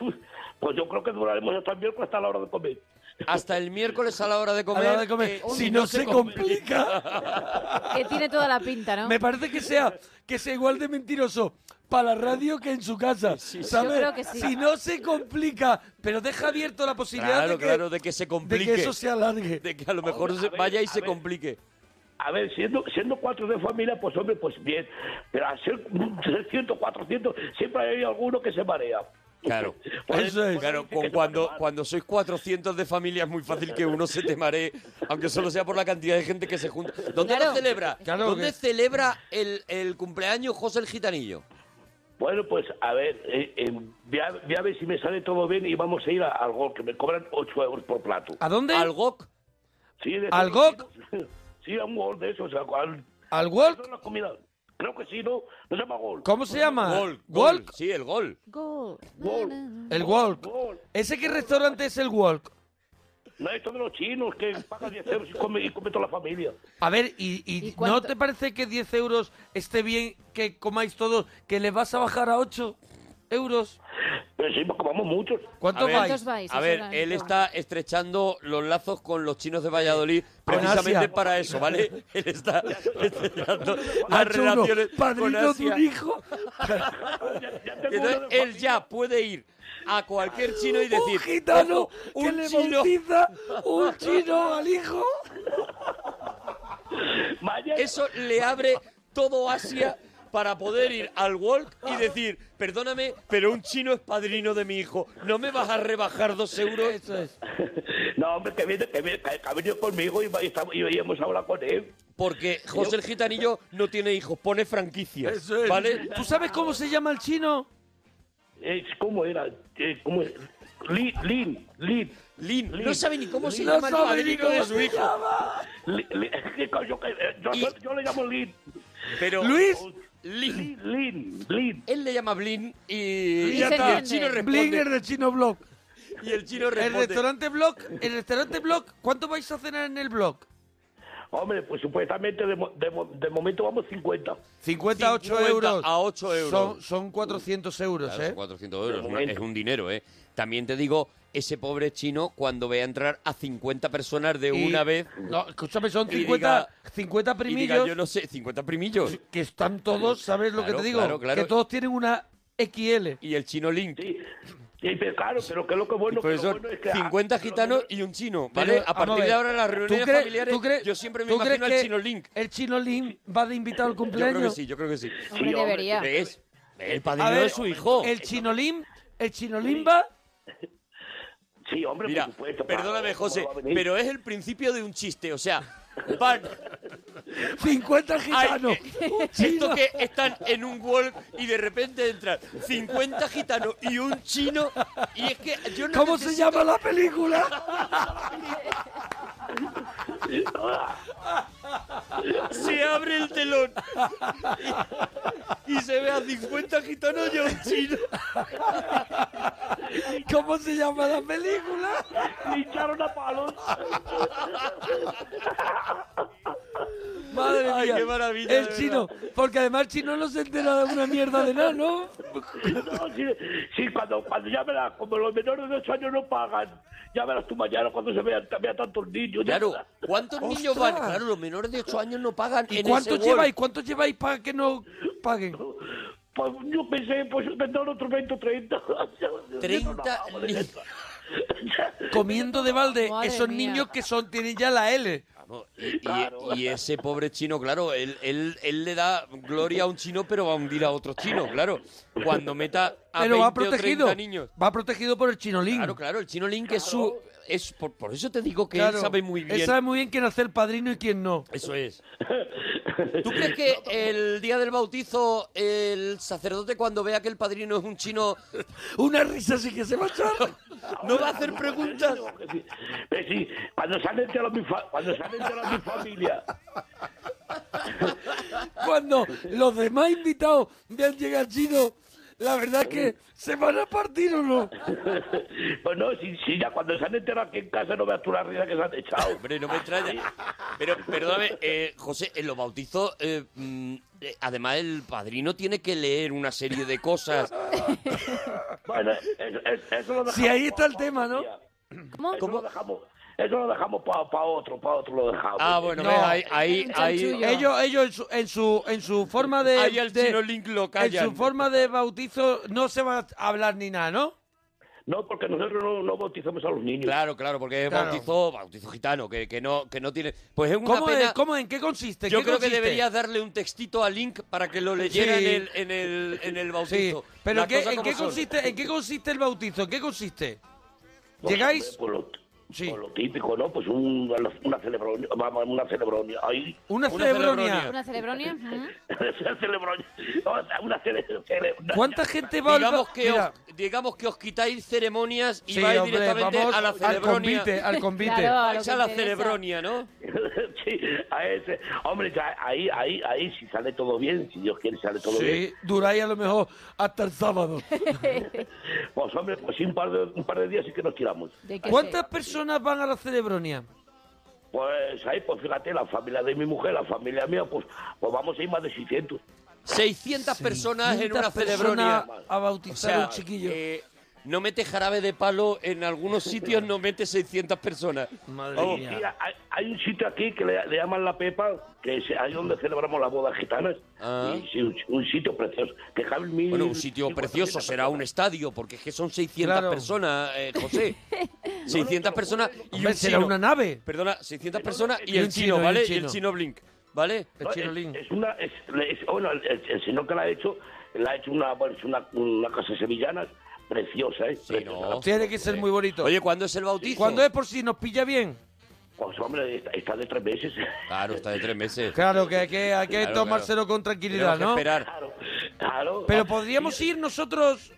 [SPEAKER 8] pues yo creo que duraremos hasta el miércoles hasta la hora de comer.
[SPEAKER 4] Hasta el miércoles a la hora de
[SPEAKER 2] A
[SPEAKER 4] comer.
[SPEAKER 2] la hora de comer.
[SPEAKER 4] eh,
[SPEAKER 2] si no, se complica,
[SPEAKER 3] Que tiene toda la pinta, ¿no?
[SPEAKER 2] me parece que sea, que sea igual de mentiroso para la radio que en su casa. ¿sabes?
[SPEAKER 3] Yo creo que sí.
[SPEAKER 2] Si no se complica, pero deja abierto la posibilidad
[SPEAKER 4] Claro,
[SPEAKER 2] de, que,
[SPEAKER 4] claro, de que se
[SPEAKER 2] de
[SPEAKER 4] complique.
[SPEAKER 2] que eso se alargue.
[SPEAKER 4] De que a lo mejor
[SPEAKER 8] Hombre,
[SPEAKER 4] se
[SPEAKER 8] a ver,
[SPEAKER 4] vaya y
[SPEAKER 8] a
[SPEAKER 4] se
[SPEAKER 8] ver.
[SPEAKER 4] complique.
[SPEAKER 8] A ver, siendo, siendo cuatro de familia, pues hombre, pues bien. Pero a ser 300, 400, siempre hay alguno que se marea.
[SPEAKER 4] Claro.
[SPEAKER 8] Por
[SPEAKER 2] Eso es.
[SPEAKER 4] Claro,
[SPEAKER 8] que
[SPEAKER 4] con
[SPEAKER 8] se
[SPEAKER 4] cuando,
[SPEAKER 8] marea.
[SPEAKER 4] cuando sois 400 de familia es muy fácil que uno se te maree, aunque solo sea por la cantidad de gente que se junta. ¿Dónde
[SPEAKER 3] Claro.
[SPEAKER 4] lo celebra?
[SPEAKER 2] Claro
[SPEAKER 4] ¿Dónde
[SPEAKER 2] que-
[SPEAKER 4] celebra el, el cumpleaños José el Gitanillo?
[SPEAKER 8] Bueno, pues a ver, eh, eh, voy, a, voy a ver si me sale todo bien y vamos a ir a- al GOC, que me cobran 8 euros por plato.
[SPEAKER 2] ¿A dónde?
[SPEAKER 4] Al GOC.
[SPEAKER 8] Sí, de-
[SPEAKER 2] ¿Al GOC?
[SPEAKER 8] Sí, a un GOC de esos. a- al-
[SPEAKER 2] ¿Al Walk?
[SPEAKER 8] perdón, la comida. Creo que sí, ¿no? No se llama GOC.
[SPEAKER 2] ¿Cómo se llama?
[SPEAKER 4] Gol,
[SPEAKER 2] Walk.
[SPEAKER 4] gol. Sí, el gol.
[SPEAKER 3] Go.
[SPEAKER 8] Gol.
[SPEAKER 2] El Walk.
[SPEAKER 8] Gol.
[SPEAKER 2] ¿Ese qué restaurante es el Walk?
[SPEAKER 8] No, esto de los chinos que pagan 10 euros y come, y come toda la familia.
[SPEAKER 2] A ver, ¿y, y,
[SPEAKER 3] ¿Y
[SPEAKER 2] no
[SPEAKER 3] cuánto?
[SPEAKER 2] te parece que 10 euros esté bien que comáis todos, que le vas a bajar a 8 euros?
[SPEAKER 8] Pero sí, pues comamos muchos.
[SPEAKER 4] A
[SPEAKER 2] ¿Cuántos
[SPEAKER 4] ver,
[SPEAKER 2] vais?
[SPEAKER 3] ¿Cuántos vais?
[SPEAKER 4] A
[SPEAKER 3] Eso
[SPEAKER 4] ver,
[SPEAKER 3] era
[SPEAKER 4] él
[SPEAKER 3] lo-
[SPEAKER 4] está estrechando los lazos con los chinos de Valladolid
[SPEAKER 2] Con
[SPEAKER 4] precisamente
[SPEAKER 2] Eh, Asia.
[SPEAKER 4] para eso, ¿vale? Él está estrechando las
[SPEAKER 2] Nacho, uno,
[SPEAKER 4] relaciones con
[SPEAKER 2] padrino de
[SPEAKER 4] Asia.
[SPEAKER 2] un hijo.
[SPEAKER 8] Ya- ya tengo
[SPEAKER 4] Entonces,
[SPEAKER 8] uno de
[SPEAKER 4] él ya puede ir a cualquier chino y decir...
[SPEAKER 2] un gitano
[SPEAKER 4] "Ojo, un
[SPEAKER 2] que
[SPEAKER 4] chino,
[SPEAKER 2] le bautiza un chino al hijo.
[SPEAKER 4] Eso le abre todo Asia para poder ir al Walk y decir, perdóname, pero un chino es padrino de mi hijo. ¿No me vas a rebajar dos euros?
[SPEAKER 8] No, hombre, que, viene, que, viene- que ha venido conmigo y, va- y, está- y hemos hablado con él.
[SPEAKER 4] Porque José el Gitanillo no tiene hijos, pone franquicias. ¿Vale?
[SPEAKER 2] ¿Tú sabes cómo se llama el chino?
[SPEAKER 8] Es, ¿Cómo era? Eh, ¿Cómo es? Lin, Lin, Lin.
[SPEAKER 4] Lin, no sabe ni cómo se
[SPEAKER 8] No
[SPEAKER 4] llama el
[SPEAKER 8] sabe ni
[SPEAKER 4] padrino
[SPEAKER 8] cómo
[SPEAKER 4] de
[SPEAKER 8] se
[SPEAKER 4] su hijo.
[SPEAKER 8] llama. Lin, Lin, yo, que- eh, yo- yo- yo le llamo Lin.
[SPEAKER 4] Pero
[SPEAKER 8] Luis.
[SPEAKER 4] Lin,
[SPEAKER 8] Lin, Lin.
[SPEAKER 4] Él le llama Blin y,
[SPEAKER 2] Y
[SPEAKER 4] y
[SPEAKER 2] ya está.
[SPEAKER 4] el chino
[SPEAKER 2] Blin es
[SPEAKER 4] responde.
[SPEAKER 2] de Chino Blog.
[SPEAKER 4] Y el chino
[SPEAKER 2] El
[SPEAKER 4] responde.
[SPEAKER 2] restaurante Blog, el restaurante Blog, ¿cuánto vais a cenar en el Blog?
[SPEAKER 8] Hombre, pues supuestamente de, mo- de mo- de momento vamos 50.
[SPEAKER 2] 58
[SPEAKER 4] 50
[SPEAKER 2] euros.
[SPEAKER 4] a 8 euros.
[SPEAKER 2] Son, son 400 euros,
[SPEAKER 4] Claro, son
[SPEAKER 2] ¿eh?
[SPEAKER 4] 400 euros,
[SPEAKER 8] De
[SPEAKER 4] ¿no?
[SPEAKER 8] momento.
[SPEAKER 4] es un dinero, ¿eh? También te digo, ese pobre chino, cuando vea entrar a 50 personas de
[SPEAKER 2] Y-
[SPEAKER 4] una vez...
[SPEAKER 2] No, escúchame, son
[SPEAKER 4] y
[SPEAKER 2] 50,
[SPEAKER 4] diga-
[SPEAKER 2] 50
[SPEAKER 4] y diga,
[SPEAKER 2] primillos
[SPEAKER 4] yo no sé, 50 primillos.
[SPEAKER 2] que están todos, ¿sabes lo que
[SPEAKER 4] Claro,
[SPEAKER 2] te digo?
[SPEAKER 4] claro, claro.
[SPEAKER 2] Que todos tienen una XL.
[SPEAKER 4] Y el chino Link.
[SPEAKER 8] Sí, sí, pero claro, pero que lo que bueno, que lo
[SPEAKER 4] Profesor,
[SPEAKER 8] bueno es que...
[SPEAKER 4] 50 gitanos y un chino, ¿vale?
[SPEAKER 2] Pero,
[SPEAKER 4] A
[SPEAKER 2] vamos
[SPEAKER 4] partir de
[SPEAKER 2] ver,
[SPEAKER 4] ahora las
[SPEAKER 2] ¿tú
[SPEAKER 4] reuniones
[SPEAKER 2] crees-
[SPEAKER 4] familiares
[SPEAKER 2] tú crees-
[SPEAKER 4] yo siempre me
[SPEAKER 2] tú crees
[SPEAKER 4] imagino al
[SPEAKER 2] que
[SPEAKER 4] chino Link.
[SPEAKER 2] ¿El chino Link va de invitado al
[SPEAKER 4] Yo creo que
[SPEAKER 2] cumpleaños?
[SPEAKER 4] sí, yo creo que sí.
[SPEAKER 3] Hombre, debería.
[SPEAKER 4] Es el
[SPEAKER 2] A
[SPEAKER 4] padrino
[SPEAKER 2] ver,
[SPEAKER 4] de su hijo.
[SPEAKER 2] El chino Link, el chino Link va...
[SPEAKER 8] Sí, hombre,
[SPEAKER 4] Mira,
[SPEAKER 8] por supuesto. claro,
[SPEAKER 4] perdóname,
[SPEAKER 8] ¿cómo
[SPEAKER 4] José,
[SPEAKER 8] va a venir?
[SPEAKER 4] pero es el principio de un chiste. O sea, van,
[SPEAKER 2] 50 gitanos.
[SPEAKER 4] Ay, eh, esto que están en un wall y de repente entran 50 gitanos y un chino. Y es que yo no
[SPEAKER 2] ¿Cómo se
[SPEAKER 4] necesito-
[SPEAKER 2] llama la película?
[SPEAKER 4] Se abre el telón y, y se ve a 50 gitanos y a un chino.
[SPEAKER 2] ¿Cómo se llama la película?
[SPEAKER 8] Lincharon a palos.
[SPEAKER 2] Madre
[SPEAKER 4] Ay,
[SPEAKER 2] mía.
[SPEAKER 4] qué maravilla, de
[SPEAKER 2] El
[SPEAKER 4] verdad.
[SPEAKER 2] chino. Porque además el chino no se entera de una mierda de nada, ¿no?
[SPEAKER 8] No, sí, sí, cuando, cuando ya verás, como los menores de 8 años no pagan, ya verás tú mañana cuando se vean, vean tantos niños. ya
[SPEAKER 4] Claro,
[SPEAKER 8] verás.
[SPEAKER 4] ¿cuántos niños
[SPEAKER 2] ¡Ostras!
[SPEAKER 4] van? Claro, los menores de 8 años no pagan.
[SPEAKER 2] ¿Y
[SPEAKER 4] en
[SPEAKER 2] cuántos
[SPEAKER 4] ese
[SPEAKER 2] lleváis?
[SPEAKER 4] wall.
[SPEAKER 2] ¿Cuántos lleváis para que no paguen?
[SPEAKER 8] Pues yo pensé, pues vendrán otros 20 o 30.
[SPEAKER 4] 30 niños.
[SPEAKER 2] Comiendo de balde
[SPEAKER 3] Madre
[SPEAKER 2] esos
[SPEAKER 3] mía.
[SPEAKER 2] niños que son tienen ya la E L.
[SPEAKER 4] Vamos, Y, y- y ese pobre chino, claro, él, él, él le da gloria a un chino, pero va a hundir a otro chino, claro. Cuando meta a
[SPEAKER 2] Pero va
[SPEAKER 4] 20 o 30
[SPEAKER 2] protegido.
[SPEAKER 4] niños.
[SPEAKER 2] Va protegido por el chinolín.
[SPEAKER 4] Claro, claro, el chino Link es su... Es, por, por eso te digo que
[SPEAKER 2] Claro.
[SPEAKER 4] él sabe muy bien.
[SPEAKER 2] Él sabe muy bien quién hace el padrino y quién no.
[SPEAKER 4] Eso es. ¿Tú crees que el día del bautizo el sacerdote cuando vea que el padrino es un chino
[SPEAKER 2] Una risa sí que se va a echar.
[SPEAKER 4] no va a hacer preguntas?
[SPEAKER 8] Pero Eh, sí, cuando salen de la mi, fa- cuando salen de la mi familia.
[SPEAKER 2] Cuando los demás invitados vean llegar al chino, la verdad es que se van a partir o no.
[SPEAKER 8] Pues no, si, si ya cuando se han enterado aquí en casa no veas tú la risa que se han echado.
[SPEAKER 4] Hombre, no me extraña. Pero, perdóname, eh, José, en los bautizos, eh, mm, eh, además el padrino tiene que leer una serie de cosas.
[SPEAKER 8] Bueno, eso, eso- eso lo dejamos.
[SPEAKER 2] Si ahí está el
[SPEAKER 8] pa- pa-
[SPEAKER 2] tema, ¿no?
[SPEAKER 8] ya.
[SPEAKER 3] ¿Cómo?
[SPEAKER 8] Eso lo dejamos, eso lo dejamos para otro, para otro lo dejamos.
[SPEAKER 4] Ah, bueno,
[SPEAKER 2] No.
[SPEAKER 4] ve, ahí, ahí, ahí,
[SPEAKER 3] chanchullo.
[SPEAKER 2] Ellos, ellos en, su, en su en su forma de,
[SPEAKER 4] ahí al
[SPEAKER 2] de-
[SPEAKER 4] chino Link lo
[SPEAKER 2] en
[SPEAKER 4] callan.
[SPEAKER 2] su forma de bautizo no se va a hablar ni nada, ¿no?
[SPEAKER 8] No, porque nosotros no, no bautizamos a los niños.
[SPEAKER 4] Claro, claro, porque
[SPEAKER 2] Claro.
[SPEAKER 4] bautizó, bautizó gitano, que, que no, que no tiene. Pues es una
[SPEAKER 2] ¿Cómo,
[SPEAKER 4] pena.
[SPEAKER 2] es? ¿Cómo? ¿En qué consiste?
[SPEAKER 4] Yo
[SPEAKER 2] ¿Qué
[SPEAKER 4] creo que
[SPEAKER 2] consiste?
[SPEAKER 4] deberías darle un textito a Link para que lo leyera
[SPEAKER 2] Sí.
[SPEAKER 4] en, el, en, el, en el
[SPEAKER 2] Sí,
[SPEAKER 4] bautizo.
[SPEAKER 2] pero
[SPEAKER 4] Las
[SPEAKER 2] ¿qué-
[SPEAKER 4] cosas
[SPEAKER 2] ¿en
[SPEAKER 4] como
[SPEAKER 2] qué
[SPEAKER 4] son.
[SPEAKER 2] consiste en qué consiste el bautizo? ¿En qué consiste?
[SPEAKER 8] Pues,
[SPEAKER 2] ¿Llegáis?
[SPEAKER 8] hombre, Pues, lo,
[SPEAKER 2] Sí.
[SPEAKER 8] pues lo típico, ¿no? Pues un- una celebronia, vamos, una celebronia. Ahí.
[SPEAKER 2] Una,
[SPEAKER 4] Una
[SPEAKER 2] celebronia.
[SPEAKER 4] celebronia.
[SPEAKER 3] ¿Una celebronia? Ujú.
[SPEAKER 8] una celebronia. Una cele- celebronia.
[SPEAKER 2] ¿Cuánta gente va al ba-
[SPEAKER 4] Digamos que,
[SPEAKER 2] Mira,
[SPEAKER 4] os, digamos que os quitáis ceremonias y
[SPEAKER 2] sí,
[SPEAKER 4] vais
[SPEAKER 2] hombre,
[SPEAKER 4] directamente
[SPEAKER 2] vamos
[SPEAKER 4] a la
[SPEAKER 2] al
[SPEAKER 4] celebronia.
[SPEAKER 2] convite, al convite.
[SPEAKER 3] Claro.
[SPEAKER 4] Vais
[SPEAKER 3] lo
[SPEAKER 4] a
[SPEAKER 3] que
[SPEAKER 4] la
[SPEAKER 3] interesa.
[SPEAKER 4] celebronia, ¿no?
[SPEAKER 8] sí, a ese. Hombre, ya, ahí, ahí, ahí, si sale todo bien, si Dios quiere, sale todo bien.
[SPEAKER 2] Sí, duráis a lo mejor hasta el sábado.
[SPEAKER 8] Pues, hombre, pues sí, un par de, un par de días sí que nos tiramos.
[SPEAKER 3] ¿De qué
[SPEAKER 2] ¿Cuántas personas van a la celebronia?
[SPEAKER 8] Pues ahí, pues fíjate, la familia de mi mujer, la familia mía, pues, pues vamos a ir más de 600.
[SPEAKER 4] 600 personas en
[SPEAKER 2] 600
[SPEAKER 4] una
[SPEAKER 2] personas
[SPEAKER 4] celebronia.
[SPEAKER 2] a
[SPEAKER 4] O
[SPEAKER 2] bautizar
[SPEAKER 4] sea,
[SPEAKER 2] a un chiquillo.
[SPEAKER 4] eh, no mete jarabe de palo, en algunos sitios no mete 600 personas.
[SPEAKER 2] Madre
[SPEAKER 4] Vamos,
[SPEAKER 8] Mira, hay, hay un sitio aquí que le, le llaman La Pepa, que es ahí donde celebramos las bodas gitanas.
[SPEAKER 4] Ah.
[SPEAKER 8] Y sí, un, un sitio precioso. Que cabe mil-
[SPEAKER 4] Bueno, un sitio
[SPEAKER 8] 1400
[SPEAKER 4] precioso será un
[SPEAKER 8] personas.
[SPEAKER 4] estadio, porque es que son 600
[SPEAKER 2] Claro.
[SPEAKER 4] personas, eh, José. 600 personas y
[SPEAKER 2] Hombre,
[SPEAKER 4] un
[SPEAKER 2] será
[SPEAKER 4] chino.
[SPEAKER 2] una nave.
[SPEAKER 4] Perdona, 600 personas y,
[SPEAKER 2] y
[SPEAKER 4] el
[SPEAKER 2] un
[SPEAKER 4] chino,
[SPEAKER 2] chino, y un
[SPEAKER 4] ¿vale? Y
[SPEAKER 2] chino.
[SPEAKER 4] el chino Blink, ¿vale?
[SPEAKER 2] El
[SPEAKER 8] No,
[SPEAKER 2] chino
[SPEAKER 8] es-
[SPEAKER 2] Lin.
[SPEAKER 8] Es, una. Es, le- es- bueno, el, el- el señor que la ha hecho, la ha hecho una, bueno, es una, una casa sevillana preciosa, ¿eh? Preciosa.
[SPEAKER 4] no.
[SPEAKER 2] Tiene que ser muy bonito.
[SPEAKER 4] Oh, Oye, ¿cuándo es el bautizo?
[SPEAKER 2] Cuando es por si nos pilla bien.
[SPEAKER 8] Pues, hombre, está, está de tres meses.
[SPEAKER 4] Claro, está de tres meses.
[SPEAKER 2] Claro, que hay que, hay que
[SPEAKER 4] Claro,
[SPEAKER 2] tomárselo con
[SPEAKER 4] Tenemos
[SPEAKER 2] tranquilidad,
[SPEAKER 4] que
[SPEAKER 2] ¿no?
[SPEAKER 4] esperar. Ah,
[SPEAKER 8] Claro, claro.
[SPEAKER 2] Pero podríamos ir nosotros.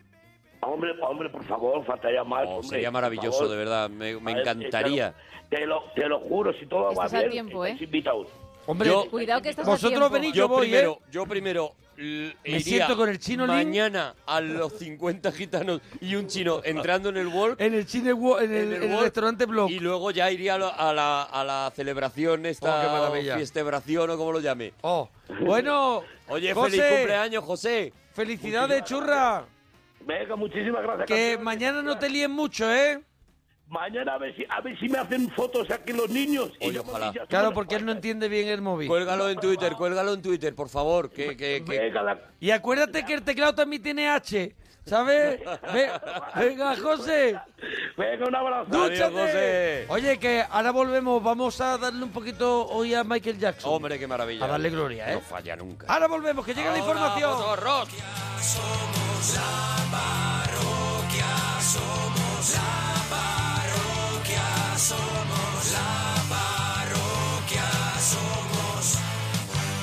[SPEAKER 8] Hombre, hombre, por favor, faltaría más.
[SPEAKER 4] Oh,
[SPEAKER 8] hombre,
[SPEAKER 4] sería
[SPEAKER 8] por
[SPEAKER 4] maravilloso,
[SPEAKER 8] favor.
[SPEAKER 4] de verdad. Me,
[SPEAKER 8] A
[SPEAKER 4] me
[SPEAKER 8] ver, eh,
[SPEAKER 4] encantaría.
[SPEAKER 8] Te lo, te lo juro, si todo
[SPEAKER 3] Estás
[SPEAKER 8] va
[SPEAKER 3] al
[SPEAKER 8] bien,
[SPEAKER 3] tiempo,
[SPEAKER 8] estáis
[SPEAKER 3] ¿eh?
[SPEAKER 8] invitados.
[SPEAKER 2] Hombre,
[SPEAKER 4] Yo-
[SPEAKER 3] Cuidado que estás a
[SPEAKER 2] Vosotros
[SPEAKER 3] tiempo.
[SPEAKER 2] venís,
[SPEAKER 4] Yo
[SPEAKER 2] voy, ¿eh?
[SPEAKER 4] primero, yo primero l-
[SPEAKER 2] Me
[SPEAKER 4] iría
[SPEAKER 2] siento con el chino Lin.
[SPEAKER 4] mañana a los 50 gitanos y un chino entrando en el walk.
[SPEAKER 2] en el cine, wo- en el,
[SPEAKER 4] en el
[SPEAKER 2] en el
[SPEAKER 4] World,
[SPEAKER 2] restaurante Block.
[SPEAKER 4] Y luego ya iría a la, a la, a la celebración
[SPEAKER 2] Oh, qué
[SPEAKER 4] esta
[SPEAKER 2] maravilla.
[SPEAKER 4] fiestebración o como lo llame.
[SPEAKER 2] Oh, bueno.
[SPEAKER 4] Oye,
[SPEAKER 2] José,
[SPEAKER 4] feliz cumpleaños, José.
[SPEAKER 2] Felicidades, churra.
[SPEAKER 8] Venga, muchísimas gracias.
[SPEAKER 2] Que
[SPEAKER 8] campeones.
[SPEAKER 2] mañana no te líen mucho, ¿eh?
[SPEAKER 8] Mañana a ver, si, a ver si me hacen fotos aquí los niños. Y
[SPEAKER 4] Oye,
[SPEAKER 8] yo me
[SPEAKER 4] ojalá.
[SPEAKER 8] pillas
[SPEAKER 2] Claro,
[SPEAKER 8] una
[SPEAKER 2] porque él no
[SPEAKER 8] falta.
[SPEAKER 2] entiende bien el móvil.
[SPEAKER 4] Cuélgalo en Twitter, cuélgalo en Twitter, por favor. Que, que, que...
[SPEAKER 8] Venga, la-
[SPEAKER 2] Y acuérdate que el teclado también tiene H, ¿sabes? Ve- Venga, José,
[SPEAKER 8] venga, un abrazo.
[SPEAKER 4] Adiós,
[SPEAKER 2] dúchate.
[SPEAKER 4] José.
[SPEAKER 2] Oye, que ahora volvemos, vamos a darle un poquito hoy a Michael Jackson.
[SPEAKER 4] Hombre, qué maravilla.
[SPEAKER 2] A darle gloria, ¿eh?
[SPEAKER 4] No falla nunca.
[SPEAKER 2] Ahora volvemos, que llega la
[SPEAKER 4] Ahora,
[SPEAKER 2] información.
[SPEAKER 4] Cotorros.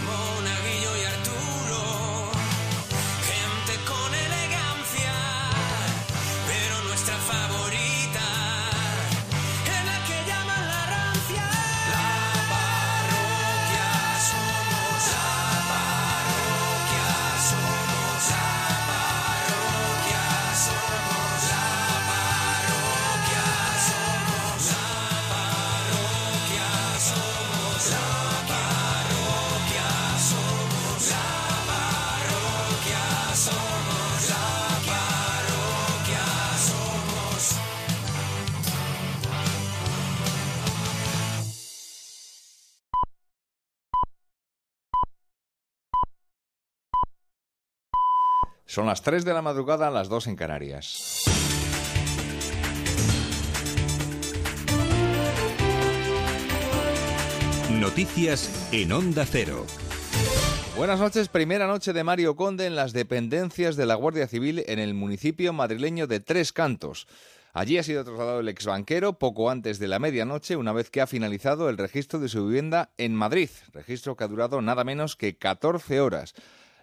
[SPEAKER 1] Monaguillo y Arturo, gente con elegancia, pero nuestra favorita es la que llaman la rancia. La parroquia somos, la parroquia somos, la parroquia somos, la parroquia somos, la parroquia somos, la parroquia somos, la parroquia somos, la parroquia somos.
[SPEAKER 9] Son las 3 de la madrugada, las 2 en Canarias.
[SPEAKER 10] Noticias en Onda Cero.
[SPEAKER 9] Buenas noches, primera noche de Mario Conde en las dependencias de la Guardia Civil en el municipio madrileño de Tres Cantos. Allí ha sido trasladado el exbanquero poco antes de la medianoche, una vez que ha finalizado el registro de su vivienda en Madrid, registro que ha durado nada menos que 14 horas.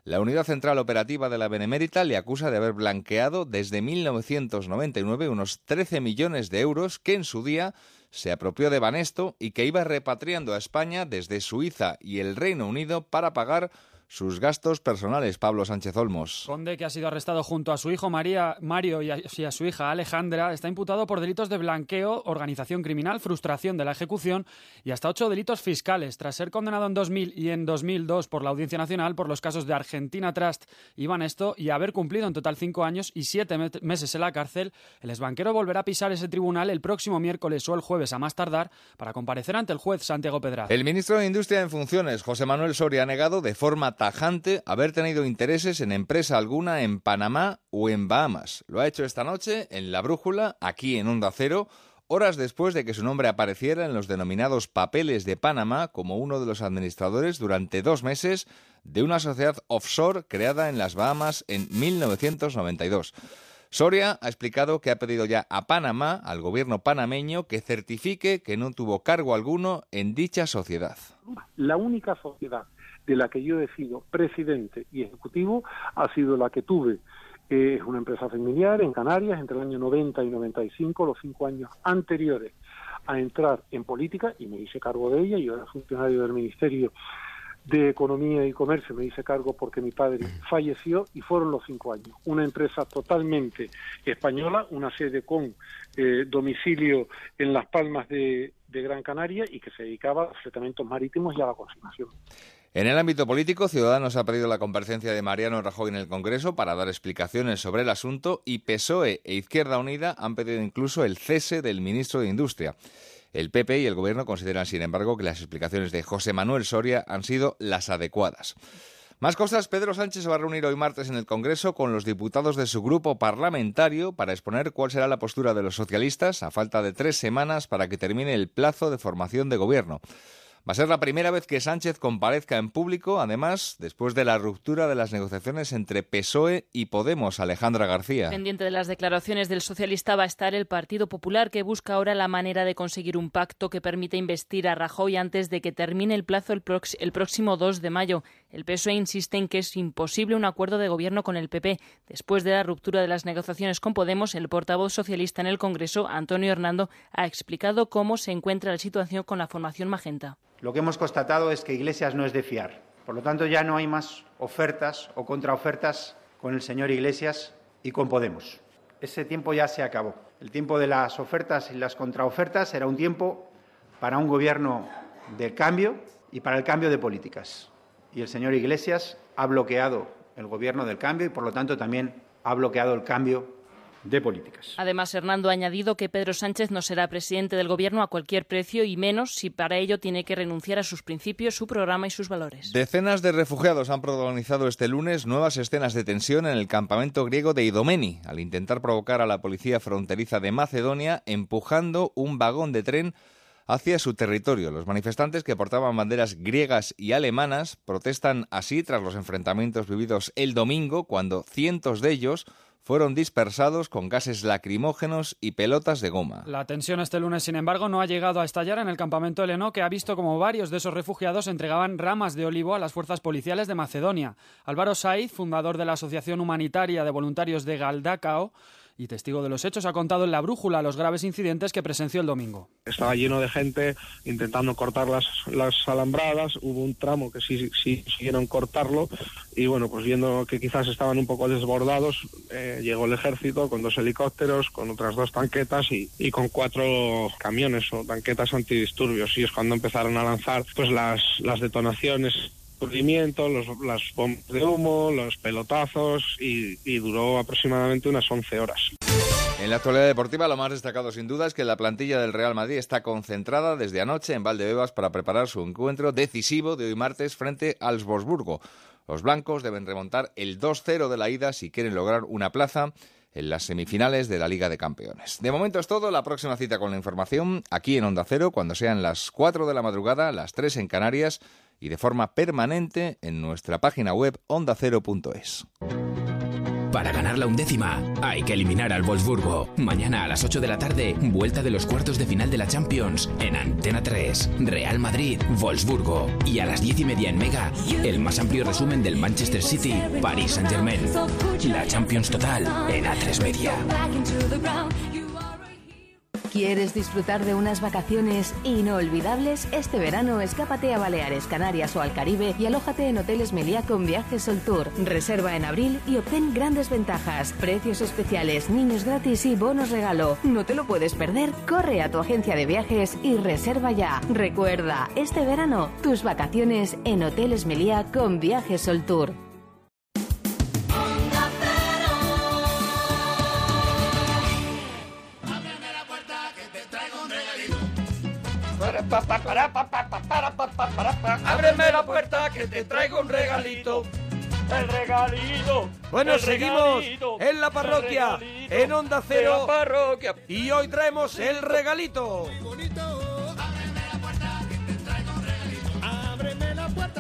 [SPEAKER 9] La Unidad Central Operativa de la Benemérita le acusa de haber blanqueado desde 1999 unos 13 millones de euros que en su día se apropió de Banesto y que iba repatriando a España desde Suiza y el Reino Unido para pagar sus gastos personales. Pablo Sánchez Olmos.
[SPEAKER 11] Conde, que ha sido arrestado junto a su hijo María, Mario y a, y a su hija Alejandra, está imputado por delitos de blanqueo, organización criminal, frustración de la ejecución y hasta ocho delitos fiscales, tras ser condenado en 2000 y en 2002 por la Audiencia Nacional por los casos de Argentina Trust y Banesto y haber cumplido en total cinco años y siete met- meses en la cárcel, el exbanquero volverá a pisar ese tribunal el próximo miércoles o el jueves a más tardar para comparecer ante el juez Santiago Pedraz.
[SPEAKER 9] El ministro de Industria en funciones, José Manuel Soria, ha negado de forma tajante haber tenido intereses en empresa alguna en Panamá o en Bahamas. Lo ha hecho esta noche en La Brújula, aquí en Onda Cero, horas después de que su nombre apareciera en los denominados papeles de Panamá como uno de los administradores durante dos meses de una sociedad offshore creada en las Bahamas en 1992. Soria ha explicado que ha pedido ya a Panamá, al gobierno panameño, que certifique que no tuvo cargo alguno en dicha sociedad.
[SPEAKER 12] La única sociedad de la que yo he sido presidente y ejecutivo ha sido la que tuve. Eh, Es una empresa familiar en Canarias entre el año 90 y 95, los cinco años anteriores a entrar en política, y me hice cargo de ella. Yo era funcionario del Ministerio de Economía y Comercio, me hice cargo porque mi padre falleció y fueron los cinco años. Una empresa totalmente española, una sede con eh, domicilio en Las Palmas de, de Gran Canaria y que se dedicaba a los tratamientos marítimos y a la consignación.
[SPEAKER 9] En el ámbito político, Ciudadanos ha pedido la comparecencia de Mariano Rajoy en el Congreso para dar explicaciones sobre el asunto y PSOE e Izquierda Unida han pedido incluso el cese del ministro de Industria. El PP y el Gobierno consideran, sin embargo, que las explicaciones de José Manuel Soria han sido las adecuadas. Más cosas, Pedro Sánchez se va a reunir hoy martes en el Congreso con los diputados de su grupo parlamentario para exponer cuál será la postura de los socialistas a falta de tres semanas para que termine el plazo de formación de gobierno. Va a ser la primera vez que Sánchez comparezca en público, además, después de la ruptura de las negociaciones entre PSOE E y Podemos, Alejandra García.
[SPEAKER 13] Pendiente de las declaraciones del socialista va a estar el Partido Popular, que busca ahora la manera de conseguir un pacto que permita investir a Rajoy antes de que termine el plazo el, prox- el próximo 2 de mayo. El PSOE E insiste en que es imposible un acuerdo de gobierno con el PP. Después de la ruptura de las negociaciones con Podemos, el portavoz socialista en el Congreso, Antonio Hernando, ha explicado cómo se encuentra la situación con la formación magenta.
[SPEAKER 14] Lo que hemos constatado es que Iglesias no es de fiar. Por lo tanto, ya no hay más ofertas o contraofertas con el señor Iglesias y con Podemos. Ese tiempo ya se acabó. El tiempo de las ofertas y las contraofertas era un tiempo para un gobierno del cambio y para el cambio de políticas. Y el señor Iglesias ha bloqueado el gobierno del cambio y, por lo tanto, también ha bloqueado el cambio de políticas.
[SPEAKER 13] Además, Hernando ha añadido que Pedro Sánchez no será presidente del Gobierno a cualquier precio y menos si para ello tiene que renunciar a sus principios, su programa y sus valores.
[SPEAKER 9] Decenas de refugiados han protagonizado este lunes nuevas escenas de tensión en el campamento griego de Idomeni, al intentar provocar a la policía fronteriza de Macedonia empujando un vagón de tren hacia su territorio. Los manifestantes que portaban banderas griegas y alemanas protestan así tras los enfrentamientos vividos el domingo, cuando cientos de ellos fueron dispersados con gases lacrimógenos y pelotas de goma.
[SPEAKER 11] La tensión este lunes, sin embargo, no ha llegado a estallar en el campamento heleno, que ha visto como varios de esos refugiados entregaban ramas de olivo a las fuerzas policiales de Macedonia. Álvaro Saiz, fundador de la Asociación Humanitaria de Voluntarios de Galdacao y testigo de los hechos, ha contado en la brújula los graves incidentes que presenció el domingo.
[SPEAKER 15] Estaba lleno de gente intentando cortar las, las alambradas, hubo un tramo que sí, sí siguieron cortarlo y bueno, pues viendo que quizás estaban un poco desbordados, eh, llegó el ejército con dos helicópteros, con otras dos tanquetas y, y con cuatro camiones o tanquetas antidisturbios y es cuando empezaron a lanzar pues las, las detonaciones aturdimiento, los, las bombas de humo, los pelotazos y, y duró aproximadamente unas 11 horas.
[SPEAKER 9] En la actualidad deportiva, lo más destacado sin duda es que la plantilla del Real Madrid está concentrada desde anoche en Valdebebas para preparar su encuentro decisivo de hoy martes frente al Wolfsburgo. Los blancos deben remontar el 2-0 de la ida si quieren lograr una plaza en las semifinales de la Liga de Campeones. De momento es todo, la próxima cita con la información aquí en Onda Cero cuando sean las 4 de la madrugada, las 3 en Canarias y de forma permanente en nuestra página web ondacero.es.
[SPEAKER 16] Para ganar la undécima, hay que eliminar al Wolfsburgo. Mañana a las 8 de la tarde, vuelta de los cuartos de final de la Champions en Antena 3, Real Madrid, Wolfsburgo. Y a las 10 y media en Mega, el más amplio resumen del Manchester City, Paris Saint Germain. La Champions total en A3 Media.
[SPEAKER 17] ¿Quieres disfrutar de unas vacaciones inolvidables? Este verano escápate a Baleares, Canarias o al Caribe y alójate en Hoteles Meliá con Viajes Sol Tour. Reserva en abril y obtén grandes ventajas, precios especiales, niños gratis y bonos regalo. No te lo puedes perder. Corre a tu agencia de viajes y reserva ya. Recuerda, este verano tus vacaciones en Hoteles Meliá con Viajes Sol Tour.
[SPEAKER 4] Para, pa, pa, para, pa, pa, pa, para, pa, pa, para, pa. Ábreme la puerta que te traigo un regalito. El regalito.
[SPEAKER 2] Bueno,
[SPEAKER 4] el
[SPEAKER 2] seguimos
[SPEAKER 4] regalito,
[SPEAKER 2] en la
[SPEAKER 4] el
[SPEAKER 2] parroquia,
[SPEAKER 4] regalito
[SPEAKER 2] en Onda
[SPEAKER 4] de
[SPEAKER 2] Cero.
[SPEAKER 4] la parroquia.
[SPEAKER 2] Y hoy traemos el regalito.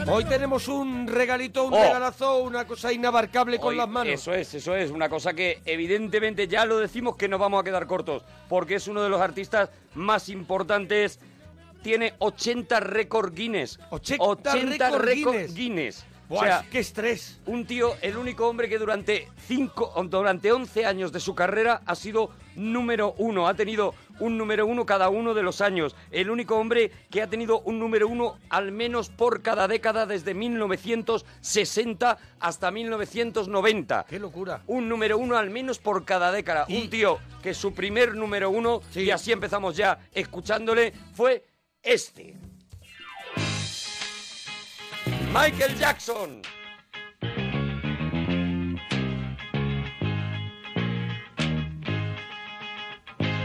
[SPEAKER 2] Hoy tenemos un regalito, un
[SPEAKER 4] Oh.
[SPEAKER 2] regalazo, una cosa inabarcable con
[SPEAKER 4] Hoy-
[SPEAKER 2] las manos.
[SPEAKER 4] Eso es, eso es. Una cosa que evidentemente ya lo decimos que nos vamos a quedar cortos. Porque es uno de los artistas más importantes. Tiene 80 récord Guinness.
[SPEAKER 2] 80 récord Guinness. Buah, es
[SPEAKER 4] qué
[SPEAKER 2] estrés.
[SPEAKER 4] Un tío, el único hombre que durante cinco, durante 11 años de su carrera ha sido número uno. Ha tenido un número uno cada uno de los años. El único hombre que ha tenido un número uno al menos por cada década desde 1960 hasta 1990.
[SPEAKER 2] ¡Qué locura!
[SPEAKER 4] Un número uno al menos por cada década. Un tío que su primer número uno, y así empezamos ya escuchándole, fue este. Michael Jackson.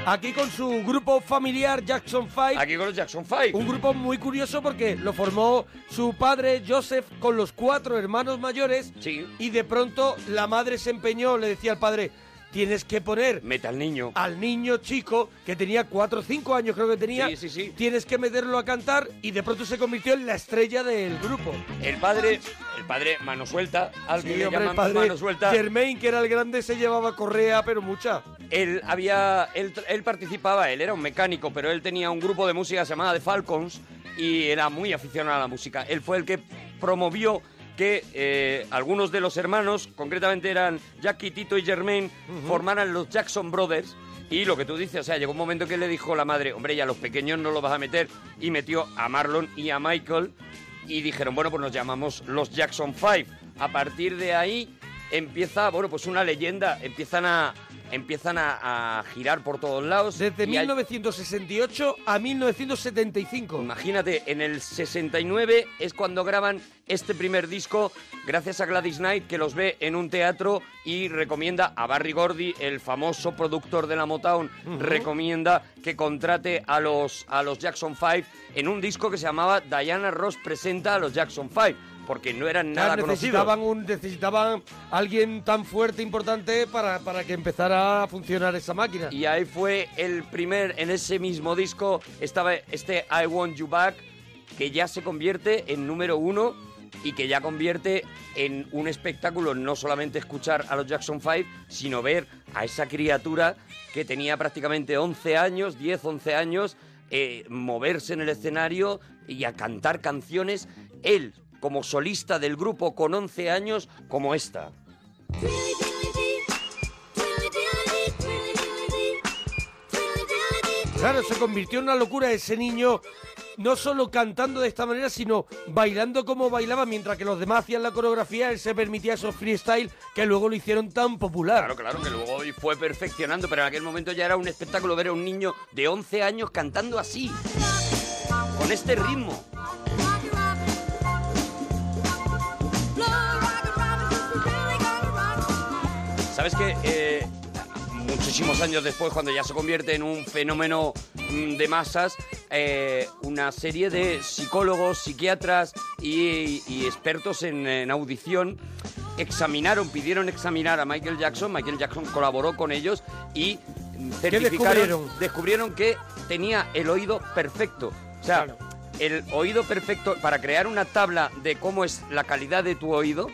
[SPEAKER 2] Aquí con su grupo familiar Jackson 5. Aquí con los Jackson 5. Un grupo muy curioso porque lo formó su padre Joseph con los cuatro hermanos mayores. Y de pronto la madre se empeñó, le decía al padre, tienes que poner... Meta al niño. Al niño chico, que tenía cuatro o cinco años creo que tenía.
[SPEAKER 4] Sí, sí, sí.
[SPEAKER 2] Tienes que meterlo a cantar y de pronto se convirtió en la estrella del grupo.
[SPEAKER 4] El padre, el padre mano suelta, al que
[SPEAKER 2] Sí,
[SPEAKER 4] le
[SPEAKER 2] hombre, el
[SPEAKER 4] llaman
[SPEAKER 2] padre
[SPEAKER 4] mano suelta.
[SPEAKER 2] Germain, que era el grande, se llevaba correa, pero mucha.
[SPEAKER 4] Él había, él, tra- él participaba, él era un mecánico, pero él tenía un grupo de música llamada The Falcons y era muy aficionado a la música. Él fue el que promovió que eh, algunos de los hermanos, concretamente eran Jackie, Tito y Germain, formaran los Jackson Brothers. Y lo que tú dices, o sea, llegó un momento que le dijo la madre, hombre, ya los pequeños no los vas a meter. Y metió a Marlon y a Michael y dijeron, bueno, pues nos llamamos los Jackson Five. A partir de ahí empieza, bueno, pues una leyenda, empiezan a empiezan a, a girar por todos lados.
[SPEAKER 2] Desde
[SPEAKER 4] y hay-
[SPEAKER 2] 1968 a 1975.
[SPEAKER 4] Imagínate, en el 69 es cuando graban este primer disco gracias a Gladys Knight que los ve en un teatro y recomienda a Barry Gordy, el famoso productor de la Motown,
[SPEAKER 2] Ujú.
[SPEAKER 4] recomienda que contrate a los, a los Jackson 5 en un disco que se llamaba Diana Ross presenta a los Jackson 5 porque no eran nada
[SPEAKER 2] Claro,
[SPEAKER 4] conocidos.
[SPEAKER 2] necesitaban un necesitaban alguien tan fuerte importante para, para que empezara a funcionar esa máquina.
[SPEAKER 4] Y ahí fue el primer, en ese mismo disco estaba este I Want You Back, que ya se convierte en número uno y que ya convierte en un espectáculo no solamente escuchar a los Jackson 5, sino ver a esa criatura que tenía prácticamente 11 años, 10, 11 años, eh, moverse en el escenario y a cantar canciones, él como solista del grupo con 11 años, como esta.
[SPEAKER 2] Claro, se convirtió en una locura ese niño, no solo cantando de esta manera, sino bailando como bailaba, mientras que los demás hacían la coreografía, él se permitía esos freestyle que luego lo hicieron tan popular.
[SPEAKER 4] Claro, claro, que luego hoy fue perfeccionando, pero en aquel momento ya era un espectáculo ver a un niño de 11 años cantando así, con este ritmo. ¿Sabes qué? Eh, muchísimos años después, cuando ya se convierte en un fenómeno mm, de masas, eh, una serie de psicólogos, psiquiatras y, y expertos en, en audición examinaron, pidieron examinar a Michael Jackson. Michael Jackson colaboró con ellos y mm, certificaron,
[SPEAKER 2] descubrieron?
[SPEAKER 4] descubrieron que tenía el oído perfecto. O sea, el oído perfecto, para crear una tabla de cómo es la calidad de tu oído,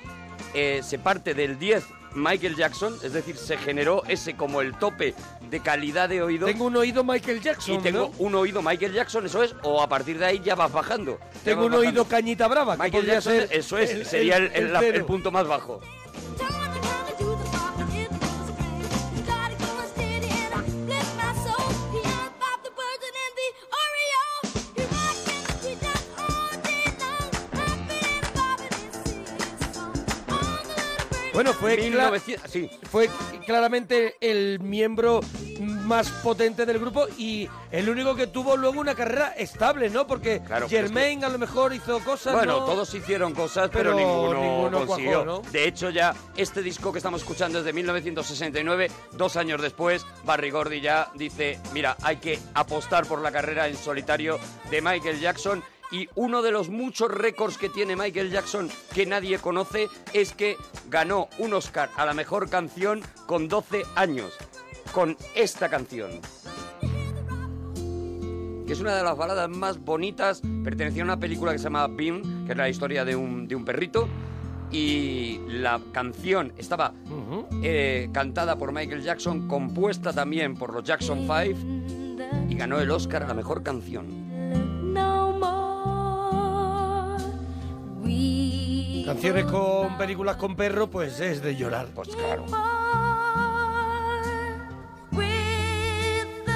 [SPEAKER 4] eh, se parte del 10 Michael Jackson, es decir, se generó ese como el tope de calidad de oído.
[SPEAKER 2] Tengo un oído Michael Jackson.
[SPEAKER 4] y tengo
[SPEAKER 2] ¿no?
[SPEAKER 4] un oído Michael Jackson, eso es, o a partir de ahí ya vas bajando. ya
[SPEAKER 2] Tengo
[SPEAKER 4] vas
[SPEAKER 2] un
[SPEAKER 4] bajando.
[SPEAKER 2] oído Cañita Brava. que
[SPEAKER 4] Michael
[SPEAKER 2] podría
[SPEAKER 4] Jackson,
[SPEAKER 2] ser
[SPEAKER 4] eso es, sería el, el- la- el
[SPEAKER 2] cero.
[SPEAKER 4] punto más bajo.
[SPEAKER 2] Bueno, fue, cla-
[SPEAKER 4] 1900 sí.
[SPEAKER 2] fue claramente el miembro más potente del grupo y el único que tuvo luego una carrera estable, ¿no? Porque
[SPEAKER 4] Claro, pero es
[SPEAKER 2] Germain a lo mejor hizo cosas.
[SPEAKER 4] Bueno,
[SPEAKER 2] ¿no?
[SPEAKER 4] todos hicieron cosas, pero,
[SPEAKER 2] Pero
[SPEAKER 4] ninguno,
[SPEAKER 2] ninguno
[SPEAKER 4] consiguió.
[SPEAKER 2] cuajó, ¿no?
[SPEAKER 4] De hecho, ya este disco que estamos escuchando es de 1969, dos años después, Barry Gordy ya dice, mira, hay que apostar por la carrera en solitario de Michael Jackson. Y uno de los muchos récords que tiene Michael Jackson que nadie conoce es que ganó un Oscar a la mejor canción con 12 años, con esta canción que es una de las baladas más bonitas. Pertenecía a una película que se llama Beam, que es la historia de un, de un perrito. Y la canción estaba eh, cantada por Michael Jackson, compuesta también por los Jackson 5 y ganó el Oscar a la mejor canción.
[SPEAKER 1] No more. We
[SPEAKER 2] Canciones con películas con perro, pues es de llorar. Pues claro.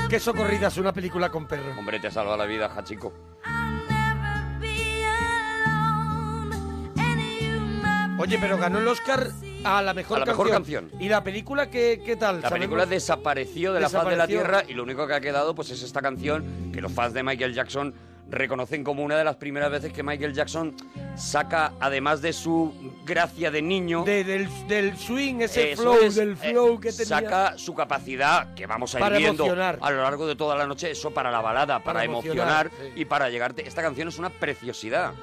[SPEAKER 2] Qué socorrida es una película con perro.
[SPEAKER 4] Hombre, te salva la vida, Hachico.
[SPEAKER 2] Oye, pero ganó el Oscar a la mejor
[SPEAKER 4] A la
[SPEAKER 2] canción.
[SPEAKER 4] mejor
[SPEAKER 2] ¿Y la película qué, qué tal?
[SPEAKER 4] La
[SPEAKER 2] ¿Sabemos?
[SPEAKER 4] película desapareció de la faz de la
[SPEAKER 2] Desapareció.
[SPEAKER 4] tierra y lo único que ha quedado pues es esta canción que los fans de Michael Jackson reconocen como una de las primeras veces que Michael Jackson saca, además de su gracia de niño... eh,
[SPEAKER 2] del, swing, ese flow, del flow que tenía.
[SPEAKER 4] Saca su capacidad, que vamos a ir
[SPEAKER 2] Para
[SPEAKER 4] viendo
[SPEAKER 2] emocionar.
[SPEAKER 4] a lo largo de toda la noche, eso para la balada, para,
[SPEAKER 2] Para emocionar,
[SPEAKER 4] emocionar, y para llegarte. Esta canción es una preciosidad.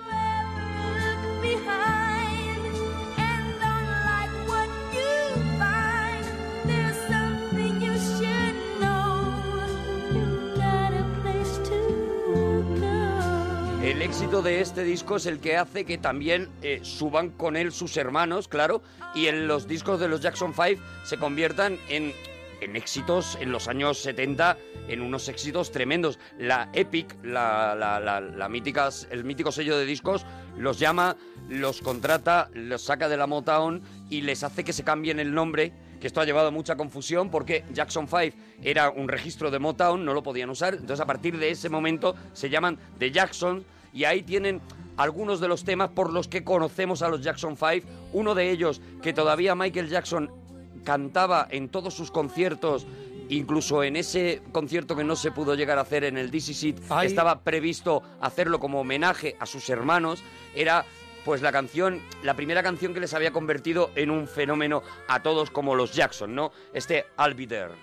[SPEAKER 4] El éxito de este disco es el que hace que también eh, suban con él sus hermanos, claro, y en los discos de los Jackson 5 se conviertan en, en éxitos en los años 70, en unos éxitos tremendos. La Epic, la, la- la- la mítica, el mítico sello de discos, los llama, los contrata, los saca de la Motown y les hace que se cambien el nombre que esto ha llevado a mucha confusión porque Jackson 5 era un registro de Motown, no lo podían usar, entonces a partir de ese momento se llaman The Jackson y ahí tienen algunos de los temas por los que conocemos a los Jackson 5, uno de ellos que todavía Michael Jackson cantaba en todos sus conciertos, incluso en ese concierto que no se pudo llegar a hacer en el DC Seat,
[SPEAKER 2] Ay.
[SPEAKER 4] estaba previsto hacerlo como homenaje a sus hermanos, era pues la canción, la primera canción que les había convertido en un fenómeno a todos como los Jackson, ¿no? Este I'll Be There.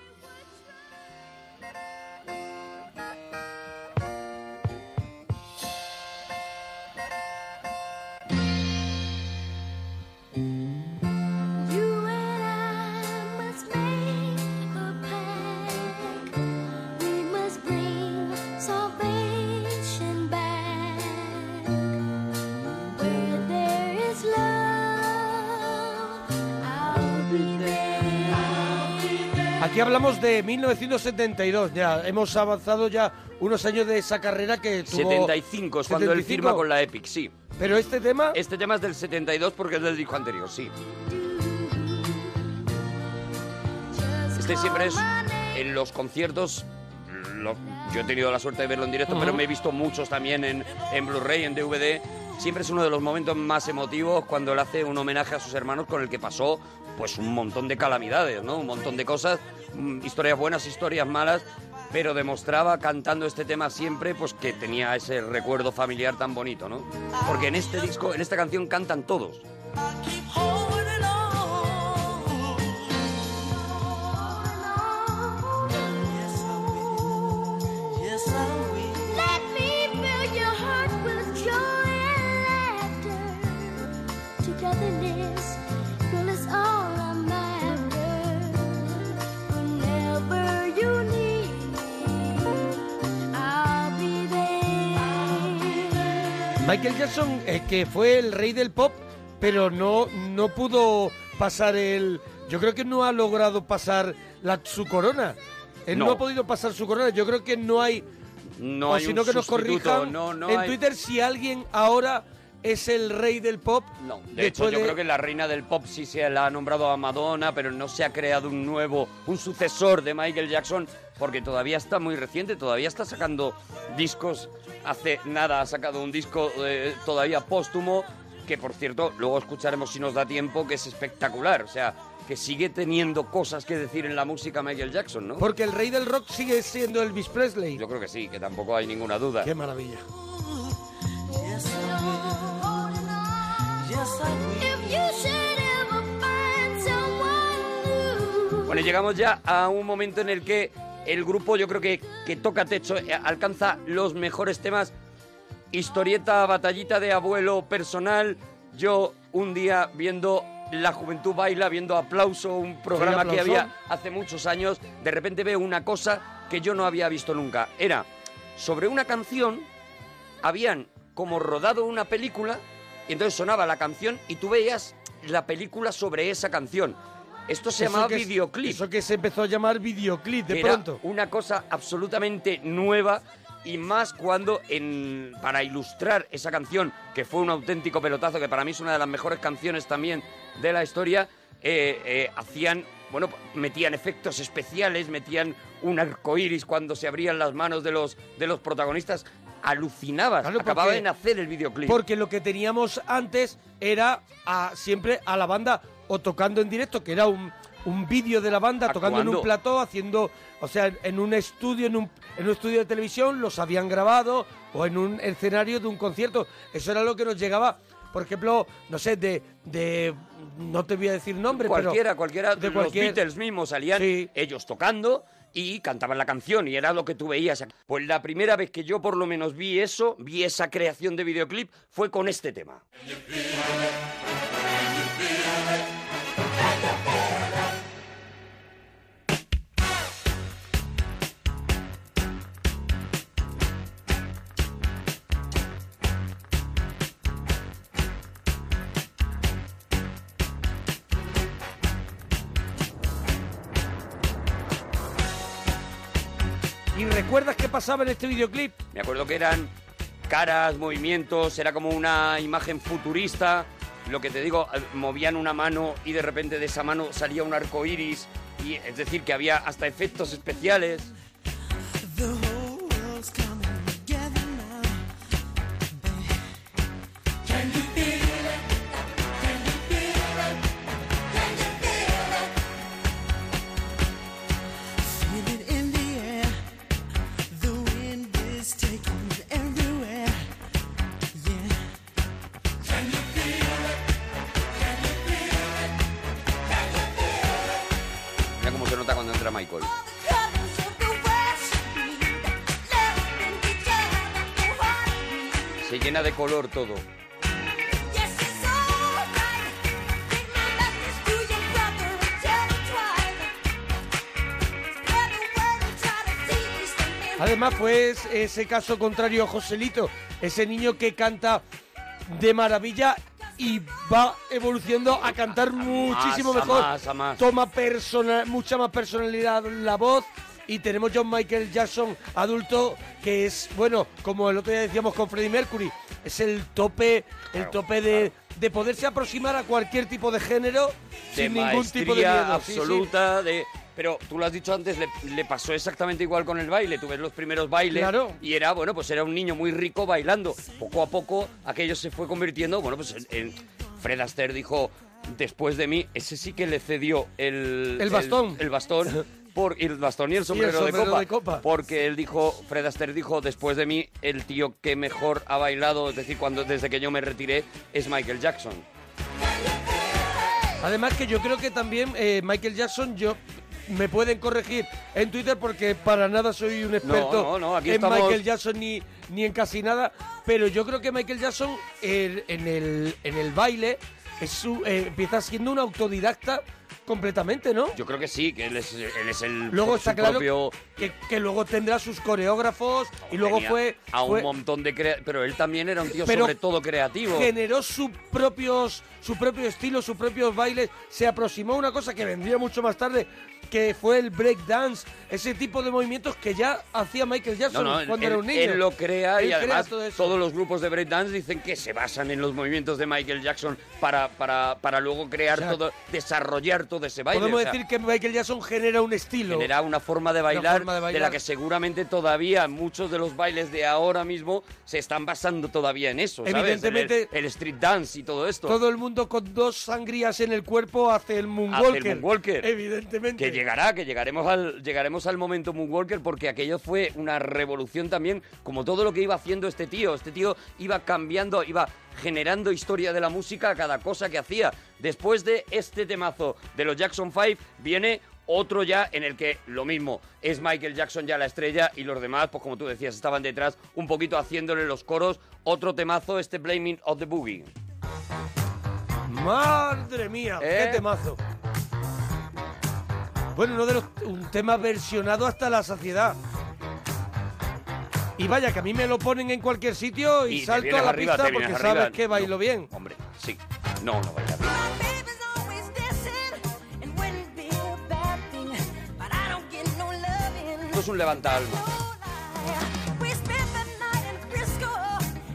[SPEAKER 2] Aquí hablamos de 1972, ya hemos avanzado ya unos años de esa carrera que tuvo...
[SPEAKER 4] 75 es cuando él
[SPEAKER 2] 75.
[SPEAKER 4] firma con la Epic, sí.
[SPEAKER 2] Pero este tema...
[SPEAKER 4] Este tema es del 72 porque es del disco anterior, sí. Este siempre es en los conciertos. lo- yo he tenido la suerte de verlo en directo, pero me he visto muchos también en, en Blu-ray, en DVD. Siempre es uno de los momentos más emotivos cuando él hace un homenaje a sus hermanos con el que pasó pues un montón de calamidades, ¿no? Un montón de cosas, mm, historias buenas, historias malas, pero demostraba cantando este tema siempre pues que tenía ese recuerdo familiar tan bonito, ¿no? Porque en este disco, en esta canción cantan todos.
[SPEAKER 2] Michael Jackson es que fue el rey del pop, pero no, no pudo pasar el... Yo creo que no ha logrado pasar la, su corona. Él no.
[SPEAKER 4] No.
[SPEAKER 2] ha podido pasar su corona. Yo creo que no hay...
[SPEAKER 4] No
[SPEAKER 2] o
[SPEAKER 4] hay
[SPEAKER 2] si no
[SPEAKER 4] un
[SPEAKER 2] que nos
[SPEAKER 4] sustituto,
[SPEAKER 2] corrijan
[SPEAKER 4] no, no
[SPEAKER 2] en
[SPEAKER 4] hay-
[SPEAKER 2] Twitter si alguien ahora es el rey del pop.
[SPEAKER 4] No, De hecho, yo creo que la reina del pop sí se la ha nombrado a Madonna, pero no se ha creado un nuevo, un sucesor de Michael Jackson, porque todavía está muy reciente, todavía está sacando discos. Hace nada ha sacado un disco eh, todavía póstumo, que por cierto, luego escucharemos si nos da tiempo, que es espectacular. O sea, que sigue teniendo cosas que decir en la música Michael Jackson, ¿no?
[SPEAKER 2] Porque el rey del rock sigue siendo Elvis Presley.
[SPEAKER 4] Yo creo que sí, que tampoco hay ninguna duda.
[SPEAKER 2] Qué maravilla.
[SPEAKER 4] Bueno, llegamos ya a un momento en el que el grupo, yo creo que, que toca techo, eh, alcanza los mejores temas. Historieta, batallita de abuelo personal. Yo un día viendo La Juventud Baila, viendo Aplauso, un programa que
[SPEAKER 2] Aplauso.
[SPEAKER 4] había hace muchos años, de repente veo una cosa que yo no había visto nunca. Era sobre una canción, habían como rodado una película, y entonces sonaba la canción y tú veías la película sobre esa canción. Esto se
[SPEAKER 2] Eso
[SPEAKER 4] llamaba
[SPEAKER 2] que es-
[SPEAKER 4] videoclip.
[SPEAKER 2] Eso que se empezó a llamar videoclip de
[SPEAKER 4] Era
[SPEAKER 2] pronto.
[SPEAKER 4] una cosa absolutamente nueva y más cuando en, para ilustrar esa canción, que fue un auténtico pelotazo, que para mí es una de las mejores canciones también de la historia, eh, eh, hacían, bueno, metían efectos especiales, metían un arco iris cuando se abrían las manos de los, de los protagonistas. Alucinabas,
[SPEAKER 2] Claro,
[SPEAKER 4] acababa
[SPEAKER 2] porque-
[SPEAKER 4] de nacer el videoclip.
[SPEAKER 2] Porque lo que teníamos antes era a- siempre a la banda o tocando en directo, que era un, un vídeo de la banda tocando en
[SPEAKER 4] Actuando.
[SPEAKER 2] un plató, haciendo, o sea, en un estudio, en un, en un estudio de televisión, los habían grabado o en un escenario de un concierto. Eso era lo que nos llegaba, por ejemplo, no sé, de, de no te voy a decir nombre, pero
[SPEAKER 4] cualquiera, cualquiera
[SPEAKER 2] de
[SPEAKER 4] de
[SPEAKER 2] cualquier-
[SPEAKER 4] los Beatles mismos salían ellos tocando y cantaban la canción y era lo que tú veías. Pues la primera vez que yo por lo menos vi eso, vi esa creación de videoclip, fue con este tema.
[SPEAKER 2] ¿Y recuerdas qué pasaba en este videoclip?
[SPEAKER 4] Me acuerdo que eran caras, movimientos, era como una imagen futurista. Lo que te digo, eh, movían una mano y de repente de esa mano salía un arco iris. Y, es decir, que había hasta efectos especiales.
[SPEAKER 1] The whole world's coming together now. Can you feel it? Can you feel it? Can you feel it? Feel it in the air. The wind is taking it everywhere. Yeah. Can you feel it? Can you feel it? Can you feel it?
[SPEAKER 4] Mira cómo se nota cuando entra Michael.
[SPEAKER 1] Colors of the west blending together like a heartbeat.
[SPEAKER 4] Se llena de color todo.
[SPEAKER 1] Yes, it's alright. Take my message to your brother and tell him twice. Spread the word and try to see these things.
[SPEAKER 2] Además fue es- ese caso contrario a Joselito, ese niño que canta de maravilla y va evolucionando a cantar muchísimo
[SPEAKER 4] a
[SPEAKER 2] mejor.
[SPEAKER 4] más, a más.
[SPEAKER 2] Toma persona- mucha más personalidad la voz y tenemos John Michael Jackson adulto que es, bueno, como el otro día decíamos con Freddie Mercury, es el tope, el tope de, de poderse aproximar a cualquier tipo de género
[SPEAKER 4] de
[SPEAKER 2] sin ningún tipo de
[SPEAKER 4] maestría
[SPEAKER 2] miedo. Sí, sí.
[SPEAKER 4] absoluta de pero tú lo has dicho antes le, le pasó exactamente igual con el baile tú ves los primeros bailes
[SPEAKER 2] Claro.
[SPEAKER 4] y era bueno pues era un niño muy rico bailando poco a poco aquello se fue convirtiendo bueno pues en, en- Fred Astaire dijo después de mí ese sí que le cedió el
[SPEAKER 2] El bastón.
[SPEAKER 4] el, bastón por y el bastón y el sombrero,
[SPEAKER 2] sombrero
[SPEAKER 4] de, copa,
[SPEAKER 2] de copa.
[SPEAKER 4] porque él dijo Fred Astaire dijo después de mí el tío que mejor ha bailado es decir cuando desde que yo me retiré es Michael Jackson
[SPEAKER 2] Además que yo creo que también eh, Michael Jackson, yo me pueden corregir en Twitter porque para nada soy un experto
[SPEAKER 4] no, no, aquí
[SPEAKER 2] en
[SPEAKER 4] estamos-
[SPEAKER 2] Michael Jackson ni, ni en casi nada, pero yo creo que Michael Jackson eh, en, el, en el baile es su- eh, empieza siendo un autodidacta completamente, ¿no?
[SPEAKER 4] Yo creo que sí, que él es, él es el
[SPEAKER 2] Luego
[SPEAKER 4] su
[SPEAKER 2] está claro
[SPEAKER 4] propio...
[SPEAKER 2] que, que luego tendrá sus coreógrafos y luego
[SPEAKER 4] tenía
[SPEAKER 2] fue...
[SPEAKER 4] A un
[SPEAKER 2] fue-
[SPEAKER 4] montón de... crea- Pero él también era un tío
[SPEAKER 2] Pero
[SPEAKER 4] sobre todo creativo.
[SPEAKER 2] generó sus propios su propio estilo, sus propios bailes, se aproximó a una cosa que vendría mucho más tarde, que fue el break dance, ese tipo de movimientos que ya hacía Michael
[SPEAKER 4] No,
[SPEAKER 2] Jackson
[SPEAKER 4] no, él,
[SPEAKER 2] cuando era un niño.
[SPEAKER 4] él lo crea
[SPEAKER 2] Él
[SPEAKER 4] y además
[SPEAKER 2] todo eso.
[SPEAKER 4] todos los grupos de breakdance dicen que se basan en los movimientos de Michael Jackson para, para, para luego crear
[SPEAKER 2] O sea,
[SPEAKER 4] todo, desarrollar todo ese baile.
[SPEAKER 2] Podemos
[SPEAKER 4] o sea,
[SPEAKER 2] decir que Michael Jackson genera un estilo.
[SPEAKER 4] genera una forma, de bailar,
[SPEAKER 2] forma
[SPEAKER 4] de
[SPEAKER 2] de
[SPEAKER 4] la
[SPEAKER 2] bailar.
[SPEAKER 4] que seguramente todavía muchos de los bailes de ahora mismo se están basando todavía en eso, ¿sabes? En el-
[SPEAKER 2] Evidentemente-
[SPEAKER 4] el, street dance y todo esto.
[SPEAKER 2] Todo el mundo con dos sangrías en el cuerpo hace el
[SPEAKER 4] Hace
[SPEAKER 2] moonwalker.
[SPEAKER 4] el Moonwalker.
[SPEAKER 2] Evidentemente.
[SPEAKER 4] Que llegará, que llegaremos al, llegaremos al momento Moonwalker porque aquello fue una revolución también, como todo lo que iba haciendo este tío. Este tío iba cambiando, iba generando historia de la música a cada cosa que hacía. Después de este temazo de los Jackson 5 viene otro ya en el que lo mismo, es Michael Jackson ya la estrella y los demás, pues como tú decías, estaban detrás un poquito haciéndole los coros. Otro temazo, este Blaming of the Boogie.
[SPEAKER 2] Madre mía,
[SPEAKER 4] ¿Eh?
[SPEAKER 2] qué temazo. Bueno, uno de los, un tema versionado hasta la saciedad. Y vaya, que a mí me lo ponen en cualquier sitio y,
[SPEAKER 4] te
[SPEAKER 2] salto
[SPEAKER 4] vienes
[SPEAKER 2] a la
[SPEAKER 4] arriba, te
[SPEAKER 2] pista
[SPEAKER 4] vienes
[SPEAKER 2] porque
[SPEAKER 4] arriba.
[SPEAKER 2] sabes que bailo bien.
[SPEAKER 4] Hombre, sí. No, no baila bien.
[SPEAKER 1] always dissing and wouldn't be a bad thing, but I don't get no loving.
[SPEAKER 4] Esto es un levanta alma.
[SPEAKER 1] We spent the night in Frisco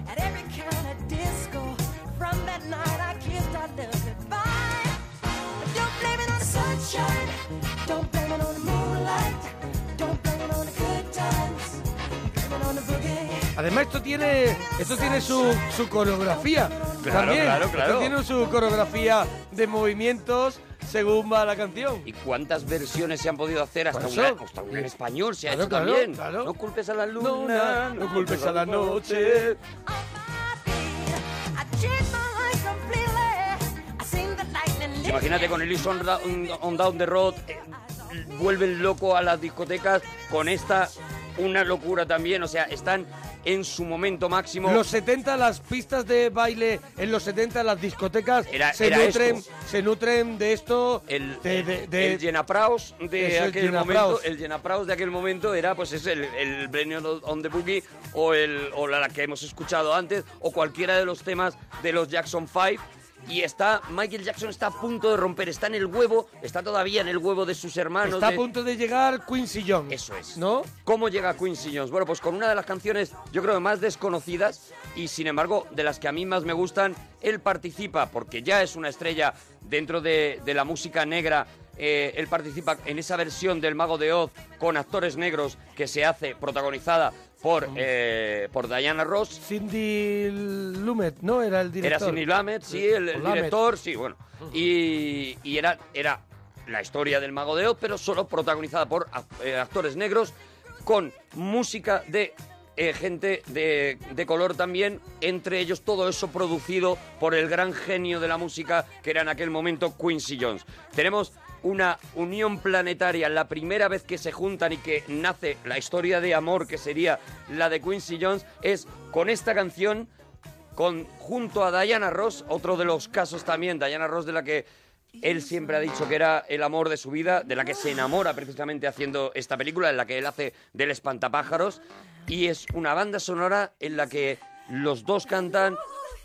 [SPEAKER 1] at every kind of disco. From that night, I kissed our love goodbye. But don't blame it on the sunshine, don't blame it on the moonlight, don't blame it on the good times, blame it on the boogie.
[SPEAKER 2] Además, esto tiene, esto tiene su, su coreografía.
[SPEAKER 4] Claro,
[SPEAKER 2] también.
[SPEAKER 4] claro, claro.
[SPEAKER 2] Esto tiene su coreografía de movimientos según va la canción.
[SPEAKER 4] ¿Y cuántas versiones se han podido hacer hasta,
[SPEAKER 2] Por
[SPEAKER 4] una,
[SPEAKER 2] eso.
[SPEAKER 4] hasta una en español? Se ha
[SPEAKER 2] Claro,
[SPEAKER 4] hecho
[SPEAKER 2] claro,
[SPEAKER 4] también.
[SPEAKER 2] claro.
[SPEAKER 4] No culpes a la luna,
[SPEAKER 2] No, na, no culpes a la noche.
[SPEAKER 4] Imagínate con el Is on, Da- on- on Down the Road, eh, vuelven loco a las discotecas con esta, una locura también, o sea, están en su momento máximo.
[SPEAKER 2] Los 70, las pistas de baile en los 70, las discotecas
[SPEAKER 4] Era-
[SPEAKER 2] se,
[SPEAKER 4] era
[SPEAKER 2] nutren,
[SPEAKER 4] esto.
[SPEAKER 2] se nutren de esto.
[SPEAKER 4] El,
[SPEAKER 2] de, de- de-
[SPEAKER 4] el Llenapraos de
[SPEAKER 2] Eso, el
[SPEAKER 4] aquel
[SPEAKER 2] Llenapraos.
[SPEAKER 4] momento, el Llenapraos de aquel momento era pues es el, el Brenner on the Boogie o el o la que hemos escuchado antes o cualquiera de los temas de los Jackson 5 y está Michael Jackson está a punto de romper, está en el huevo, está todavía en el huevo de sus hermanos.
[SPEAKER 2] está a
[SPEAKER 4] de-
[SPEAKER 2] punto de llegar Quincy Jones.
[SPEAKER 4] eso es.
[SPEAKER 2] ¿No?
[SPEAKER 4] ¿Cómo llega Quincy Jones? Bueno, pues con una de las canciones, yo creo, más desconocidas y sin embargo de las que a mí más me gustan. Él participa, porque ya es una estrella dentro de, de la música negra. eh, él participa en esa versión del Mago de Oz con actores negros que se hace protagonizada por, eh, por Diana Ross.
[SPEAKER 2] Cindy Lumet, ¿no? Era el director.
[SPEAKER 4] Era Sidney Lumet, sí, el, el
[SPEAKER 2] O Lumet.
[SPEAKER 4] director, sí, bueno. Y, y era, era la historia del Mago de Oz, pero solo protagonizada por ac- eh, actores negros, con música de eh, gente de, de color también, entre ellos todo eso producido por el gran genio de la música que era en aquel momento Quincy Jones. Tenemos una unión planetaria, la primera vez que se juntan y que nace la historia de amor que sería la de Quincy Jones, es con esta canción con, junto a Diana Ross, otro de los casos también, Diana Ross de la que él siempre ha dicho que era el amor de su vida, de la que se enamora precisamente haciendo esta película, en la que él hace del espantapájaros, y es una banda sonora en la que los dos cantan,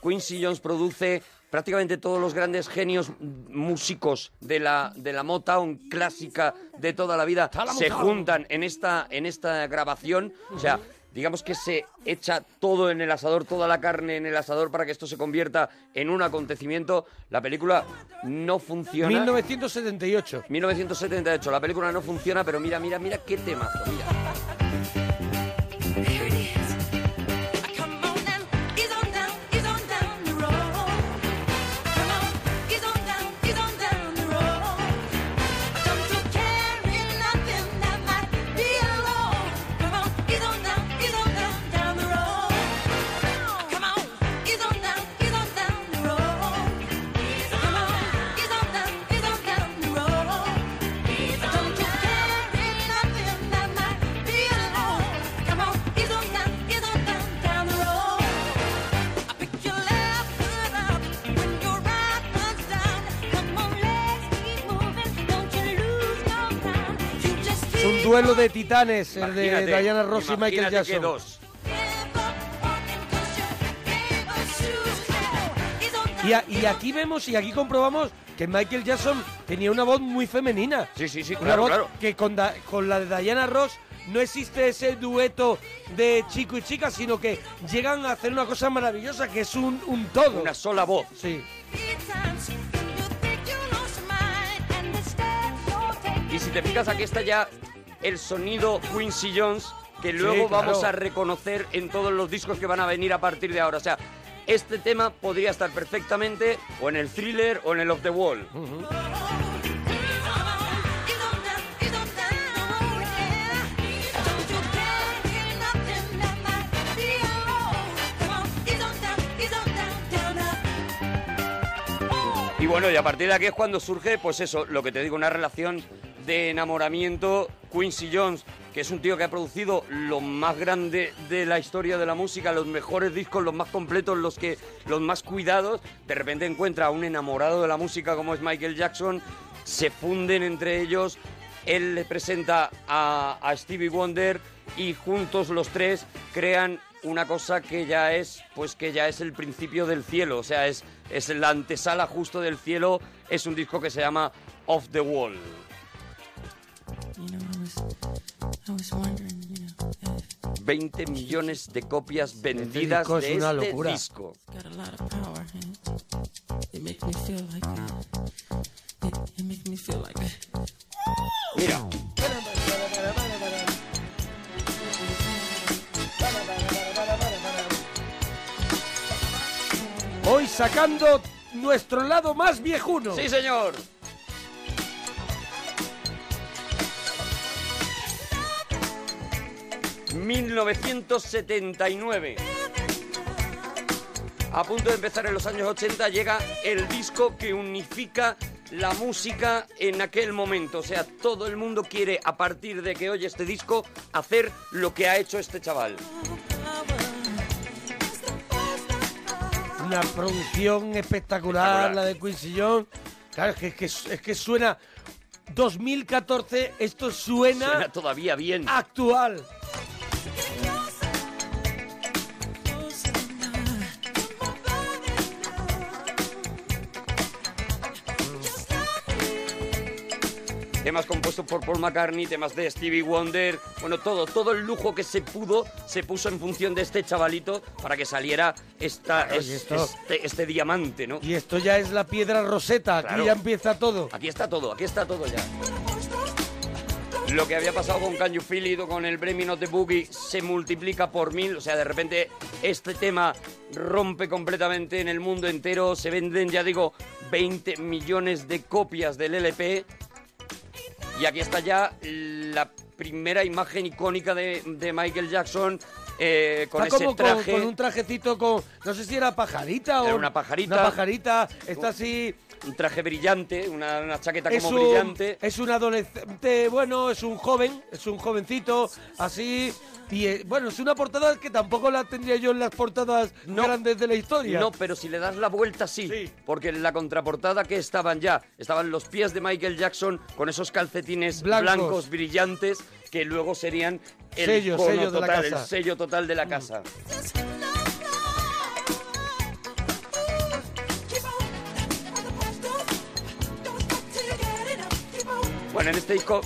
[SPEAKER 4] Quincy Jones produce, prácticamente todos los grandes genios m- músicos de la, de la Motown clásica de toda la vida
[SPEAKER 2] la
[SPEAKER 4] se
[SPEAKER 2] Motown.
[SPEAKER 4] juntan en esta, en esta grabación, o sea, digamos que se echa todo en el asador, toda la carne en el asador para que esto se convierta en un acontecimiento. La película no funciona.
[SPEAKER 2] 1978.
[SPEAKER 4] 1978, la película no funciona, pero mira, mira, mira qué temazo, mira.
[SPEAKER 2] Es un duelo de titanes, el de
[SPEAKER 4] Imagínate,
[SPEAKER 2] Diana Ross y Michael
[SPEAKER 4] imagínate
[SPEAKER 2] Jackson.
[SPEAKER 4] que dos.
[SPEAKER 2] Y, a- y aquí vemos y aquí comprobamos que Michael Jackson tenía una voz muy femenina.
[SPEAKER 4] Sí, sí, sí,
[SPEAKER 2] Una
[SPEAKER 4] claro,
[SPEAKER 2] voz
[SPEAKER 4] claro.
[SPEAKER 2] que con, Da- con la de Diana Ross no existe ese dueto de chico y chica, sino que llegan a hacer una cosa maravillosa que es un, un todo. Una
[SPEAKER 4] sola voz.
[SPEAKER 2] Sí.
[SPEAKER 4] Y si te fijas, aquí está ya el sonido Quincy Jones, que luego
[SPEAKER 2] Sí, claro.
[SPEAKER 4] vamos a reconocer en todos los discos que van a venir a partir de ahora. O sea, este tema podría estar perfectamente o en el thriller o en el Off the Wall. Y bueno, y a partir de aquí es cuando surge, pues eso, lo que te digo, una relación de enamoramiento. Quincy Jones, que es un tío que ha producido lo más grande de la historia de la música, los mejores discos, los más completos, los que los más cuidados, de repente encuentra a un enamorado de la música como es Michael Jackson, se funden entre ellos, él le presenta a, a Stevie Wonder y juntos los tres crean una cosa que ya es, pues que ya es el principio del cielo, o sea, es, es la antesala justo del cielo, es un disco que se llama Off the Wall.
[SPEAKER 18] You know, I was, I was wondering, you know,
[SPEAKER 4] 20 millones de copias vendidas
[SPEAKER 2] disco es
[SPEAKER 4] de
[SPEAKER 2] una
[SPEAKER 4] este
[SPEAKER 2] locura.
[SPEAKER 4] disco.
[SPEAKER 18] if got a lot of power, and it makes me feel like it, it makes me feel like
[SPEAKER 4] Mira.
[SPEAKER 2] Hoy sacando nuestro lado más viejuno.
[SPEAKER 4] Sí, señor. 1979. A punto de empezar en los años 80 llega el disco que unifica la música en aquel momento. O sea, todo el mundo quiere, a partir de que oye este disco, hacer lo que ha hecho este chaval.
[SPEAKER 2] Una producción espectacular,
[SPEAKER 4] Espectacular.
[SPEAKER 2] la de Quincy Jones. Claro, es que, es que, es que suena 2014, esto suena,
[SPEAKER 4] Suena todavía bien.
[SPEAKER 2] actual.
[SPEAKER 4] Temas compuestos por Paul McCartney, temas de Stevie Wonder, bueno, todo, todo el lujo que se pudo se puso en función de este chavalito para que saliera esta,
[SPEAKER 2] Claro, y
[SPEAKER 4] es-
[SPEAKER 2] esto-
[SPEAKER 4] este, este diamante, ¿no?
[SPEAKER 2] Y esto ya es la piedra roseta, aquí
[SPEAKER 4] Claro.
[SPEAKER 2] ya empieza todo.
[SPEAKER 4] Aquí está todo, aquí está todo ya. Lo que había pasado con Can You Feel It o con el Bremen of the Boogie se multiplica por mil. O sea, de repente este tema rompe completamente en el mundo entero. Se venden, ya digo, 20 millones de copias del LP. Y aquí está ya la primera imagen icónica de, de Michael Jackson eh, con
[SPEAKER 2] está
[SPEAKER 4] ese
[SPEAKER 2] como con-
[SPEAKER 4] traje.
[SPEAKER 2] Con, un trajecito con. No sé si era pajarita
[SPEAKER 4] Era
[SPEAKER 2] o.
[SPEAKER 4] una pajarita.
[SPEAKER 2] Una pajarita. Está así.
[SPEAKER 4] Un traje brillante, una, una chaqueta
[SPEAKER 2] Es
[SPEAKER 4] como
[SPEAKER 2] un-
[SPEAKER 4] brillante.
[SPEAKER 2] Es un adolescente, bueno, es un joven, es un jovencito, así. Y eh, bueno, es una portada que tampoco la tendría yo en las portadas grandes de la historia.
[SPEAKER 4] No, pero si le das la vuelta, sí. Porque en la contraportada que estaban ya, estaban los pies de Michael Jackson con esos calcetines
[SPEAKER 2] Blancos.
[SPEAKER 4] blancos, brillantes que luego serían el
[SPEAKER 2] Sello,
[SPEAKER 4] cono
[SPEAKER 2] sello de la
[SPEAKER 4] total,
[SPEAKER 2] casa. Mm.
[SPEAKER 4] el sello total de la casa. Bueno, en este disco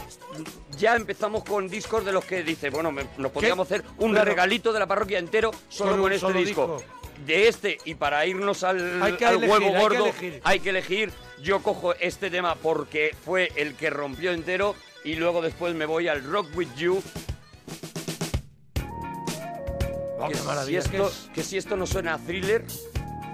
[SPEAKER 4] ya empezamos con discos de los que dice, bueno, me- nos podríamos hacer un
[SPEAKER 2] Claro.
[SPEAKER 4] regalito de la parroquia entero solo
[SPEAKER 2] Con un
[SPEAKER 4] con este
[SPEAKER 2] solo
[SPEAKER 4] disco.
[SPEAKER 2] disco.
[SPEAKER 4] De este, y para irnos al,
[SPEAKER 2] Hay que
[SPEAKER 4] al
[SPEAKER 2] elegir, hay
[SPEAKER 4] huevo
[SPEAKER 2] que
[SPEAKER 4] gordo,
[SPEAKER 2] elegir.
[SPEAKER 4] hay que elegir. Yo cojo este tema porque fue el que rompió entero y luego después me voy al Rock With You.
[SPEAKER 2] Oh,
[SPEAKER 4] que,
[SPEAKER 2] qué maravilla,
[SPEAKER 4] si
[SPEAKER 2] que
[SPEAKER 4] esto,
[SPEAKER 2] es.
[SPEAKER 4] que si esto no suena a thriller,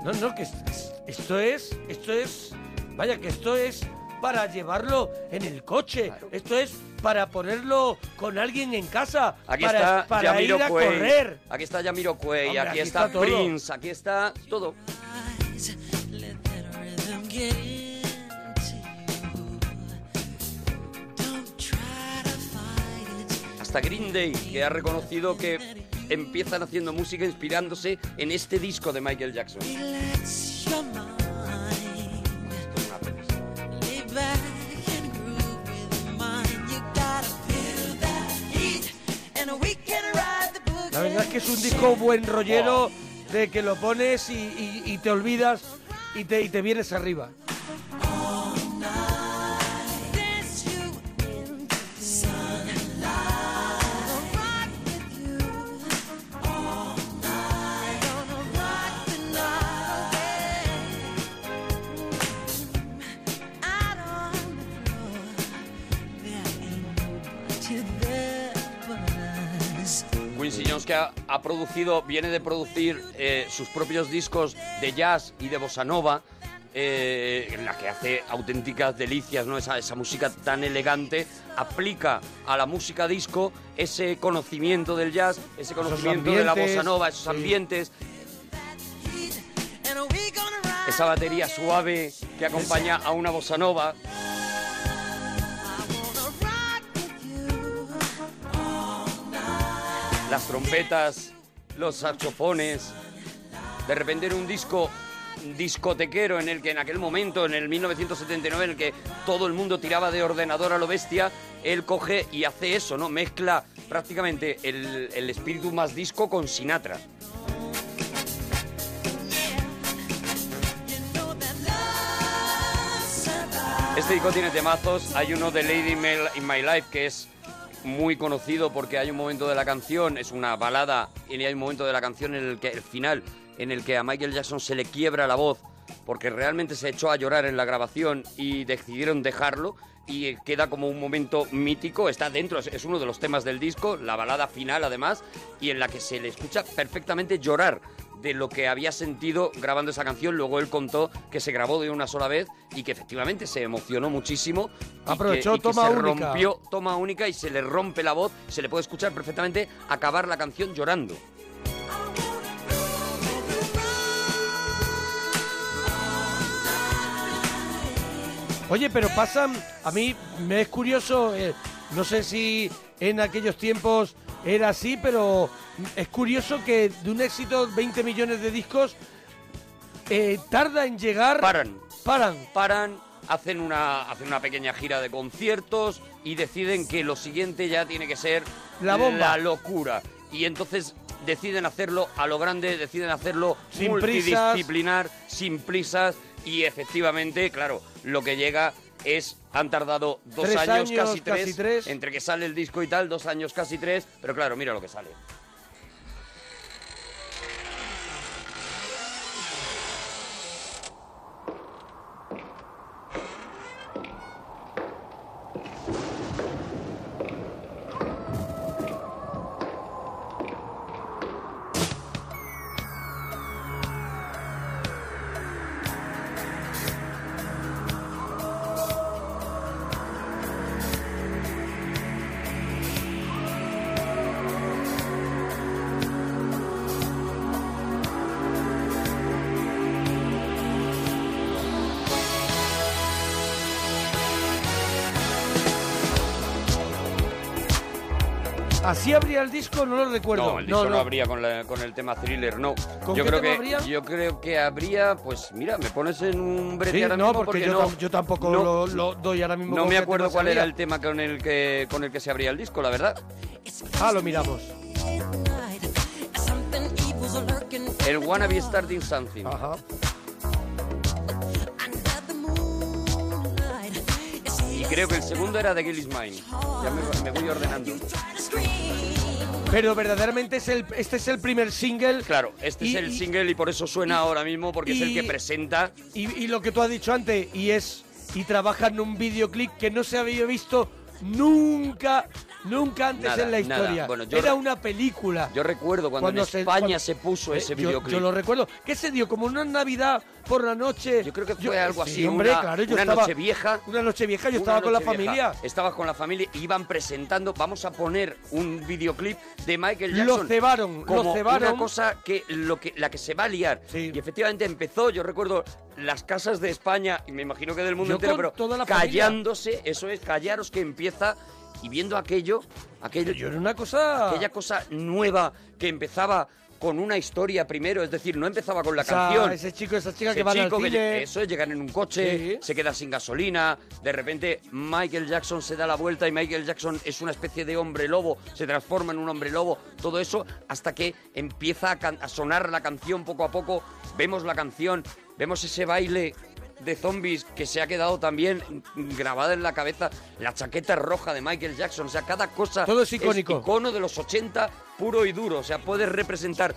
[SPEAKER 2] No, no, que es- es- esto es, esto es, vaya, que esto es para llevarlo en el coche, esto es para ponerlo con alguien en casa,
[SPEAKER 4] aquí
[SPEAKER 2] para,
[SPEAKER 4] está
[SPEAKER 2] para ir a
[SPEAKER 4] Jamiroquai,
[SPEAKER 2] correr.
[SPEAKER 4] Aquí está Jamiroquai,
[SPEAKER 2] Hombre,
[SPEAKER 4] aquí,
[SPEAKER 2] aquí
[SPEAKER 4] está,
[SPEAKER 2] está todo.
[SPEAKER 4] Prince, aquí está todo.
[SPEAKER 18] Let that rhythm get into you. Don't try to fight it.
[SPEAKER 4] Hasta Green Day, que ha reconocido que empiezan haciendo música inspirándose en este disco de Michael Jackson.
[SPEAKER 18] Relax your mind. Lay back and groove with mine. You gotta feel that heat, and we can ride the boogie.
[SPEAKER 2] La verdad es que es un disco buen rollero
[SPEAKER 4] Oh.
[SPEAKER 2] de que lo pones y, y- y te olvidas y te, y te vienes arriba.
[SPEAKER 18] Dance you in the sunlight. Gonna rock with you all night. Gonna rock the night away. Out on the floor, there ain't nobody there but us.
[SPEAKER 4] Quincy Jones que ha, ha producido, viene de producir eh, sus propios discos de jazz y de bossa nova, eh, en la que hace auténticas delicias, ¿no? Esa, esa música tan elegante, aplica a la música disco ese conocimiento del jazz, ese conocimiento de la
[SPEAKER 2] ambientes,
[SPEAKER 4] bossa nova, esos ambientes,
[SPEAKER 18] And we gonna ride
[SPEAKER 4] esa batería suave que acompaña a una bossa nova. Las trompetas, los saxofones. De repente era un disco discotequero en el que en aquel momento, en el 1979, en el que todo el mundo tiraba de ordenador a lo bestia, él coge y hace eso, ¿no? Mezcla prácticamente el, el espíritu más disco con Sinatra. Este disco tiene temazos. Hay uno de Lady Mel- in My Life que es muy conocido porque hay un momento de la canción, es una balada, y hay un momento de la canción en el que el final, en el que a Michael Jackson se le quiebra la voz porque realmente se echó a llorar en la grabación y decidieron dejarlo y eh, queda como un momento mítico, está dentro, es- es uno de los temas del disco, la balada final además, y en la que se le escucha perfectamente llorar de lo que había sentido grabando esa canción. Luego él contó que se grabó de una sola vez y que efectivamente se emocionó muchísimo. y que-
[SPEAKER 2] Aprovechó
[SPEAKER 4] y que
[SPEAKER 2] toma
[SPEAKER 4] se
[SPEAKER 2] única.
[SPEAKER 4] rompió toma única y se le rompe la voz. Se le puede escuchar perfectamente acabar la canción llorando.
[SPEAKER 2] Oye, pero pasan, a mí me es curioso, eh, no sé si en aquellos tiempos era así, pero es curioso que de un éxito 20 millones de discos eh, tarda en llegar...
[SPEAKER 4] Paran.
[SPEAKER 2] Paran.
[SPEAKER 4] Paran, hacen una, hacen una pequeña gira de conciertos y deciden que lo siguiente ya tiene que ser
[SPEAKER 2] La bomba.
[SPEAKER 4] locura. Y entonces deciden hacerlo a lo grande, deciden hacerlo
[SPEAKER 2] Sin
[SPEAKER 4] multidisciplinar, sin prisas. Y efectivamente, claro, lo que llega es. Han tardado dos
[SPEAKER 2] Tres
[SPEAKER 4] años,
[SPEAKER 2] años,
[SPEAKER 4] casi, tres,
[SPEAKER 2] casi tres.
[SPEAKER 4] Entre que sale el disco y tal, dos años, casi tres. Pero claro, mira lo que sale.
[SPEAKER 2] ¿Así abría el disco? No lo recuerdo.
[SPEAKER 4] No, el disco no, habría con, la- con el tema thriller, no.
[SPEAKER 2] ¿Con
[SPEAKER 4] yo
[SPEAKER 2] qué
[SPEAKER 4] creo
[SPEAKER 2] tema
[SPEAKER 4] que
[SPEAKER 2] abría?
[SPEAKER 4] yo creo que habría, pues mira, me pones en un brete
[SPEAKER 2] Sí,
[SPEAKER 4] ahora
[SPEAKER 2] no,
[SPEAKER 4] mismo
[SPEAKER 2] porque, yo,
[SPEAKER 4] no,
[SPEAKER 2] tam- yo tampoco
[SPEAKER 4] no-
[SPEAKER 2] lo, lo doy ahora mismo.
[SPEAKER 4] no
[SPEAKER 2] con
[SPEAKER 4] me
[SPEAKER 2] qué
[SPEAKER 4] acuerdo
[SPEAKER 2] tema
[SPEAKER 4] cuál
[SPEAKER 2] salía.
[SPEAKER 4] era el tema con el que con el que se abría el disco, la verdad.
[SPEAKER 2] Ah, lo miramos.
[SPEAKER 18] Something evil's lurking.
[SPEAKER 4] El Wanna Be Starting Something. Y creo que el segundo era The Girl Is Mine. Ya me, me voy ordenando.
[SPEAKER 2] Pero verdaderamente es el, este es el primer single.
[SPEAKER 4] Claro, Este es el single y por eso suena ahora mismo porque es el que
[SPEAKER 2] y-
[SPEAKER 4] presenta
[SPEAKER 2] Y, y lo que tú has dicho antes, y es. Y trabaja en un videoclip que no se había visto nunca, nunca antes
[SPEAKER 4] Nada,
[SPEAKER 2] en la
[SPEAKER 4] nada.
[SPEAKER 2] historia.
[SPEAKER 4] Bueno, yo
[SPEAKER 2] Era
[SPEAKER 4] re-
[SPEAKER 2] una película.
[SPEAKER 4] Yo recuerdo cuando, en España se puso ese
[SPEAKER 2] Eh, yo-
[SPEAKER 4] videoclip.
[SPEAKER 2] Yo, lo recuerdo. ¿Qué se dio? Como una Navidad por la noche. Yo creo que
[SPEAKER 4] fue algo así,
[SPEAKER 2] hombre,
[SPEAKER 4] una-
[SPEAKER 2] claro, yo
[SPEAKER 4] una
[SPEAKER 2] estaba-
[SPEAKER 4] noche vieja.
[SPEAKER 2] Una noche vieja, yo
[SPEAKER 4] Una
[SPEAKER 2] estaba con la
[SPEAKER 4] noche vieja.
[SPEAKER 2] familia.
[SPEAKER 4] Estabas con la familia y iban presentando. Vamos a poner un videoclip de Michael
[SPEAKER 2] Lo
[SPEAKER 4] Jackson.
[SPEAKER 2] cebaron, lo
[SPEAKER 4] como
[SPEAKER 2] cebaron.
[SPEAKER 4] Una cosa que, lo que, la que se va a liar. Y efectivamente empezó, yo recuerdo, las casas de España, y me imagino que del mundo
[SPEAKER 2] Yo
[SPEAKER 4] entero,
[SPEAKER 2] con
[SPEAKER 4] pero
[SPEAKER 2] toda la familia.
[SPEAKER 4] callándose, eso es, callaros que empieza. Y viendo aquello, aquello.
[SPEAKER 2] Yo era una cosa.
[SPEAKER 4] Aquella cosa nueva que empezaba con una historia primero, es decir, no empezaba con la
[SPEAKER 2] O sea,
[SPEAKER 4] canción.
[SPEAKER 2] Ese chico, esa chica
[SPEAKER 4] Ese
[SPEAKER 2] que van al
[SPEAKER 4] chico que
[SPEAKER 2] cine.
[SPEAKER 4] lle- eso es llegar en un coche,
[SPEAKER 2] Sí.
[SPEAKER 4] se queda sin gasolina, de repente Michael Jackson se da la vuelta y Michael Jackson es una especie de hombre lobo, se transforma en un hombre lobo, todo eso hasta que empieza a, can- a sonar la canción poco a poco, vemos la canción, vemos ese baile de zombies que se ha quedado también grabada en la cabeza, la chaqueta roja de Michael Jackson, o sea, cada cosa
[SPEAKER 2] Todo es icónico.
[SPEAKER 4] icono de los 80 puro y duro, o sea, puedes representar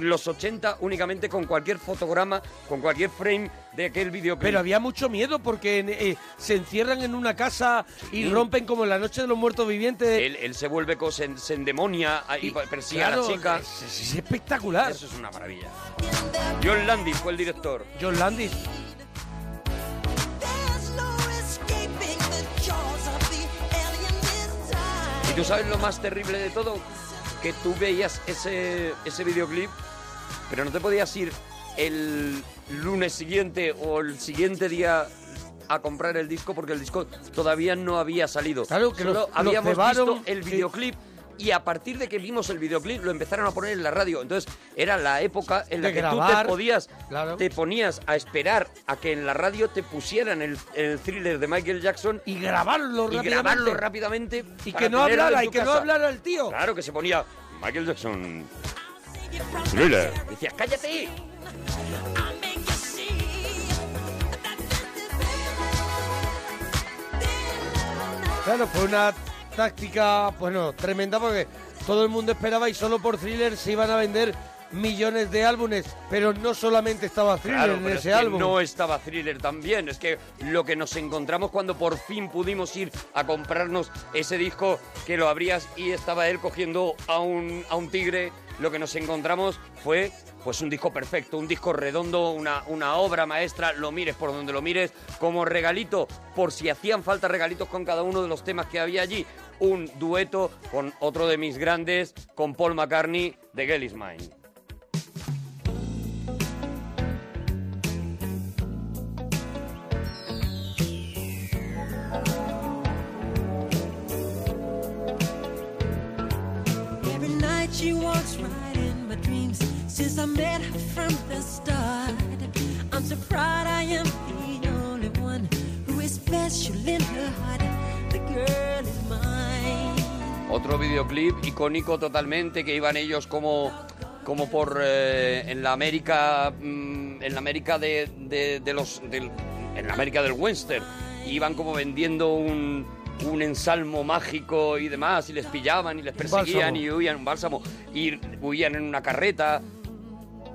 [SPEAKER 4] los 80 únicamente con cualquier fotograma, con cualquier frame de aquel videoclip.
[SPEAKER 2] Pero había mucho miedo porque eh, se encierran en una casa y
[SPEAKER 4] Sí.
[SPEAKER 2] rompen como en la noche de los muertos vivientes.
[SPEAKER 4] él, él se vuelve co- se, se endemonia ah, y pa- persigue a
[SPEAKER 2] claro,
[SPEAKER 4] la chica.
[SPEAKER 2] Es, es espectacular.
[SPEAKER 4] Eso es una maravilla. John Landis fue el director.
[SPEAKER 2] John Landis.
[SPEAKER 4] ¿Y tú sabes lo más terrible de todo? Que tú veías ese, ese videoclip, pero no te podías ir el lunes siguiente o el siguiente día a comprar el disco porque el disco todavía no había salido.
[SPEAKER 2] Claro, que lo-
[SPEAKER 4] Solo
[SPEAKER 2] lo
[SPEAKER 4] habíamos
[SPEAKER 2] cebaron,
[SPEAKER 4] visto el
[SPEAKER 2] sí.
[SPEAKER 4] videoclip y a partir de que vimos el videoclip lo empezaron a poner en la radio. Entonces era la época en la
[SPEAKER 2] De
[SPEAKER 4] que tú
[SPEAKER 2] grabar.
[SPEAKER 4] te podías,
[SPEAKER 2] Claro.
[SPEAKER 4] te ponías a esperar a que en la radio te pusieran el, el thriller de Michael Jackson
[SPEAKER 2] Y grabarlo
[SPEAKER 4] y
[SPEAKER 2] rápidamente.
[SPEAKER 4] grabarlo rápidamente
[SPEAKER 2] Y
[SPEAKER 4] para
[SPEAKER 2] que no
[SPEAKER 4] tenerlo
[SPEAKER 2] hablara, y
[SPEAKER 4] en tu
[SPEAKER 2] que no
[SPEAKER 4] casa.
[SPEAKER 2] hablara el tío.
[SPEAKER 4] Claro que se ponía Michael Jackson. Thriller. Decías, cállate.
[SPEAKER 2] Claro, fue una táctica, bueno, tremenda porque todo el mundo esperaba y solo por thriller se iban a vender millones de álbumes. Pero no solamente estaba thriller
[SPEAKER 4] Claro,
[SPEAKER 2] en
[SPEAKER 4] pero
[SPEAKER 2] ese
[SPEAKER 4] es que
[SPEAKER 2] álbum.
[SPEAKER 4] no estaba thriller también. Es que lo que nos encontramos cuando por fin pudimos ir a comprarnos ese disco que lo abrías y estaba él cogiendo a un, a un tigre lo que nos encontramos fue pues un disco perfecto, un disco redondo, una, una obra maestra, lo mires por donde lo mires, como regalito, por si hacían falta regalitos con cada uno de los temas que había allí, un dueto con otro de mis grandes, con Paul McCartney, de Girl Is Mine.
[SPEAKER 18] Every night she walks right in my dreams since I met her from the start. I'm so proud I am the only one who is special in her heart. The girl is mine.
[SPEAKER 4] Otro videoclip icónico totalmente que iban ellos como como por eh, en la América mm, en la América de, de- de los del- en la América del Western iban como vendiendo un un ensalmo mágico y demás y les pillaban y les perseguían
[SPEAKER 2] bálsamo.
[SPEAKER 4] y huían un bálsamo y huían en una carreta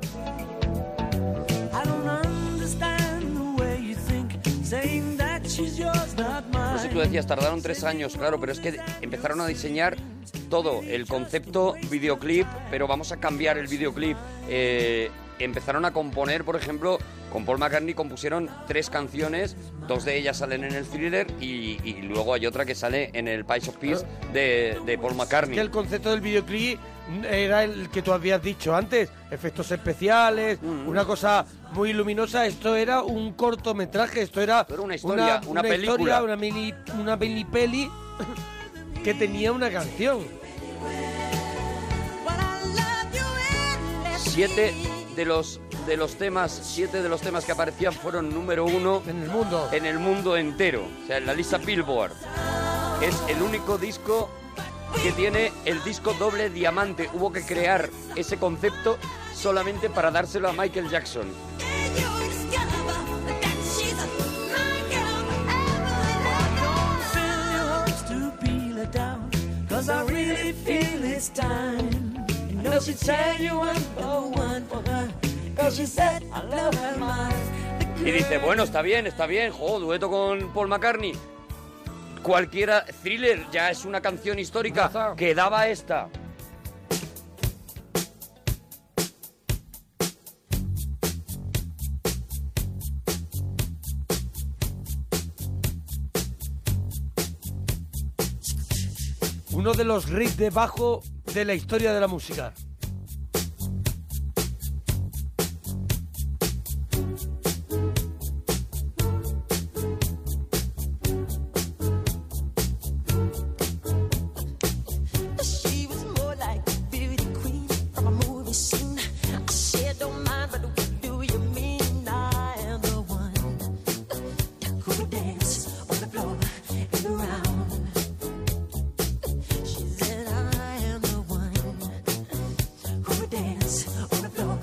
[SPEAKER 18] I don't understand the way you think, saying that she's yours, not
[SPEAKER 4] No sé, tú
[SPEAKER 18] mine.
[SPEAKER 4] decías, tardaron tres años, claro, pero es que empezaron a diseñar todo, el concepto videoclip, pero vamos a cambiar el videoclip. Eh, empezaron a componer, por ejemplo, con Paul McCartney compusieron tres canciones, dos de ellas salen en el thriller y, y luego hay otra que sale en el Pies of Peace de, de Paul
[SPEAKER 2] Que el
[SPEAKER 4] McCartney.
[SPEAKER 2] concepto del videoclip era el que tú habías dicho antes, efectos especiales,
[SPEAKER 4] Mm,
[SPEAKER 2] una cosa muy luminosa. Esto era un cortometraje, esto era, una
[SPEAKER 4] historia, una
[SPEAKER 2] historia,
[SPEAKER 4] película.
[SPEAKER 2] una mini, una mini peli que tenía una canción.
[SPEAKER 4] Siete de los de los temas, siete de los temas que aparecían fueron número uno
[SPEAKER 2] en el mundo,
[SPEAKER 4] en el mundo entero, o sea, en la lista Billboard. Es el único disco que tiene el disco doble diamante. Hubo que crear ese concepto solamente para dárselo a Michael Jackson.
[SPEAKER 18] Fill your hopes to peel it down, 'cause I really feel it's time. You know she tell you I'm the one for her, 'cause she said I love her mind.
[SPEAKER 4] Y dice, bueno, está bien, está bien, jo, dueto con Paul McCartney. Cualquiera, Thriller ya es una canción histórica. Quedaba esta.
[SPEAKER 2] Uno de los riffs de bajo de la historia de la música.
[SPEAKER 18] She was more like a beauty queen from a movie scene. I said, don't mind, but what do you mean? I am the one who would dance on the floor and around. She said, I am the one who would dance on the floor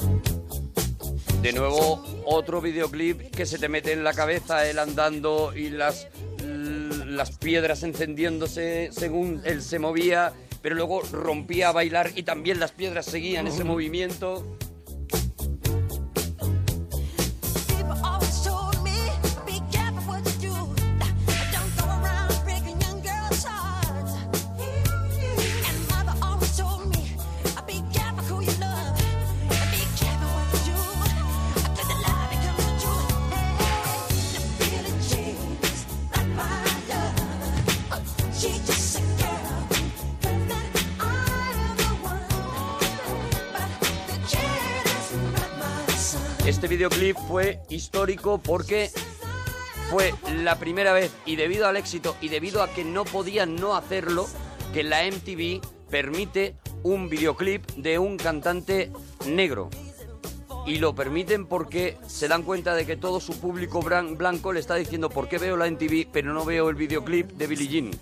[SPEAKER 18] and around.
[SPEAKER 4] De nuevo, otro videoclip que se te mete en la cabeza, él andando y las, las piedras encendiéndose según él se movía, pero luego rompía a bailar y también las piedras seguían ese movimiento.
[SPEAKER 18] People always told me, be careful what you do. Don't go around breaking young girls' hearts. And mother always told me, be careful who you love. Be careful what you do. 'Cause the love becomes the truth. The feeling changes, not my love. She's just a girl. I am the one, but the kid is not my son.
[SPEAKER 4] Este videoclip fue histórico porque fue la primera vez y debido al éxito y debido a que no podían no hacerlo, que la MTV permite un videoclip de un cantante negro. Y lo permiten porque se dan cuenta de que todo su público bran- blanco le está diciendo por qué veo la MTV pero no veo el videoclip de Billie Jean.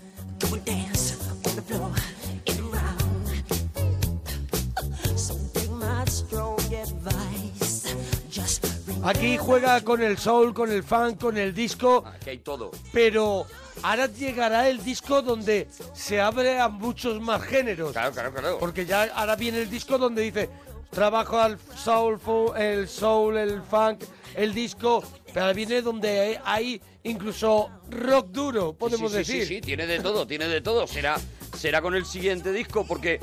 [SPEAKER 2] Aquí juega con el soul, con el funk, con el disco.
[SPEAKER 4] Aquí hay todo.
[SPEAKER 2] Pero ahora llegará el disco donde se abre a muchos más géneros.
[SPEAKER 4] Claro, claro, claro.
[SPEAKER 2] Porque ya ahora viene el disco donde dice, Trabajo al soulful, el soul, el funk, el disco. Pero viene donde hay incluso rock duro, podemos
[SPEAKER 4] Sí, sí,
[SPEAKER 2] decir.
[SPEAKER 4] Sí, sí, tiene de todo, tiene de todo. Será, será con el siguiente disco, porque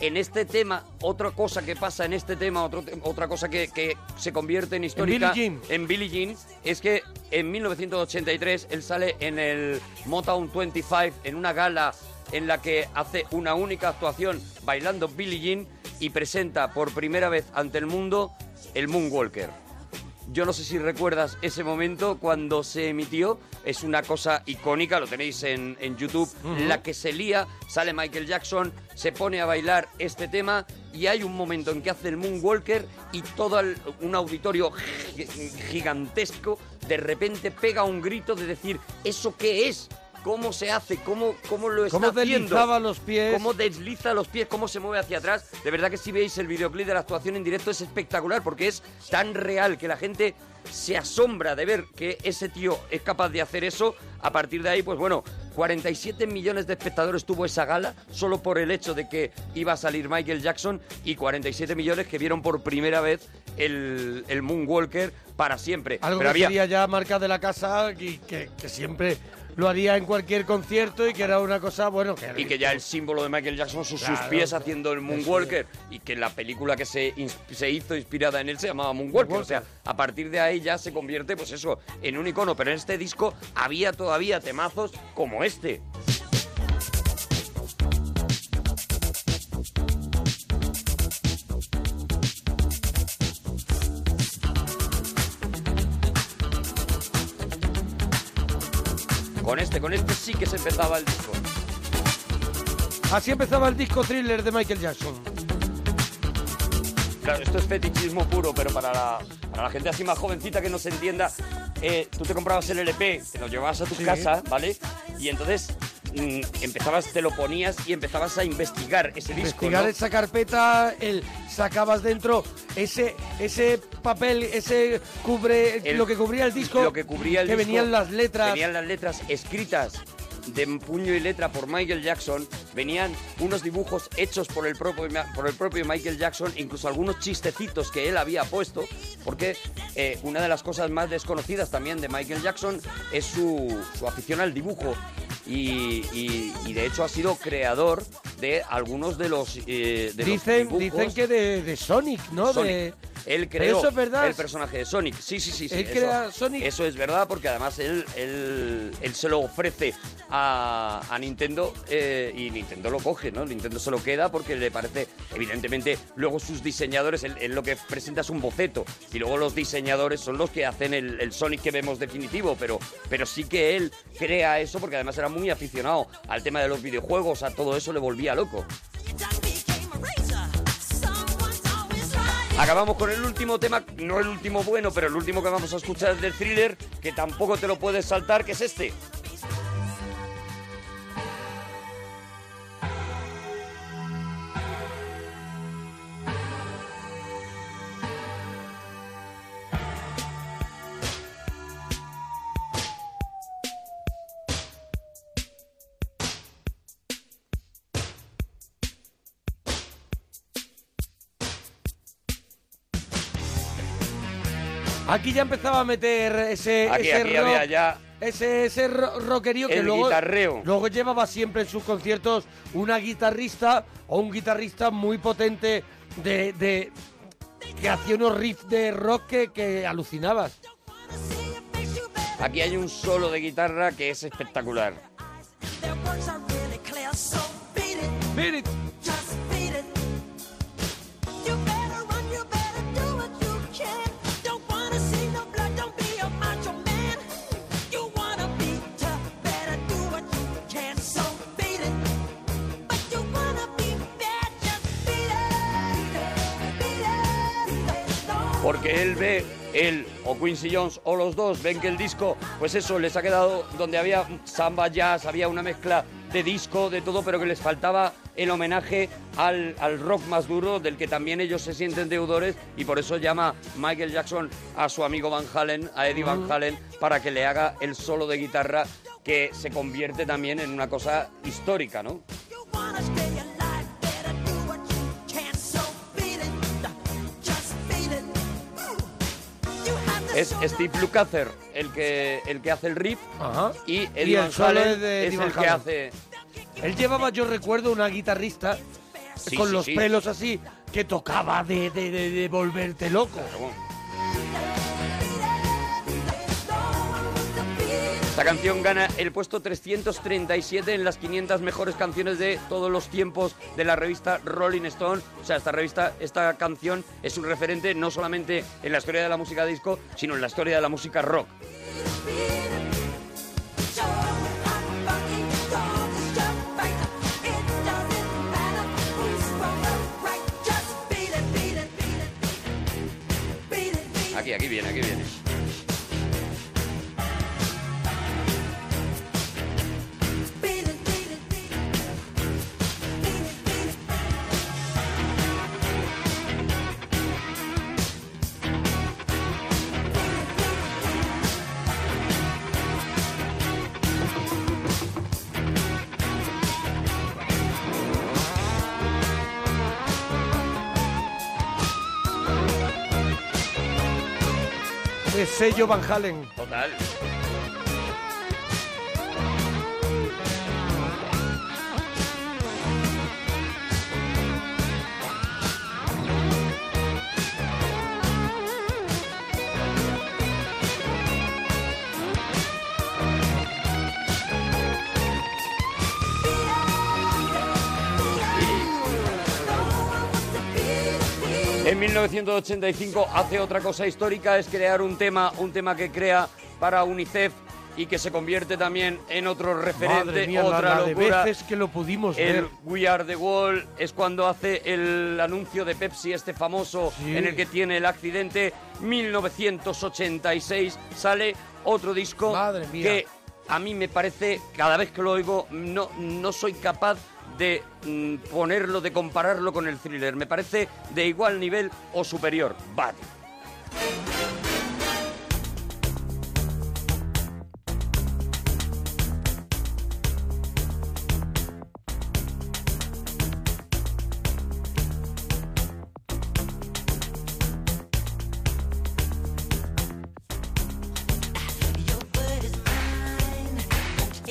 [SPEAKER 4] en este tema, otra cosa que pasa en este tema, otro te- otra cosa que, que se convierte en histórica
[SPEAKER 2] Billie Jean.
[SPEAKER 4] en Billie Jean, es que en 1983 él sale en el Motown 25 en una gala en la que hace una única actuación bailando Billie Jean y presenta por primera vez ante el mundo el Moonwalker. Yo no sé si recuerdas ese momento cuando se emitió. Es una cosa icónica, lo tenéis en, en YouTube.
[SPEAKER 2] Ujú.
[SPEAKER 4] La que se lía, sale Michael Jackson, se pone a bailar este tema y hay un momento en que hace el Moonwalker y todo el- un auditorio gi- gigantesco de repente pega un grito de decir, ¿eso qué es? ¿Cómo se hace? ¿Cómo, cómo lo está
[SPEAKER 2] Cómo
[SPEAKER 4] haciendo?
[SPEAKER 2] deslizaba los pies.
[SPEAKER 4] Cómo desliza los pies, cómo se mueve hacia atrás. De verdad que si veis el videoclip de la actuación en directo es espectacular porque es tan real que la gente se asombra de ver que ese tío es capaz de hacer eso. A partir de ahí, pues bueno, 47 millones de espectadores tuvo esa gala solo por el hecho de que iba a salir Michael Jackson y 47 millones que vieron por primera vez el, el Moonwalker para siempre.
[SPEAKER 2] Algo
[SPEAKER 4] Pero
[SPEAKER 2] que
[SPEAKER 4] había-
[SPEAKER 2] sería ya marca de la casa y que, que siempre lo haría en cualquier concierto y que era una cosa, bueno, que
[SPEAKER 4] Y que ya el símbolo de Michael Jackson son sus
[SPEAKER 2] Claro,
[SPEAKER 4] pies
[SPEAKER 2] claro.
[SPEAKER 4] haciendo el
[SPEAKER 2] Eso
[SPEAKER 4] Moonwalker. Y que la película que se, ins- se hizo inspirada en él se llamaba Moonwalker. O sea, a partir de ahí ya se convierte, pues eso, en un icono. Pero en este disco había todavía temazos como este. Con este, con este sí que se empezaba el disco.
[SPEAKER 2] Así empezaba el disco thriller de Michael Jackson.
[SPEAKER 4] Claro, esto es fetichismo puro, pero para la, para la gente así más jovencita que no se entienda, eh, tú te comprabas el LP, te lo llevabas a tu
[SPEAKER 2] Sí.
[SPEAKER 4] casa, ¿vale? Y entonces mm, empezabas, te lo ponías y empezabas a investigar ese disco.
[SPEAKER 2] Investigar
[SPEAKER 4] ¿no?
[SPEAKER 2] esa carpeta, el, sacabas dentro ese, ese papel, ese cubre,
[SPEAKER 4] El-
[SPEAKER 2] lo que cubría el disco.
[SPEAKER 4] Lo que cubría el
[SPEAKER 2] que
[SPEAKER 4] disco,
[SPEAKER 2] venían las letras.
[SPEAKER 4] Venían las letras escritas de puño y letra por Michael Jackson, venían unos dibujos hechos por el propio, por el propio Michael Jackson, incluso algunos chistecitos que él había puesto, porque eh, una de las cosas más desconocidas también de Michael Jackson es su, su afición al dibujo. Y, y- y de hecho ha sido creador de algunos de los, eh, de los
[SPEAKER 2] dicen,
[SPEAKER 4] dibujos
[SPEAKER 2] dicen que de, de Sonic, ¿no?
[SPEAKER 4] Sonic.
[SPEAKER 2] De-
[SPEAKER 4] Él
[SPEAKER 2] Pero
[SPEAKER 4] creó
[SPEAKER 2] eso es verdad.
[SPEAKER 4] el personaje de Sonic. Sí, sí, sí. sí,
[SPEAKER 2] Él
[SPEAKER 4] eso.
[SPEAKER 2] crea Sonic.
[SPEAKER 4] Eso es verdad porque además él, él- él se lo ofrece a, a Nintendo eh, y Nintendo lo coge, ¿no? Nintendo se lo queda porque le parece, evidentemente, luego sus diseñadores, él, él lo que presenta es un boceto y luego los diseñadores son los que hacen el, el Sonic que vemos definitivo, pero, pero sí que él crea eso porque además era muy aficionado al tema de los videojuegos, a todo eso le volvía loco. Acabamos con el último tema, no el último bueno, pero el último que vamos a escuchar del thriller, que tampoco te lo puedes saltar, que es este.
[SPEAKER 2] Aquí ya empezaba a meter ese.
[SPEAKER 4] Aquí,
[SPEAKER 2] ese
[SPEAKER 4] aquí había ya-
[SPEAKER 2] Ese, ese ro- rockerío que
[SPEAKER 4] El
[SPEAKER 2] luego.
[SPEAKER 4] guitarreo.
[SPEAKER 2] Luego llevaba siempre en sus conciertos una guitarrista o un guitarrista muy potente de. de- que hacía unos riffs de rock que, que alucinabas.
[SPEAKER 4] Aquí hay un solo de guitarra que es espectacular.
[SPEAKER 18] Their words are really clear, so beat it.
[SPEAKER 2] Beat it.
[SPEAKER 18] Just beat it. You better run, you better do what you can. Don't wanna see no blood, don't be a macho man. You wanna be tough, better do what you can, so beat it. But you wanna be bad, just beat it. Beat it. Beat it. Don't
[SPEAKER 4] Porque él ve, él o Quincy Jones o los dos ven que el disco, pues eso, les ha quedado donde había samba, jazz, había una mezcla de disco, de todo, pero que les faltaba el homenaje al, al rock más duro, del que también ellos se sienten deudores, y por eso llama Michael Jackson a su amigo Van Halen, a Eddie Van
[SPEAKER 2] Ujú.
[SPEAKER 4] Halen, para que le haga el solo de guitarra que se convierte también en una cosa histórica, ¿no?
[SPEAKER 18] wanna stay alive, better do what you can, so beat it.
[SPEAKER 4] es Steve Lukather el que, el que hace el riff y Eddie
[SPEAKER 2] Y el
[SPEAKER 4] Van
[SPEAKER 2] solo
[SPEAKER 4] Halen
[SPEAKER 2] es de
[SPEAKER 4] es
[SPEAKER 2] Eddie Van
[SPEAKER 4] el que
[SPEAKER 2] Halen.
[SPEAKER 4] hace...
[SPEAKER 2] Él llevaba, yo recuerdo, una guitarrista
[SPEAKER 4] Sí,
[SPEAKER 2] con
[SPEAKER 4] sí,
[SPEAKER 2] los
[SPEAKER 4] sí.
[SPEAKER 2] pelos así que tocaba de, de- de- de volverte loco.
[SPEAKER 4] Esta canción gana el puesto 337 en las 500 mejores canciones de todos los tiempos de la revista Rolling Stone. O sea, esta revista, esta canción es un referente no solamente en la historia de la música disco, sino en la historia de la música rock. Aquí, aquí viene, aquí viene.
[SPEAKER 2] De sello Van Halen.
[SPEAKER 4] Total. En 1985 hace otra cosa histórica, es crear un tema, un tema que crea para UNICEF y que se convierte también en otro referente,
[SPEAKER 2] Madre mía, la-
[SPEAKER 4] otra
[SPEAKER 2] la de
[SPEAKER 4] locura.
[SPEAKER 2] veces que lo pudimos
[SPEAKER 4] El
[SPEAKER 2] ver.
[SPEAKER 4] We Are the Wall es cuando hace el anuncio de Pepsi, este famoso
[SPEAKER 2] Sí.
[SPEAKER 4] en el que tiene el accidente. 1986 sale otro disco
[SPEAKER 2] mía.
[SPEAKER 4] que a mí me parece, cada vez que lo oigo, no, no soy capaz de mm, ponerlo, de compararlo con el thriller. Me parece de igual nivel o superior. Bad.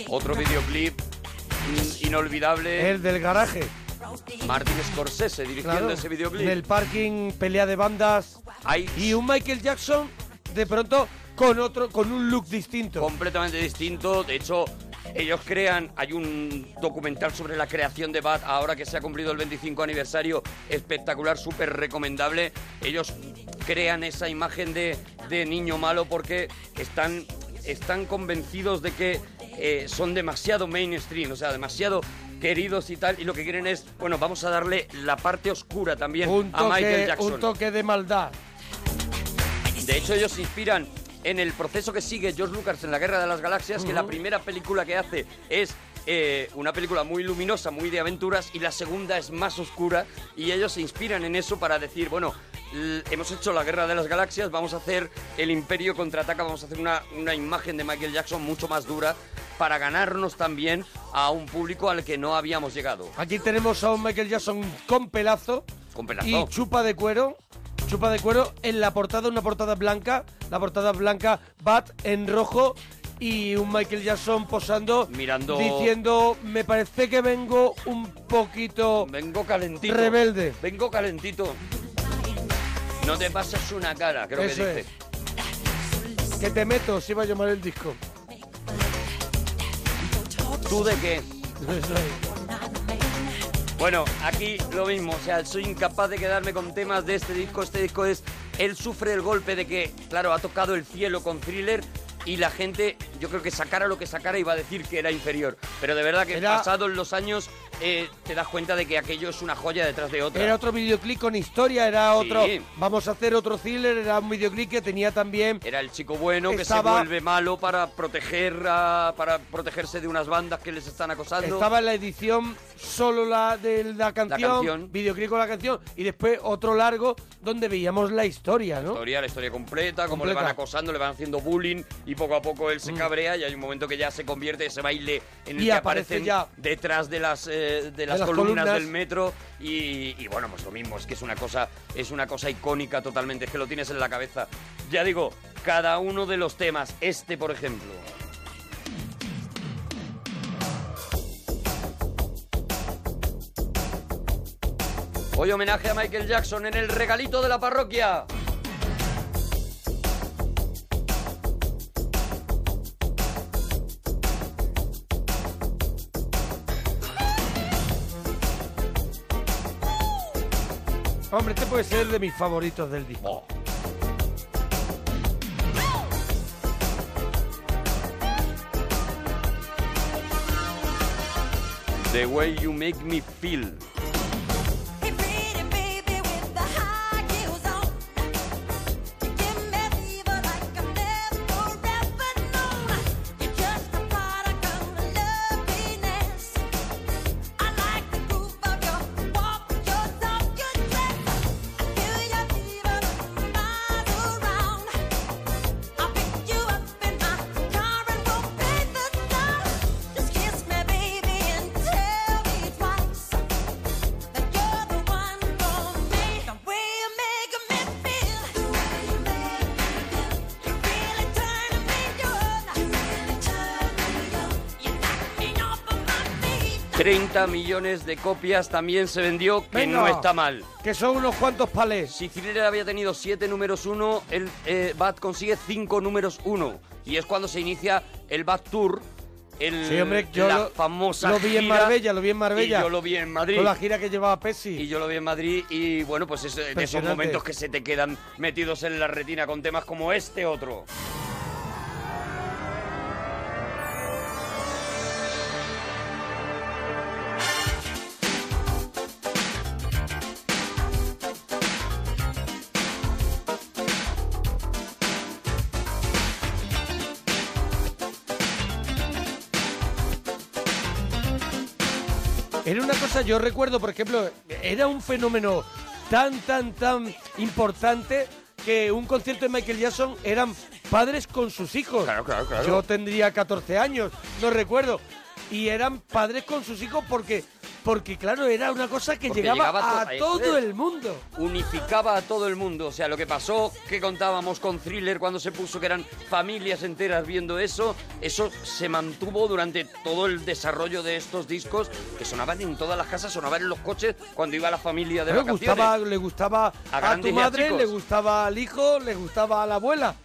[SPEAKER 4] Otro videoclip mm, inolvidable.
[SPEAKER 2] El del garaje.
[SPEAKER 4] Martin Scorsese dirigiendo
[SPEAKER 2] Claro,
[SPEAKER 4] ese videoclip.
[SPEAKER 2] En el parking, pelea de bandas. Y un Michael Jackson, de pronto, con otro, con un look distinto.
[SPEAKER 4] completamente distinto. De hecho, ellos crean, hay un documental sobre la creación de Bad ahora que se ha cumplido el 25 aniversario, espectacular, súper recomendable. Ellos crean esa imagen de, de niño malo porque están, están convencidos de que eh, son demasiado mainstream, o sea, demasiado queridos y tal, y lo que quieren es, bueno, vamos a darle la parte oscura también
[SPEAKER 2] Un
[SPEAKER 4] a Michael
[SPEAKER 2] toque,
[SPEAKER 4] Jackson.
[SPEAKER 2] un toque de maldad.
[SPEAKER 4] De hecho, ellos se inspiran en el proceso que sigue George Lucas en la Guerra de las Galaxias, que la primera película que hace es eh, una película muy luminosa, muy de aventuras, y la segunda es más oscura, y ellos se inspiran en eso para decir, bueno, l- hemos hecho la Guerra de las Galaxias, vamos a hacer el Imperio contraataca, vamos a hacer una, una imagen de Michael Jackson mucho más dura para ganarnos también a un público al que no habíamos llegado.
[SPEAKER 2] Aquí tenemos a un Michael Jackson con pelazo.
[SPEAKER 4] Con pelazo.
[SPEAKER 2] Y chupa de cuero. Chupa de cuero en la portada, una portada blanca. La portada blanca, Bat en rojo. Y un Michael Jackson posando.
[SPEAKER 4] Mirando-
[SPEAKER 2] Diciendo, me parece que vengo un poquito.
[SPEAKER 4] Vengo calentito.
[SPEAKER 2] Rebelde.
[SPEAKER 4] Vengo calentito. No te pases una cara, creo
[SPEAKER 2] Eso
[SPEAKER 4] que dice.
[SPEAKER 2] es. Que te meto, si va a llamar el disco.
[SPEAKER 4] ¿Tú de qué? Bueno, aquí lo mismo, o sea, soy incapaz de quedarme con temas de este disco. Este disco es, él sufre el golpe de que, claro, ha tocado el cielo con thriller y la gente, yo creo que sacara lo que sacara iba a decir que era inferior. Pero de verdad que
[SPEAKER 2] Era-
[SPEAKER 4] pasados los años eh, te das cuenta de que aquello es una joya detrás de otra.
[SPEAKER 2] Era otro videoclip con historia, era
[SPEAKER 4] Sí.
[SPEAKER 2] otro. Vamos a hacer otro thriller, era un videoclip que tenía también.
[SPEAKER 4] Era el chico bueno
[SPEAKER 2] Estaba-
[SPEAKER 4] que se vuelve malo para proteger a- para protegerse de unas bandas que les están acosando.
[SPEAKER 2] Estaba en la edición solo la de la canción,
[SPEAKER 4] canción.
[SPEAKER 2] videoclip con la canción, y después otro largo donde veíamos la historia, ¿no?
[SPEAKER 4] historia, la historia completa, cómo le
[SPEAKER 2] Completa. Mm.
[SPEAKER 4] van acosando, le van haciendo bullying y poco a poco él se cabrea y hay un momento que ya se convierte ese baile en el
[SPEAKER 2] Y
[SPEAKER 4] que
[SPEAKER 2] aparece
[SPEAKER 4] aparecen
[SPEAKER 2] ya.
[SPEAKER 4] detrás de las, eh, de las
[SPEAKER 2] las
[SPEAKER 4] columnas,
[SPEAKER 2] columnas.
[SPEAKER 4] del metro y, y bueno, pues lo mismo, es que es una cosa es una cosa icónica totalmente, es que lo tienes en la cabeza. Ya digo, cada uno de los temas. Este, por ejemplo. Hoy homenaje a Michael Jackson en el regalito de la parroquia.
[SPEAKER 2] Hombre, este puede ser de mis favoritos del
[SPEAKER 4] Oh,
[SPEAKER 2] disco.
[SPEAKER 4] The way you make me feel.
[SPEAKER 18] Make
[SPEAKER 4] 30 millones de copias también se vendió, que
[SPEAKER 2] Venga.
[SPEAKER 4] no está mal.
[SPEAKER 2] Que son unos cuantos palés.
[SPEAKER 4] Si Thriller había tenido 7 números 1, el eh, Bad consigue 5 números 1. Y es cuando se inicia el Bad Tour, el,
[SPEAKER 2] Sí, hombre, yo
[SPEAKER 4] la
[SPEAKER 2] lo-
[SPEAKER 4] famosa
[SPEAKER 2] lo vi en
[SPEAKER 4] gira.
[SPEAKER 2] Marbella, lo vi en Marbella.
[SPEAKER 4] Y yo lo vi en Madrid.
[SPEAKER 2] Con la gira que llevaba Pepsi.
[SPEAKER 4] Y yo lo vi en Madrid y bueno, pues es de esos
[SPEAKER 2] Impresionante.
[SPEAKER 4] momentos que se te quedan metidos en la retina con temas como este otro.
[SPEAKER 2] Era una cosa, yo recuerdo, por ejemplo, era un fenómeno tan, tan, tan importante que un concierto de Michael Jackson eran padres con sus hijos. Claro, claro,
[SPEAKER 4] claro.
[SPEAKER 2] Yo tendría 14 años, no recuerdo. Y eran padres con sus hijos porque, porque claro, era una cosa que
[SPEAKER 4] Porque
[SPEAKER 2] llegaba,
[SPEAKER 4] llegaba
[SPEAKER 2] a
[SPEAKER 4] to- ahí,
[SPEAKER 2] todo
[SPEAKER 4] eh.
[SPEAKER 2] el mundo.
[SPEAKER 4] unificaba a todo el mundo. O sea, lo que pasó, que contábamos con Thriller cuando se puso, que eran familias enteras viendo eso, eso se mantuvo durante todo el desarrollo de estos discos, que sonaban en todas las casas, sonaban en los coches cuando iba la familia de
[SPEAKER 2] le
[SPEAKER 4] vacaciones.
[SPEAKER 2] gustaba, le gustaba
[SPEAKER 4] A
[SPEAKER 2] a,
[SPEAKER 4] grandes
[SPEAKER 2] tu
[SPEAKER 4] y a
[SPEAKER 2] madre,
[SPEAKER 4] chicos.
[SPEAKER 2] le gustaba al hijo, le gustaba a la abuela.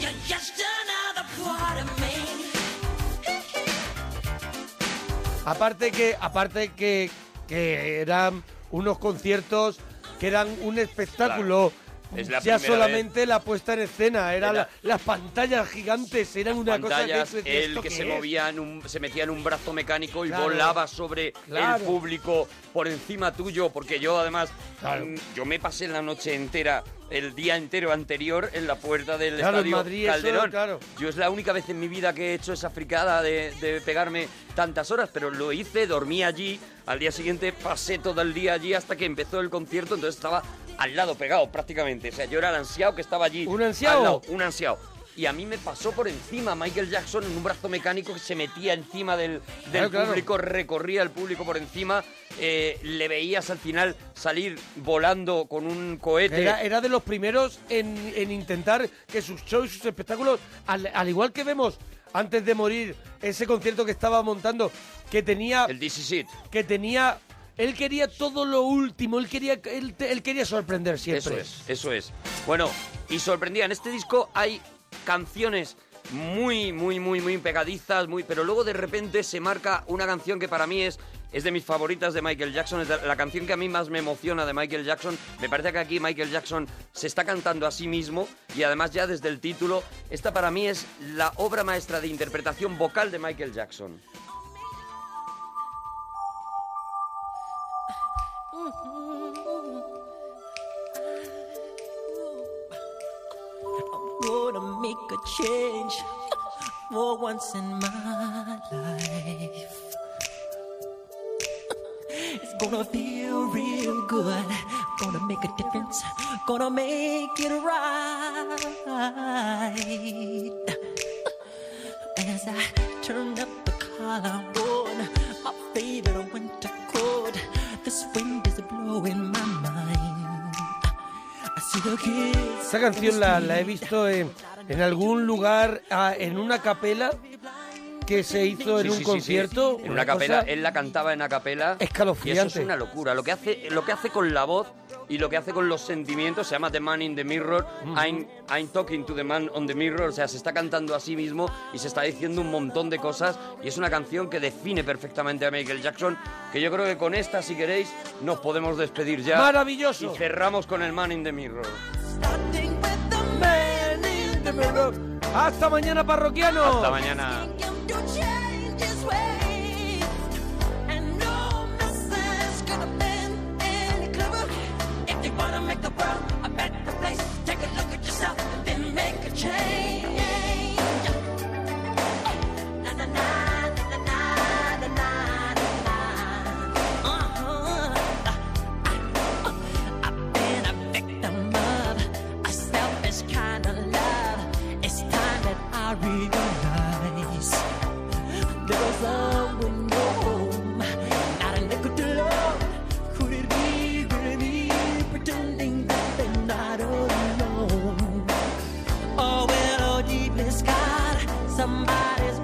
[SPEAKER 18] You're just another part of me.
[SPEAKER 2] Aparte que, aparte que, que eran unos conciertos que eran un espectáculo.
[SPEAKER 4] Claro. Es la
[SPEAKER 2] ya
[SPEAKER 4] primera
[SPEAKER 2] solamente la puesta en escena, eran
[SPEAKER 4] Era-
[SPEAKER 2] las pantallas gigantes, eran una
[SPEAKER 4] pantallas,
[SPEAKER 2] cosa que tú decías,
[SPEAKER 4] él
[SPEAKER 2] "¿Esto
[SPEAKER 4] que
[SPEAKER 2] qué
[SPEAKER 4] se
[SPEAKER 2] es?".
[SPEAKER 4] movía en un, se metía en un brazo mecánico y
[SPEAKER 2] Claro.
[SPEAKER 4] volaba sobre el
[SPEAKER 2] Claro.
[SPEAKER 4] público por encima tuyo, porque yo además
[SPEAKER 2] Claro.
[SPEAKER 4] mm, yo me pasé la noche entera, el día entero anterior en la puerta del
[SPEAKER 2] Claro, en
[SPEAKER 4] estadio
[SPEAKER 2] Madrid eso,
[SPEAKER 4] Calderón.
[SPEAKER 2] claro.
[SPEAKER 4] Yo es la única vez en mi vida que he hecho esa fricada de, de pegarme tantas horas, pero lo hice, dormí allí, al día siguiente pasé todo el día allí hasta que empezó el concierto, entonces estaba al lado pegado prácticamente, o sea, yo era el ansiado que estaba allí. ¿Un
[SPEAKER 2] ansiado?
[SPEAKER 4] un ansiado. Y a mí me pasó por encima Michael Jackson en un brazo mecánico que se metía encima del, del
[SPEAKER 2] Claro, claro.
[SPEAKER 4] público, recorría el público por encima, eh, le veías al final salir volando con un cohete.
[SPEAKER 2] Era, era de los primeros en, en intentar que sus shows, sus espectáculos, al, al igual que vemos antes de morir ese concierto que estaba montando, que tenía... El Que tenía... Él quería todo lo último, él quería, él, te- él quería sorprender siempre.
[SPEAKER 4] Eso es, eso es. Bueno, y sorprendía, en este disco hay canciones muy, muy, muy, muy pegadizas, muy, pero luego de repente se marca una canción que para mí es, es de mis favoritas de Michael Jackson, es de- la canción que a mí más me emociona de Michael Jackson. Me parece que aquí Michael Jackson se está cantando a sí mismo y además ya desde el título, esta para mí es la obra maestra de interpretación vocal de Michael Jackson.
[SPEAKER 1] Mm-hmm.
[SPEAKER 18] Gonna make a change for once in my life. It's gonna feel real good. Gonna make a difference. Gonna make it right. As I turn up the collar on my favorite winter coat, this wind is blowing my mind. I see
[SPEAKER 2] Esta canción la, la he visto en, en algún lugar, ah, en una capela que se hizo en un
[SPEAKER 4] Sí, sí, sí, sí.
[SPEAKER 2] concierto.
[SPEAKER 4] En una capela,
[SPEAKER 2] cosa-
[SPEAKER 4] él la cantaba en una capela. Y eso es
[SPEAKER 2] Escalofriante.
[SPEAKER 4] una locura. Lo que hace, lo que hace con la voz y lo que hace con los sentimientos se llama The Man in the Mirror. I'm, I'm talking to the man on the mirror. O sea, se está cantando a sí mismo y se está diciendo un montón de cosas. Y es una canción que define perfectamente a Michael Jackson. Que yo creo que con esta, si queréis, nos podemos despedir ya.
[SPEAKER 2] Maravilloso.
[SPEAKER 4] Y cerramos con el Man in the Mirror.
[SPEAKER 2] Hasta mañana, parroquianos.
[SPEAKER 4] Hasta mañana.
[SPEAKER 18] And no message could have been any clever. If you wanna make the world a better place, take a look at yourself and then make a change. Na, na, na, na, na, na, na, na, na. Uh-huh. I've been a victim of a selfish kind of love. It's time that I realize there was a window home, not a nickel to love. Could it be really me pretending that they're not alone? Oh, well, oh, deeply scarred, somebody's